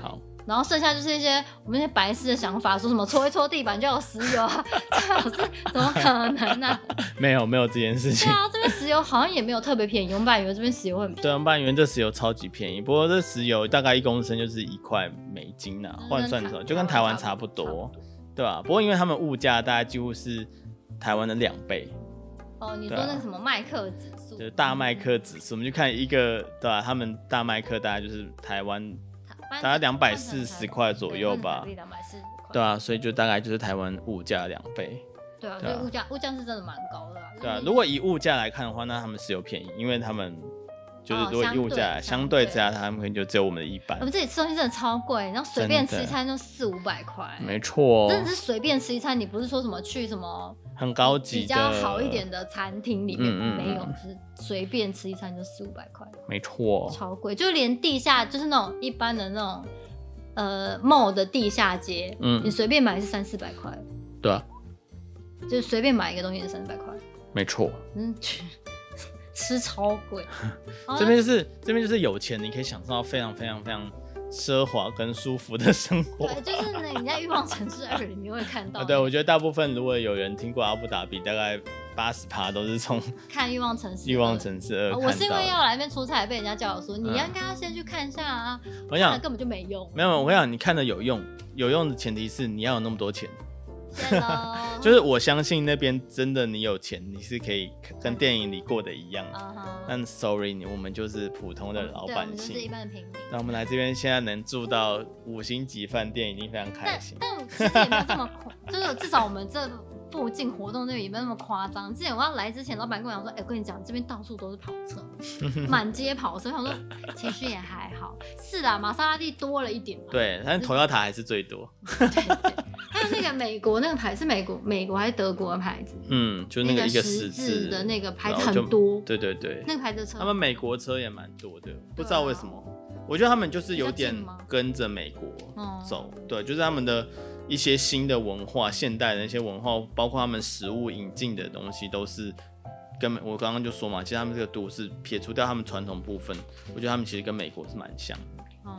[SPEAKER 1] 好，
[SPEAKER 2] 然后剩下就是一些我们那些白痴的想法，说什么搓一搓地板就有石油啊，最好是怎么可能呢、啊？
[SPEAKER 1] 没有没有这件事
[SPEAKER 2] 对
[SPEAKER 1] 情。
[SPEAKER 2] 啊，这边石油好像也没有特别便宜，我们本来以为这边石油会很便宜，
[SPEAKER 1] 对啊，半元这石油超级便宜，不过这石油大概一公升就是一块美金呐、啊，换算成就跟台湾差不多，对吧、不过因为他们物价大概几乎是台湾的两倍，
[SPEAKER 2] 哦，你说
[SPEAKER 1] 对啊
[SPEAKER 2] 那个什么麦克指数，
[SPEAKER 1] 就是大麦克指数，我们就看一个对吧、啊他们大麦克大概就是台湾
[SPEAKER 2] 大
[SPEAKER 1] 大概240块左右吧
[SPEAKER 2] 两百四十块。
[SPEAKER 1] 对啊，所以就大概就是台湾物价两倍，
[SPEAKER 2] 对啊，
[SPEAKER 1] 对
[SPEAKER 2] 所
[SPEAKER 1] 啊
[SPEAKER 2] 以物价物价是真的蛮高的啦。
[SPEAKER 1] 对
[SPEAKER 2] 就
[SPEAKER 1] 啊。
[SPEAKER 2] 是
[SPEAKER 1] 如果以物价来看的话，那他们石油便宜，因为他们就是
[SPEAKER 2] 哦
[SPEAKER 1] 如果以物价、
[SPEAKER 2] 相对哦
[SPEAKER 1] 相对之下，他们可能就只有我们的一半
[SPEAKER 2] 我，们这里吃东西真的超贵，然后随便
[SPEAKER 1] 真
[SPEAKER 2] 吃
[SPEAKER 1] 的
[SPEAKER 2] 一餐就四五百块，
[SPEAKER 1] 没错，
[SPEAKER 2] 真的是随便吃一餐。你不是说什么去什么
[SPEAKER 1] 很高级的，
[SPEAKER 2] 比较好一点的餐厅里面
[SPEAKER 1] 嗯嗯嗯
[SPEAKER 2] 没有，就是随便吃一餐就四五百块，
[SPEAKER 1] 没错，
[SPEAKER 2] 超贵。就连地下就是那种一般的那种呃 mall 的地下街，
[SPEAKER 1] 嗯
[SPEAKER 2] 你随便买是三四百块，
[SPEAKER 1] 对啊，
[SPEAKER 2] 就是随便买一个东西是三四百块，
[SPEAKER 1] 没错。
[SPEAKER 2] 嗯， 去吃超 贵。哦然后
[SPEAKER 1] 这边就是这边就是有钱，你可以享受到非常非常非常奢华跟舒服的生活。
[SPEAKER 2] 对，就是呢，你在《欲望城市二》里面会看 到
[SPEAKER 1] 啊，，对，我觉得大部分如果有人听过阿布达比，大概八十趴都是从《
[SPEAKER 2] 看《欲望城市》。
[SPEAKER 1] 欲望城市二
[SPEAKER 2] 哦，》我是
[SPEAKER 1] 看
[SPEAKER 2] 因
[SPEAKER 1] 到
[SPEAKER 2] 为
[SPEAKER 1] 的。
[SPEAKER 2] 要来那边出差，被人家叫我说你应该要先去看一下啊，
[SPEAKER 1] 我
[SPEAKER 2] 那
[SPEAKER 1] 想
[SPEAKER 2] 根本就没用。
[SPEAKER 1] 没有，我想你看的有用，有用的前提是你要有那么多钱。
[SPEAKER 2] 对咯
[SPEAKER 1] 就是我相信那边真的你有钱，你是可以跟电影里过的一样。
[SPEAKER 2] 啊哈，
[SPEAKER 1] 但 sorry，你我们就是普通的老
[SPEAKER 2] 对啊我
[SPEAKER 1] 百
[SPEAKER 2] 们就是一
[SPEAKER 1] 姓。
[SPEAKER 2] 般的平民。
[SPEAKER 1] 那我们来这边现在能住到五星级饭店，已经非常开
[SPEAKER 2] 但
[SPEAKER 1] 心。
[SPEAKER 2] 但其实也没有这么夸， 就是至少我们这附近活动那也没有那么夸张。之前我要来之前，老板跟我讲说：“哎、我跟你讲，这边到处都是跑车， 满街跑车。”我想说其实也还好，是啦，玛莎拉蒂多了一点嘛。
[SPEAKER 1] 对，
[SPEAKER 2] 嗯
[SPEAKER 1] 但是头要塔还是最多。
[SPEAKER 2] 对对，还有那个美国那个牌是美国美国还是德国的牌子？
[SPEAKER 1] 嗯，就那个一个
[SPEAKER 2] 十
[SPEAKER 1] 十
[SPEAKER 2] 字
[SPEAKER 1] 字
[SPEAKER 2] 的那个牌子
[SPEAKER 1] 然后就
[SPEAKER 2] 很多，
[SPEAKER 1] 对对对，
[SPEAKER 2] 那个牌子的车
[SPEAKER 1] 他们美国车也蛮多的，不知道为什么，我觉得他们就是有点
[SPEAKER 2] 比较近吗
[SPEAKER 1] 跟着美国
[SPEAKER 2] 嗯
[SPEAKER 1] 走，对，就是他们的一些新的文化、现代的一些文化，包括他们食物引进的东西，都是跟美我刚刚就说嘛，其实他们这个都市撇除掉他们传统部分，我觉得他们其实跟美国是蛮像的。
[SPEAKER 2] 哦，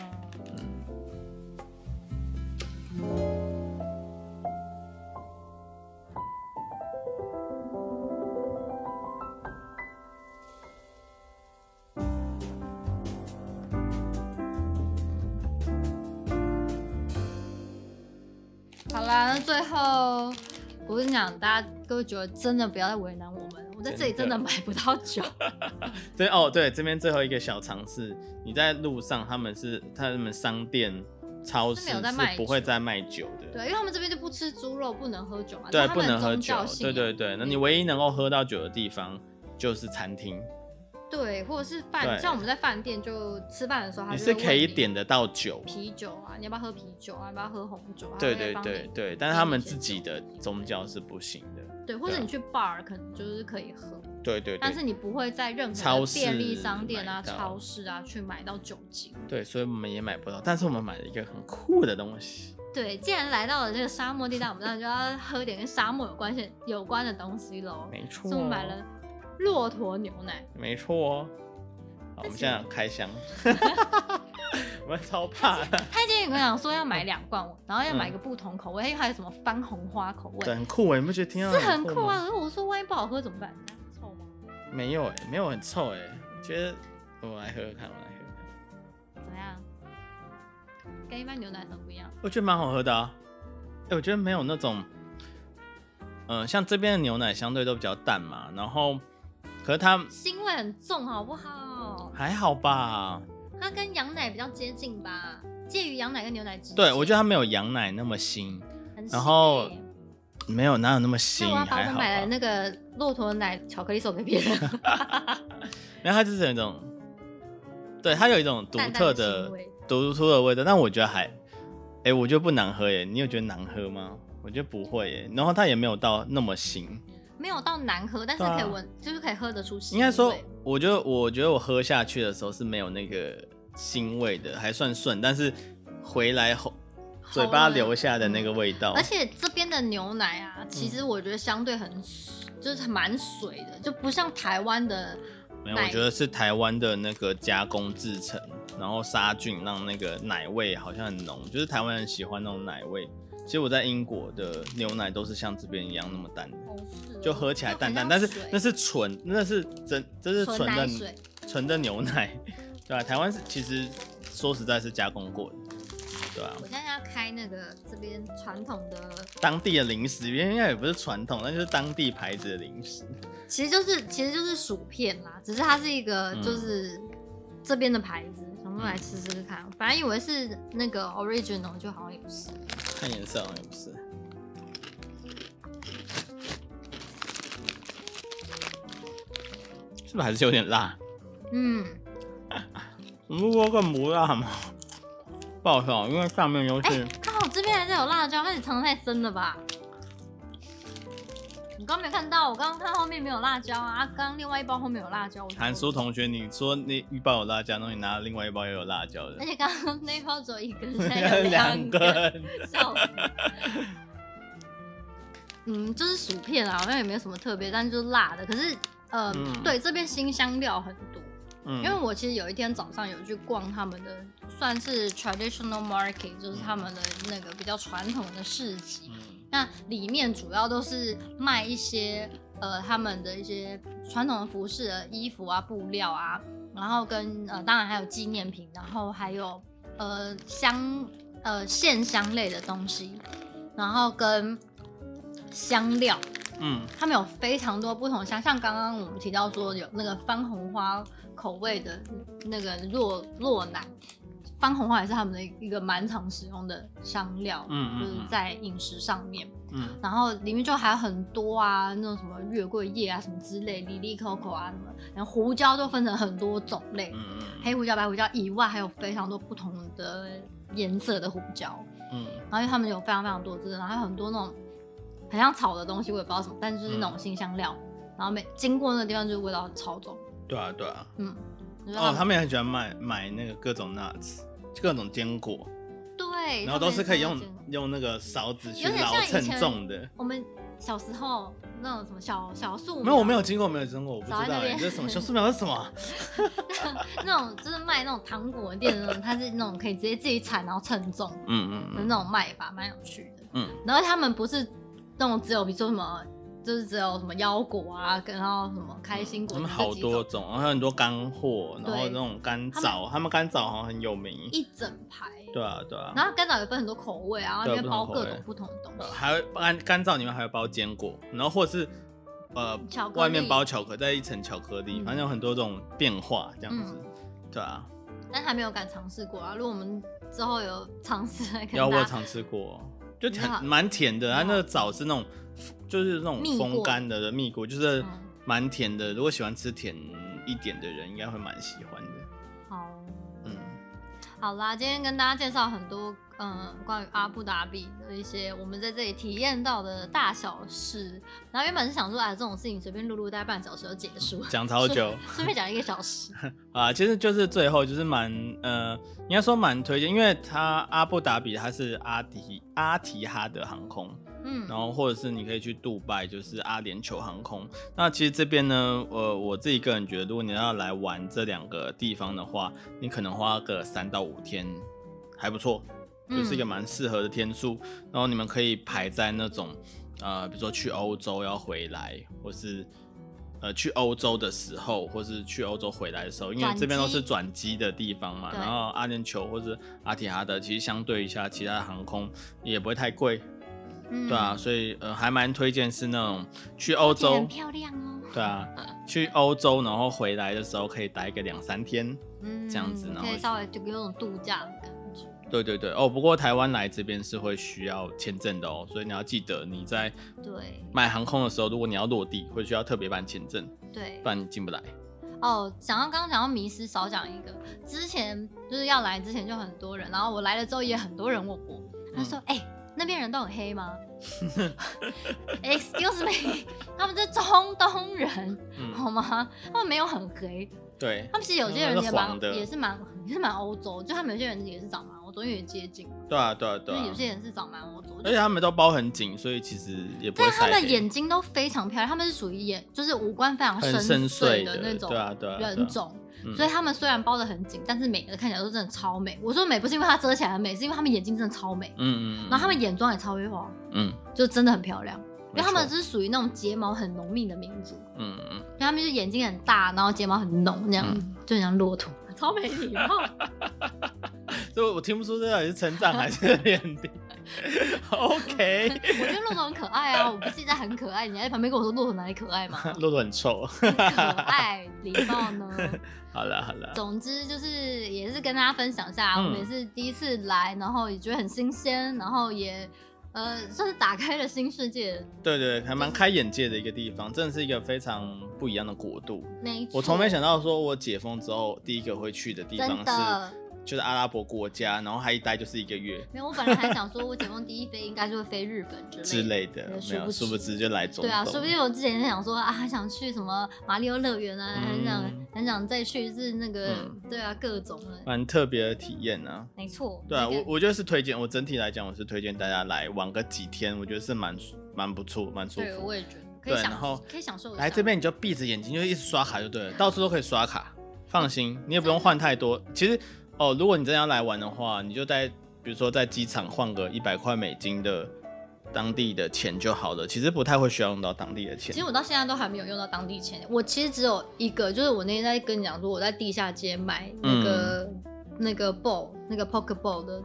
[SPEAKER 2] 好啦，那最后我跟你讲，大家各位觉得真的不要再为难我们了，我在这里真的买不到酒。
[SPEAKER 1] 这哦，对，这边最后一个小尝试，你在路上他们是他们商店、超市
[SPEAKER 2] 是没有在
[SPEAKER 1] 是
[SPEAKER 2] 卖
[SPEAKER 1] 不会
[SPEAKER 2] 酒
[SPEAKER 1] 再卖酒的，
[SPEAKER 2] 对，因为他们这边就不吃猪肉，不能喝酒嘛，
[SPEAKER 1] 对，
[SPEAKER 2] 这是他
[SPEAKER 1] 不
[SPEAKER 2] 们的嗯
[SPEAKER 1] 能喝
[SPEAKER 2] 宗
[SPEAKER 1] 酒
[SPEAKER 2] 教。信
[SPEAKER 1] 对对
[SPEAKER 2] 仰
[SPEAKER 1] 对，那你唯一能够喝到酒的地方就是餐厅，
[SPEAKER 2] 对，或者是
[SPEAKER 1] 对
[SPEAKER 2] 饭，像我们在饭店就吃饭的时候，他
[SPEAKER 1] 你
[SPEAKER 2] 啊就是会
[SPEAKER 1] 可以
[SPEAKER 2] 问你
[SPEAKER 1] 点得到酒。
[SPEAKER 2] 啤酒啊，你要不要喝啤酒啊？要不要喝红酒啊？
[SPEAKER 1] 对
[SPEAKER 2] 他会
[SPEAKER 1] 对
[SPEAKER 2] 帮
[SPEAKER 1] 对
[SPEAKER 2] 你
[SPEAKER 1] 对，但是他们自己的宗教是不行的。
[SPEAKER 2] 对，或
[SPEAKER 1] 对
[SPEAKER 2] 者
[SPEAKER 1] 啊
[SPEAKER 2] 你去 bar 可能就是可以喝，
[SPEAKER 1] 对对
[SPEAKER 2] 但是
[SPEAKER 1] 对
[SPEAKER 2] 你不会在任何
[SPEAKER 1] 超
[SPEAKER 2] 的
[SPEAKER 1] 市
[SPEAKER 2] 便利商店啊、
[SPEAKER 1] 买到
[SPEAKER 2] 超市啊去买到酒精。
[SPEAKER 1] 对，所以我们也买不到，但是我们买了一个很酷的东西。
[SPEAKER 2] 对，既然来到了这个沙漠地带，我们当然就要喝点跟沙漠有关系有关的东西喽。
[SPEAKER 1] 没错，哦
[SPEAKER 2] 所以我们买了骆驼牛奶，
[SPEAKER 1] 没错哦。好，我们现在开 箱，我们超怕的，
[SPEAKER 2] 他今天有跟我讲说要
[SPEAKER 1] 嗯
[SPEAKER 2] 买两罐，然后要买一个不同口味，因为还有什么番红花口味
[SPEAKER 1] 对，，很酷哎，你不觉得听到
[SPEAKER 2] 是很酷啊。
[SPEAKER 1] 吗？
[SPEAKER 2] 可是我说万一不好喝怎么办？臭吗？
[SPEAKER 1] 没有哎，没有很臭哎，觉得我来喝喝看，我来喝喝看，
[SPEAKER 2] 怎么样？跟一般牛奶怎么不一样？
[SPEAKER 1] 我觉得蛮好喝的啊。哎、我觉得没有那种，嗯、像这边的牛奶相对都比较淡嘛，然后可是它
[SPEAKER 2] 腥味很重，好不好？
[SPEAKER 1] 还好吧？
[SPEAKER 2] 它跟羊奶比较接近吧，介于羊奶跟牛奶之间。
[SPEAKER 1] 对，我觉得它没有羊奶那么腥，
[SPEAKER 2] 很腥
[SPEAKER 1] 然后
[SPEAKER 2] 欸
[SPEAKER 1] 没有哪有那么
[SPEAKER 2] 那
[SPEAKER 1] 腥
[SPEAKER 2] 我要，把
[SPEAKER 1] 还
[SPEAKER 2] 我
[SPEAKER 1] 好
[SPEAKER 2] 啊买的
[SPEAKER 1] 吧？
[SPEAKER 2] 那个骆驼奶巧克力送给别人。
[SPEAKER 1] 然后它就是有一种对，它有一 种独
[SPEAKER 2] 淡淡
[SPEAKER 1] 特
[SPEAKER 2] 的
[SPEAKER 1] 的
[SPEAKER 2] 腥味
[SPEAKER 1] 独特的味道，但我觉得还，哎、我觉得不难喝耶。你有觉得难喝吗？我觉得不会耶。然后它也没有到那么腥，
[SPEAKER 2] 没有到难喝，但是
[SPEAKER 1] 对啊
[SPEAKER 2] 可以闻，就是可以喝得出腥味。
[SPEAKER 1] 应该说，我觉得我觉得我喝下去的时候是没有那个腥味的，还算顺，但是回来后嘴巴
[SPEAKER 2] 咙
[SPEAKER 1] 留嗯下的那个味道，
[SPEAKER 2] 嗯而且这边的牛奶啊，其实我觉得相对很水，就是蛮水的，就不像台湾的
[SPEAKER 1] 没有，我
[SPEAKER 2] 奶
[SPEAKER 1] 觉得是台湾的那个加工制成，然后杀菌让那个奶味好像很浓，就是台湾人喜欢那种奶味。其实我在英国的牛奶都是像这边一样那么淡的，
[SPEAKER 2] 哦
[SPEAKER 1] 就喝起来淡淡，但是那是纯，那是真，这是
[SPEAKER 2] 纯
[SPEAKER 1] 纯
[SPEAKER 2] 奶
[SPEAKER 1] 的
[SPEAKER 2] 水
[SPEAKER 1] 纯的牛奶， 对啊吧、台湾是其实说实在是加工过的，对啊吧、
[SPEAKER 2] 我现在要开那个这边传统的，
[SPEAKER 1] 当地的零食，应该也不是传统，但就是当地牌子的零食。
[SPEAKER 2] 其实就是其实就是薯片啦，只是它是一个
[SPEAKER 1] 嗯
[SPEAKER 2] 就是这边的牌子，想说来吃吃看。本来以为是那个 original，就好像也不是。
[SPEAKER 1] 看颜色好像也不是。是不是还是有点辣？
[SPEAKER 2] 嗯，
[SPEAKER 1] 如果更不辣吗？不好笑，因为上面都
[SPEAKER 2] 哎、
[SPEAKER 1] 是
[SPEAKER 2] 刚好这边还是有辣椒，那你藏得太深了吧？你刚没有看到，我刚刚看后面没有辣椒啊，啊刚刚另外一包后面有辣椒。我就
[SPEAKER 1] 韩苏同学，你说那一包有辣椒，然后你拿了另外一包也有辣椒
[SPEAKER 2] 而
[SPEAKER 1] 的，
[SPEAKER 2] 且刚刚那一包只 有一根，现在有哎两根。
[SPEAKER 1] 根。
[SPEAKER 2] 笑死。 嗯，就是薯片啊，好像也没有什么特别，但是就是辣的。可是，呃，
[SPEAKER 1] 嗯
[SPEAKER 2] 对，这边新香料很多。因为
[SPEAKER 1] 嗯，
[SPEAKER 2] 我其实有一天早上有去逛他们的，算是 traditional market，就是他们的那个比较传统的市集。
[SPEAKER 1] 嗯
[SPEAKER 2] 那里面主要都是卖一些呃他们的一些传统的服饰的衣服啊、布料啊，然后跟呃当然还有纪念品，然后还有呃香呃线香类的东西，然后跟香料，
[SPEAKER 1] 嗯，
[SPEAKER 2] 他们有非常多不同的香，像刚刚我们提到说有那个番红花口味的那个洛洛奶，番红花也是他们的一个蛮常使用的香料，
[SPEAKER 1] 嗯嗯嗯
[SPEAKER 2] 就是在饮食上面。
[SPEAKER 1] 嗯
[SPEAKER 2] 然后里面就还有很多啊，那种什么月桂叶啊什么之类，里里扣扣啊什么，然后胡椒都分成很多种类，
[SPEAKER 1] 嗯
[SPEAKER 2] 黑胡椒、白胡椒以外，还有非常多不同的颜色的胡椒。
[SPEAKER 1] 嗯
[SPEAKER 2] 然后因为他们有非常非常多只，然后还有很多那种很像草的东西，我也不知道什么，但是就是那种新香料。然后每经过那个地方，就是味道超重，
[SPEAKER 1] 对啊对啊。
[SPEAKER 2] 嗯，就是
[SPEAKER 1] 哦，他
[SPEAKER 2] 们
[SPEAKER 1] 们也很喜欢买买那个各种 nuts，各种坚果。
[SPEAKER 2] 对，
[SPEAKER 1] 然后都是可以用
[SPEAKER 2] 他们也是会经
[SPEAKER 1] 用那个勺子去
[SPEAKER 2] 有点
[SPEAKER 1] 捞
[SPEAKER 2] 像以
[SPEAKER 1] 称
[SPEAKER 2] 前
[SPEAKER 1] 重的。
[SPEAKER 2] 我们小时候那种什么小小树，
[SPEAKER 1] 没有，我没有经过，我没有经过，我不知道
[SPEAKER 2] 少在那
[SPEAKER 1] 哎、
[SPEAKER 2] 边
[SPEAKER 1] 这是什么小树苗是什么啊？
[SPEAKER 2] 那种就是卖那种糖果店的那种，它是那种可以直接自己产然后称重的
[SPEAKER 1] 嗯嗯
[SPEAKER 2] 那种卖法，蛮有趣的。
[SPEAKER 1] 嗯
[SPEAKER 2] 然后他们不是那种只有比如说什么，就是只有什么腰果啊，跟然后什么开心果，
[SPEAKER 1] 嗯他们
[SPEAKER 2] 就
[SPEAKER 1] 好
[SPEAKER 2] 这几种
[SPEAKER 1] 多种，然后很多干货，然后
[SPEAKER 2] 对
[SPEAKER 1] 那种干
[SPEAKER 2] 他们
[SPEAKER 1] 枣，他们干枣好像很有名。
[SPEAKER 2] 一整排，
[SPEAKER 1] 对啊对啊，
[SPEAKER 2] 然后干枣也分很多口味啊，然后里
[SPEAKER 1] 对
[SPEAKER 2] 面包
[SPEAKER 1] 不同口
[SPEAKER 2] 各
[SPEAKER 1] 味
[SPEAKER 2] 种不同的东
[SPEAKER 1] 呃
[SPEAKER 2] 西，
[SPEAKER 1] 还有干干枣里面还有包坚果，然后或者是呃
[SPEAKER 2] 巧克力
[SPEAKER 1] 外面包巧克力，再一层巧克力，
[SPEAKER 2] 嗯
[SPEAKER 1] 反正有很多种变化这样子。对啊，
[SPEAKER 2] 但还没有敢尝试过啊。如果我们之后有尝试，来
[SPEAKER 1] 腰
[SPEAKER 2] 跟
[SPEAKER 1] 我
[SPEAKER 2] 大家
[SPEAKER 1] 常吃过，就
[SPEAKER 2] 你好
[SPEAKER 1] 甜蛮甜的，它那个枣是那种就是那种
[SPEAKER 2] 蜜果
[SPEAKER 1] 风干的蜜果，就是
[SPEAKER 2] 嗯
[SPEAKER 1] 蛮甜的。如果喜欢吃甜一点的人，应该会蛮喜欢的。
[SPEAKER 2] 好，
[SPEAKER 1] 嗯，
[SPEAKER 2] 好啦，今天跟大家介绍很多嗯关于阿布达比的一些我们在这里体验到的大小事。然后原本是想说，哎，这种事情随便录录，大概半小时就结束，
[SPEAKER 1] 讲超久
[SPEAKER 2] 顺便讲一个 小时。
[SPEAKER 1] 啊，其实就是最后就是蛮呃，应该说蛮推荐，因为它阿布达比它是阿提阿提哈德航空，
[SPEAKER 2] 嗯，
[SPEAKER 1] 然后或者是你可以去杜拜，就是阿联酋航空。那其实这边呢，呃，我自己个人觉得，如果你要来玩这两个地方的话，你可能花个三到五天，还不错，就是一个
[SPEAKER 2] 嗯
[SPEAKER 1] 蛮适合的天数。然后你们可以排在那种，呃，比如说去欧洲要回来，或是。呃，去欧洲的时候，或是去欧洲回来的时候，因为
[SPEAKER 2] 转
[SPEAKER 1] 这边都
[SPEAKER 2] 机
[SPEAKER 1] 是转机的地方嘛，
[SPEAKER 2] 对
[SPEAKER 1] 然后阿联酋或者阿提哈德，其实相对一下其他的航空也不会太贵，
[SPEAKER 2] 嗯
[SPEAKER 1] 对啊，，所以呃还蛮推荐是那种去欧
[SPEAKER 2] 而且
[SPEAKER 1] 洲
[SPEAKER 2] 很，漂亮哦。
[SPEAKER 1] 对啊，去欧洲然后回来的时候可以待个两三天。
[SPEAKER 2] 嗯，
[SPEAKER 1] 这样子然后
[SPEAKER 2] 可以稍微就有种度假的感觉。
[SPEAKER 1] 对对对，哦，不过台湾来这边是会需要签证的哦，所以你要记得你在
[SPEAKER 2] 对
[SPEAKER 1] 买航空的时候，如果你要落地，会需要特别办签证，
[SPEAKER 2] 对
[SPEAKER 1] 不，然你进不来。
[SPEAKER 2] 哦，想要刚刚讲到迷失，少讲一个。之前就是要来之前就很多人，然后我来了之后也很多人问我，他
[SPEAKER 1] 嗯
[SPEAKER 2] 说：“哎、那边人都很黑吗？”Excuse me，他 们是中东人
[SPEAKER 1] 嗯，
[SPEAKER 2] 好吗？他们没有很黑，
[SPEAKER 1] 对
[SPEAKER 2] 他们其实有些
[SPEAKER 1] 嗯
[SPEAKER 2] 人
[SPEAKER 1] 那
[SPEAKER 2] 也
[SPEAKER 1] 是
[SPEAKER 2] 蛮
[SPEAKER 1] 黄的
[SPEAKER 2] 也是蛮也是蛮欧洲，就他们有些人也是长蛮欧洲，因为也接近嘛，
[SPEAKER 1] 对啊，对啊，
[SPEAKER 2] 就
[SPEAKER 1] 对
[SPEAKER 2] 是
[SPEAKER 1] 啊
[SPEAKER 2] 哦有。些人是长蛮欧洲。就
[SPEAKER 1] 而且他们都包很紧，所以其实也不会
[SPEAKER 2] 但啊他
[SPEAKER 1] 晒
[SPEAKER 2] 们
[SPEAKER 1] 黑
[SPEAKER 2] 眼睛都非常漂亮，他们是属于眼就是五官非常
[SPEAKER 1] 很
[SPEAKER 2] 深
[SPEAKER 1] 邃
[SPEAKER 2] 的那种
[SPEAKER 1] 对啊，对啊，对啊
[SPEAKER 2] 人种，
[SPEAKER 1] 嗯
[SPEAKER 2] 所以他们虽然包的很紧，但是每个看起来都真的超美。我说美不是因为它遮起来很美，是因为他们眼睛真的超美，
[SPEAKER 1] 嗯嗯嗯，
[SPEAKER 2] 然后他们眼妆也超会画，
[SPEAKER 1] 嗯，
[SPEAKER 2] 就真的很漂亮。因为他们
[SPEAKER 1] 没错
[SPEAKER 2] 是属于那种睫毛很浓密的民族，
[SPEAKER 1] 嗯嗯
[SPEAKER 2] 因为他们就眼睛很大，然后睫毛很浓，这样、就很像骆驼，超没礼貌。
[SPEAKER 1] 嗯，所以我听不出这到底是成长还是 脸低。OK，
[SPEAKER 2] 我觉得骆驼很可爱啊，我不是一直在很可爱，你还在旁边跟我说骆驼哪里可爱 吗？
[SPEAKER 1] 骆驼很臭。
[SPEAKER 2] 可爱礼貌呢？
[SPEAKER 1] 好了好了，
[SPEAKER 2] 总之就是也是跟大家分享一下，
[SPEAKER 1] 嗯
[SPEAKER 2] 我们也是第一次来，然后也觉得很新鲜，然后也呃算是打开了新世界。
[SPEAKER 1] 对对，还蛮开眼界的一个地方，真的是一个非常不一样的国度。
[SPEAKER 2] 没错，
[SPEAKER 1] 我从没想到，说我解封之后第一个会去的地方
[SPEAKER 2] 真
[SPEAKER 1] 是
[SPEAKER 2] 的，
[SPEAKER 1] 就是阿拉伯国家，然后还一待就是一个月
[SPEAKER 2] 没有。我本来还想说，我解封第一飞应该就会飞日本
[SPEAKER 1] 之
[SPEAKER 2] 之类的。
[SPEAKER 1] 类的
[SPEAKER 2] 对，
[SPEAKER 1] 没
[SPEAKER 2] 殊
[SPEAKER 1] 有，
[SPEAKER 2] 不
[SPEAKER 1] 殊不
[SPEAKER 2] 知
[SPEAKER 1] 知就来中
[SPEAKER 2] 对啊，
[SPEAKER 1] 东
[SPEAKER 2] 说不定我之前想说啊，还想去什么马里奥乐园啊，
[SPEAKER 1] 嗯
[SPEAKER 2] 很想很想再去一次那个，
[SPEAKER 1] 嗯
[SPEAKER 2] 对啊，各种的，
[SPEAKER 1] 蛮特别的体验啊。
[SPEAKER 2] 没错。
[SPEAKER 1] 对啊，
[SPEAKER 2] 那个
[SPEAKER 1] 我我觉得是推荐，我整体来讲我是推荐大家来玩个几天，我觉得是蛮蛮不错，蛮舒
[SPEAKER 2] 对
[SPEAKER 1] 服
[SPEAKER 2] 我。也觉得可以
[SPEAKER 1] 对
[SPEAKER 2] 享
[SPEAKER 1] 然后
[SPEAKER 2] 可以享受一下。
[SPEAKER 1] 来这边你就闭着眼睛就一直刷卡就对了，到处都可以刷卡，放心，你也不用换太多。其实哦，如果你真的要来玩的话，你就在比如说在机场换个一百块美金的当地的钱就好了，其实不太会需要用到当地的钱
[SPEAKER 2] 其实。我到现在都还没有用到当地钱，我其实只有一个，就是我那天在跟你讲说，我在地下街买那个、
[SPEAKER 1] 嗯
[SPEAKER 2] 那个 ball 那个 poke ball 的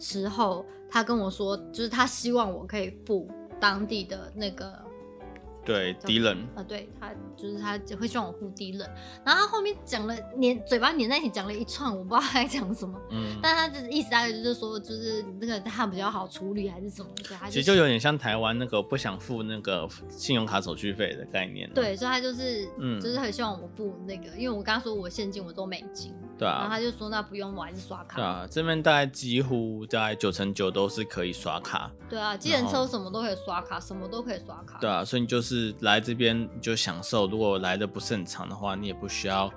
[SPEAKER 2] 时候，他跟我说，就是他希望我可以付当地的那个，
[SPEAKER 1] 对，敌人
[SPEAKER 2] 呃，对他就是他会希望我付低冷，然后他后面讲了粘嘴巴粘在一起讲了一串，我不知道他在讲什么，
[SPEAKER 1] 嗯，
[SPEAKER 2] 但他就是意思大概就是说，就是那个他比较好处理还是什么，所以他
[SPEAKER 1] 其实就有点像台湾那个不想付那个信用卡手续费的概念啊。
[SPEAKER 2] 对，所以他就是，
[SPEAKER 1] 嗯
[SPEAKER 2] 就是很希望我付那个，因为我刚刚说我现金我都美金，
[SPEAKER 1] 对
[SPEAKER 2] 然后
[SPEAKER 1] 啊，
[SPEAKER 2] 他就说那不用，我还是刷卡。
[SPEAKER 1] 对啊，这边大概几乎大概九成九都是可以刷卡，
[SPEAKER 2] 对啊，计程车什么都可以刷卡，什么都可以刷卡。
[SPEAKER 1] 对啊，所以你就是来这边你就享受，如果来的不是很长的话，你也不需要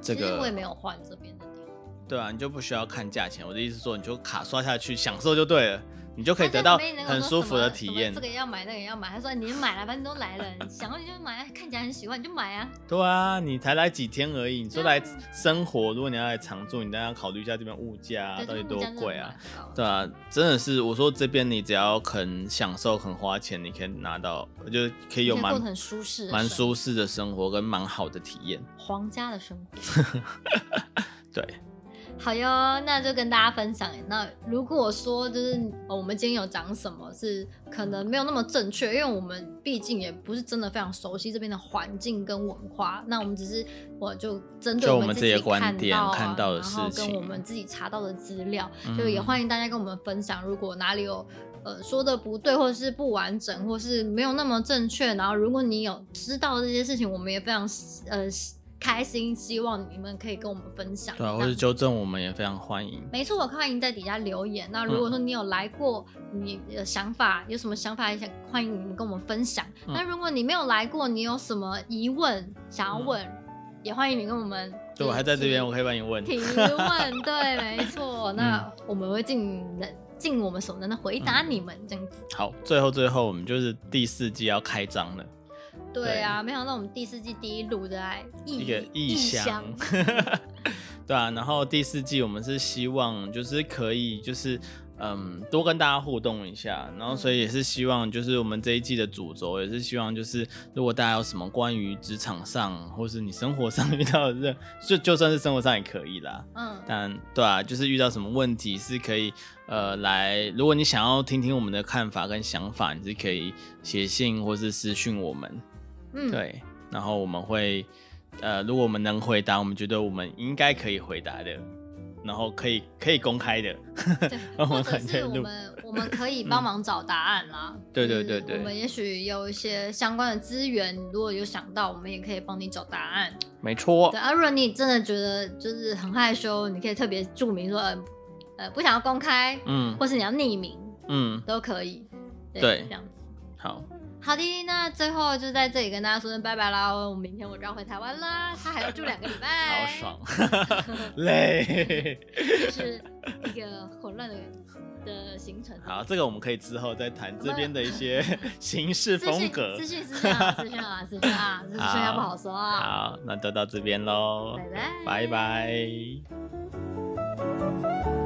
[SPEAKER 1] 这
[SPEAKER 2] 其实我也
[SPEAKER 1] 个，
[SPEAKER 2] 没有换这边的点，
[SPEAKER 1] 对啊，你就不需要看价钱。我的意思是说，你就卡刷下去享受就对了，你就可以
[SPEAKER 2] 他在
[SPEAKER 1] 得到
[SPEAKER 2] 旁边那个
[SPEAKER 1] 很
[SPEAKER 2] 说
[SPEAKER 1] 舒
[SPEAKER 2] 什
[SPEAKER 1] 服
[SPEAKER 2] 么
[SPEAKER 1] 的
[SPEAKER 2] 什
[SPEAKER 1] 体
[SPEAKER 2] 么
[SPEAKER 1] 验
[SPEAKER 2] 这。个也要买，那个也要买。他说你买了，反正都来了，你想要你就买，啊看起来很喜欢你就买啊。
[SPEAKER 1] 对啊，你才来几天而已，你说
[SPEAKER 2] 对啊
[SPEAKER 1] 来生活，如果你要来常住，你当然要考虑一下这边物价、啊、
[SPEAKER 2] 对，
[SPEAKER 1] 到
[SPEAKER 2] 就
[SPEAKER 1] 底
[SPEAKER 2] 是
[SPEAKER 1] 多
[SPEAKER 2] 物价真的
[SPEAKER 1] 贵啊。
[SPEAKER 2] 蛮高的。
[SPEAKER 1] 对啊，真的是我说这边你只要肯享受、肯花钱，你可以拿到，就可以有
[SPEAKER 2] 你可以
[SPEAKER 1] 蛮
[SPEAKER 2] 过得很舒适的
[SPEAKER 1] 蛮
[SPEAKER 2] 生
[SPEAKER 1] 舒
[SPEAKER 2] 活
[SPEAKER 1] 适的生活跟蛮好的体验。
[SPEAKER 2] 皇家的生活。
[SPEAKER 1] 对，
[SPEAKER 2] 好哟，那就跟大家分享。那如果说就是、哦我们今天有讲什么是可能没有那么正确，因为我们毕竟也不是真的非常熟悉这边的环境跟文化。那我们只是我就针对
[SPEAKER 1] 就
[SPEAKER 2] 们
[SPEAKER 1] 我们
[SPEAKER 2] 己
[SPEAKER 1] 自己的观
[SPEAKER 2] 看
[SPEAKER 1] 点
[SPEAKER 2] 到啊
[SPEAKER 1] 看到的事
[SPEAKER 2] 然后跟
[SPEAKER 1] 情
[SPEAKER 2] 我们自己查到的资料，
[SPEAKER 1] 嗯
[SPEAKER 2] 就也欢迎大家跟我们分享，如果哪里有。呃，说的不对，或者是不完整，或是没有那么正确。然后，如果你有知道这些事情，我们也非常呃开心，希望你们可以跟我们分享。
[SPEAKER 1] 对啊，
[SPEAKER 2] 这
[SPEAKER 1] 或
[SPEAKER 2] 样
[SPEAKER 1] 是纠正我们也非常欢迎。
[SPEAKER 2] 没错，我欢迎在底下留言。那
[SPEAKER 1] 嗯
[SPEAKER 2] 如果说你有来过，你的想法有什么想法，也想欢迎你们跟我们分享。
[SPEAKER 1] 嗯嗯
[SPEAKER 2] 那如果你没有来过，你有什么疑问想要问，也欢迎你跟我们。
[SPEAKER 1] 对，我还在这边，我嗯可以帮你 问。
[SPEAKER 2] 提问，对，没错。
[SPEAKER 1] 嗯
[SPEAKER 2] 那我们会尽能尽我们所能的回答你们，这样子。
[SPEAKER 1] 好，最后最后我们就是第四季要开张了，
[SPEAKER 2] 对啊，没想到我们第四季第一录的异
[SPEAKER 1] 一个
[SPEAKER 2] 异
[SPEAKER 1] 异乡。 对啊，然后第四季我们是希望就是可以就是嗯多跟大家互动一下，然后所以也是希望就是我们这一季的主轴也是希望就是如果大家有什么关于职场上或是你生活上遇到的任，就就算是生活上也可以啦，
[SPEAKER 2] 嗯，
[SPEAKER 1] 但对啊，就是遇到什么问题是可以呃来，如果你想要听听我们的看法跟想法，你是可以写信或是私讯我们，
[SPEAKER 2] 嗯，
[SPEAKER 1] 对，然后我们会呃，如果我们能回答，我们觉得我们应该可以回答的，然后可以可以公开的，
[SPEAKER 2] 对，或者是我们我们可以帮忙找答案啦。
[SPEAKER 1] 嗯对
[SPEAKER 2] 就是
[SPEAKER 1] 对对对
[SPEAKER 2] 我们也许有一些相关的资源，如果有想到，我们也可以帮你找答案。
[SPEAKER 1] 没错
[SPEAKER 2] 对，啊，如果你真的觉得就是很害羞，你可以特别注明说，呃呃，不想要公开，
[SPEAKER 1] 嗯
[SPEAKER 2] 或是你要匿名
[SPEAKER 1] 嗯，
[SPEAKER 2] 都可以。
[SPEAKER 1] 对
[SPEAKER 2] 这样子。
[SPEAKER 1] 好，
[SPEAKER 2] 好的，那最后就在这里跟大家说声拜拜啦！我明天我就要回台湾啦，他还要住两个礼拜，
[SPEAKER 1] 好爽， 累。
[SPEAKER 2] 就是一个混乱的的行程。
[SPEAKER 1] 好，这个我们可以之后再谈这边的一些行事
[SPEAKER 2] 私
[SPEAKER 1] 风
[SPEAKER 2] 信
[SPEAKER 1] 格
[SPEAKER 2] 私。信私信啊，私信啊，私信啊，私信要不好说啊。
[SPEAKER 1] 好，那就到这边喽
[SPEAKER 2] 拜，
[SPEAKER 1] 拜
[SPEAKER 2] 拜
[SPEAKER 1] 拜。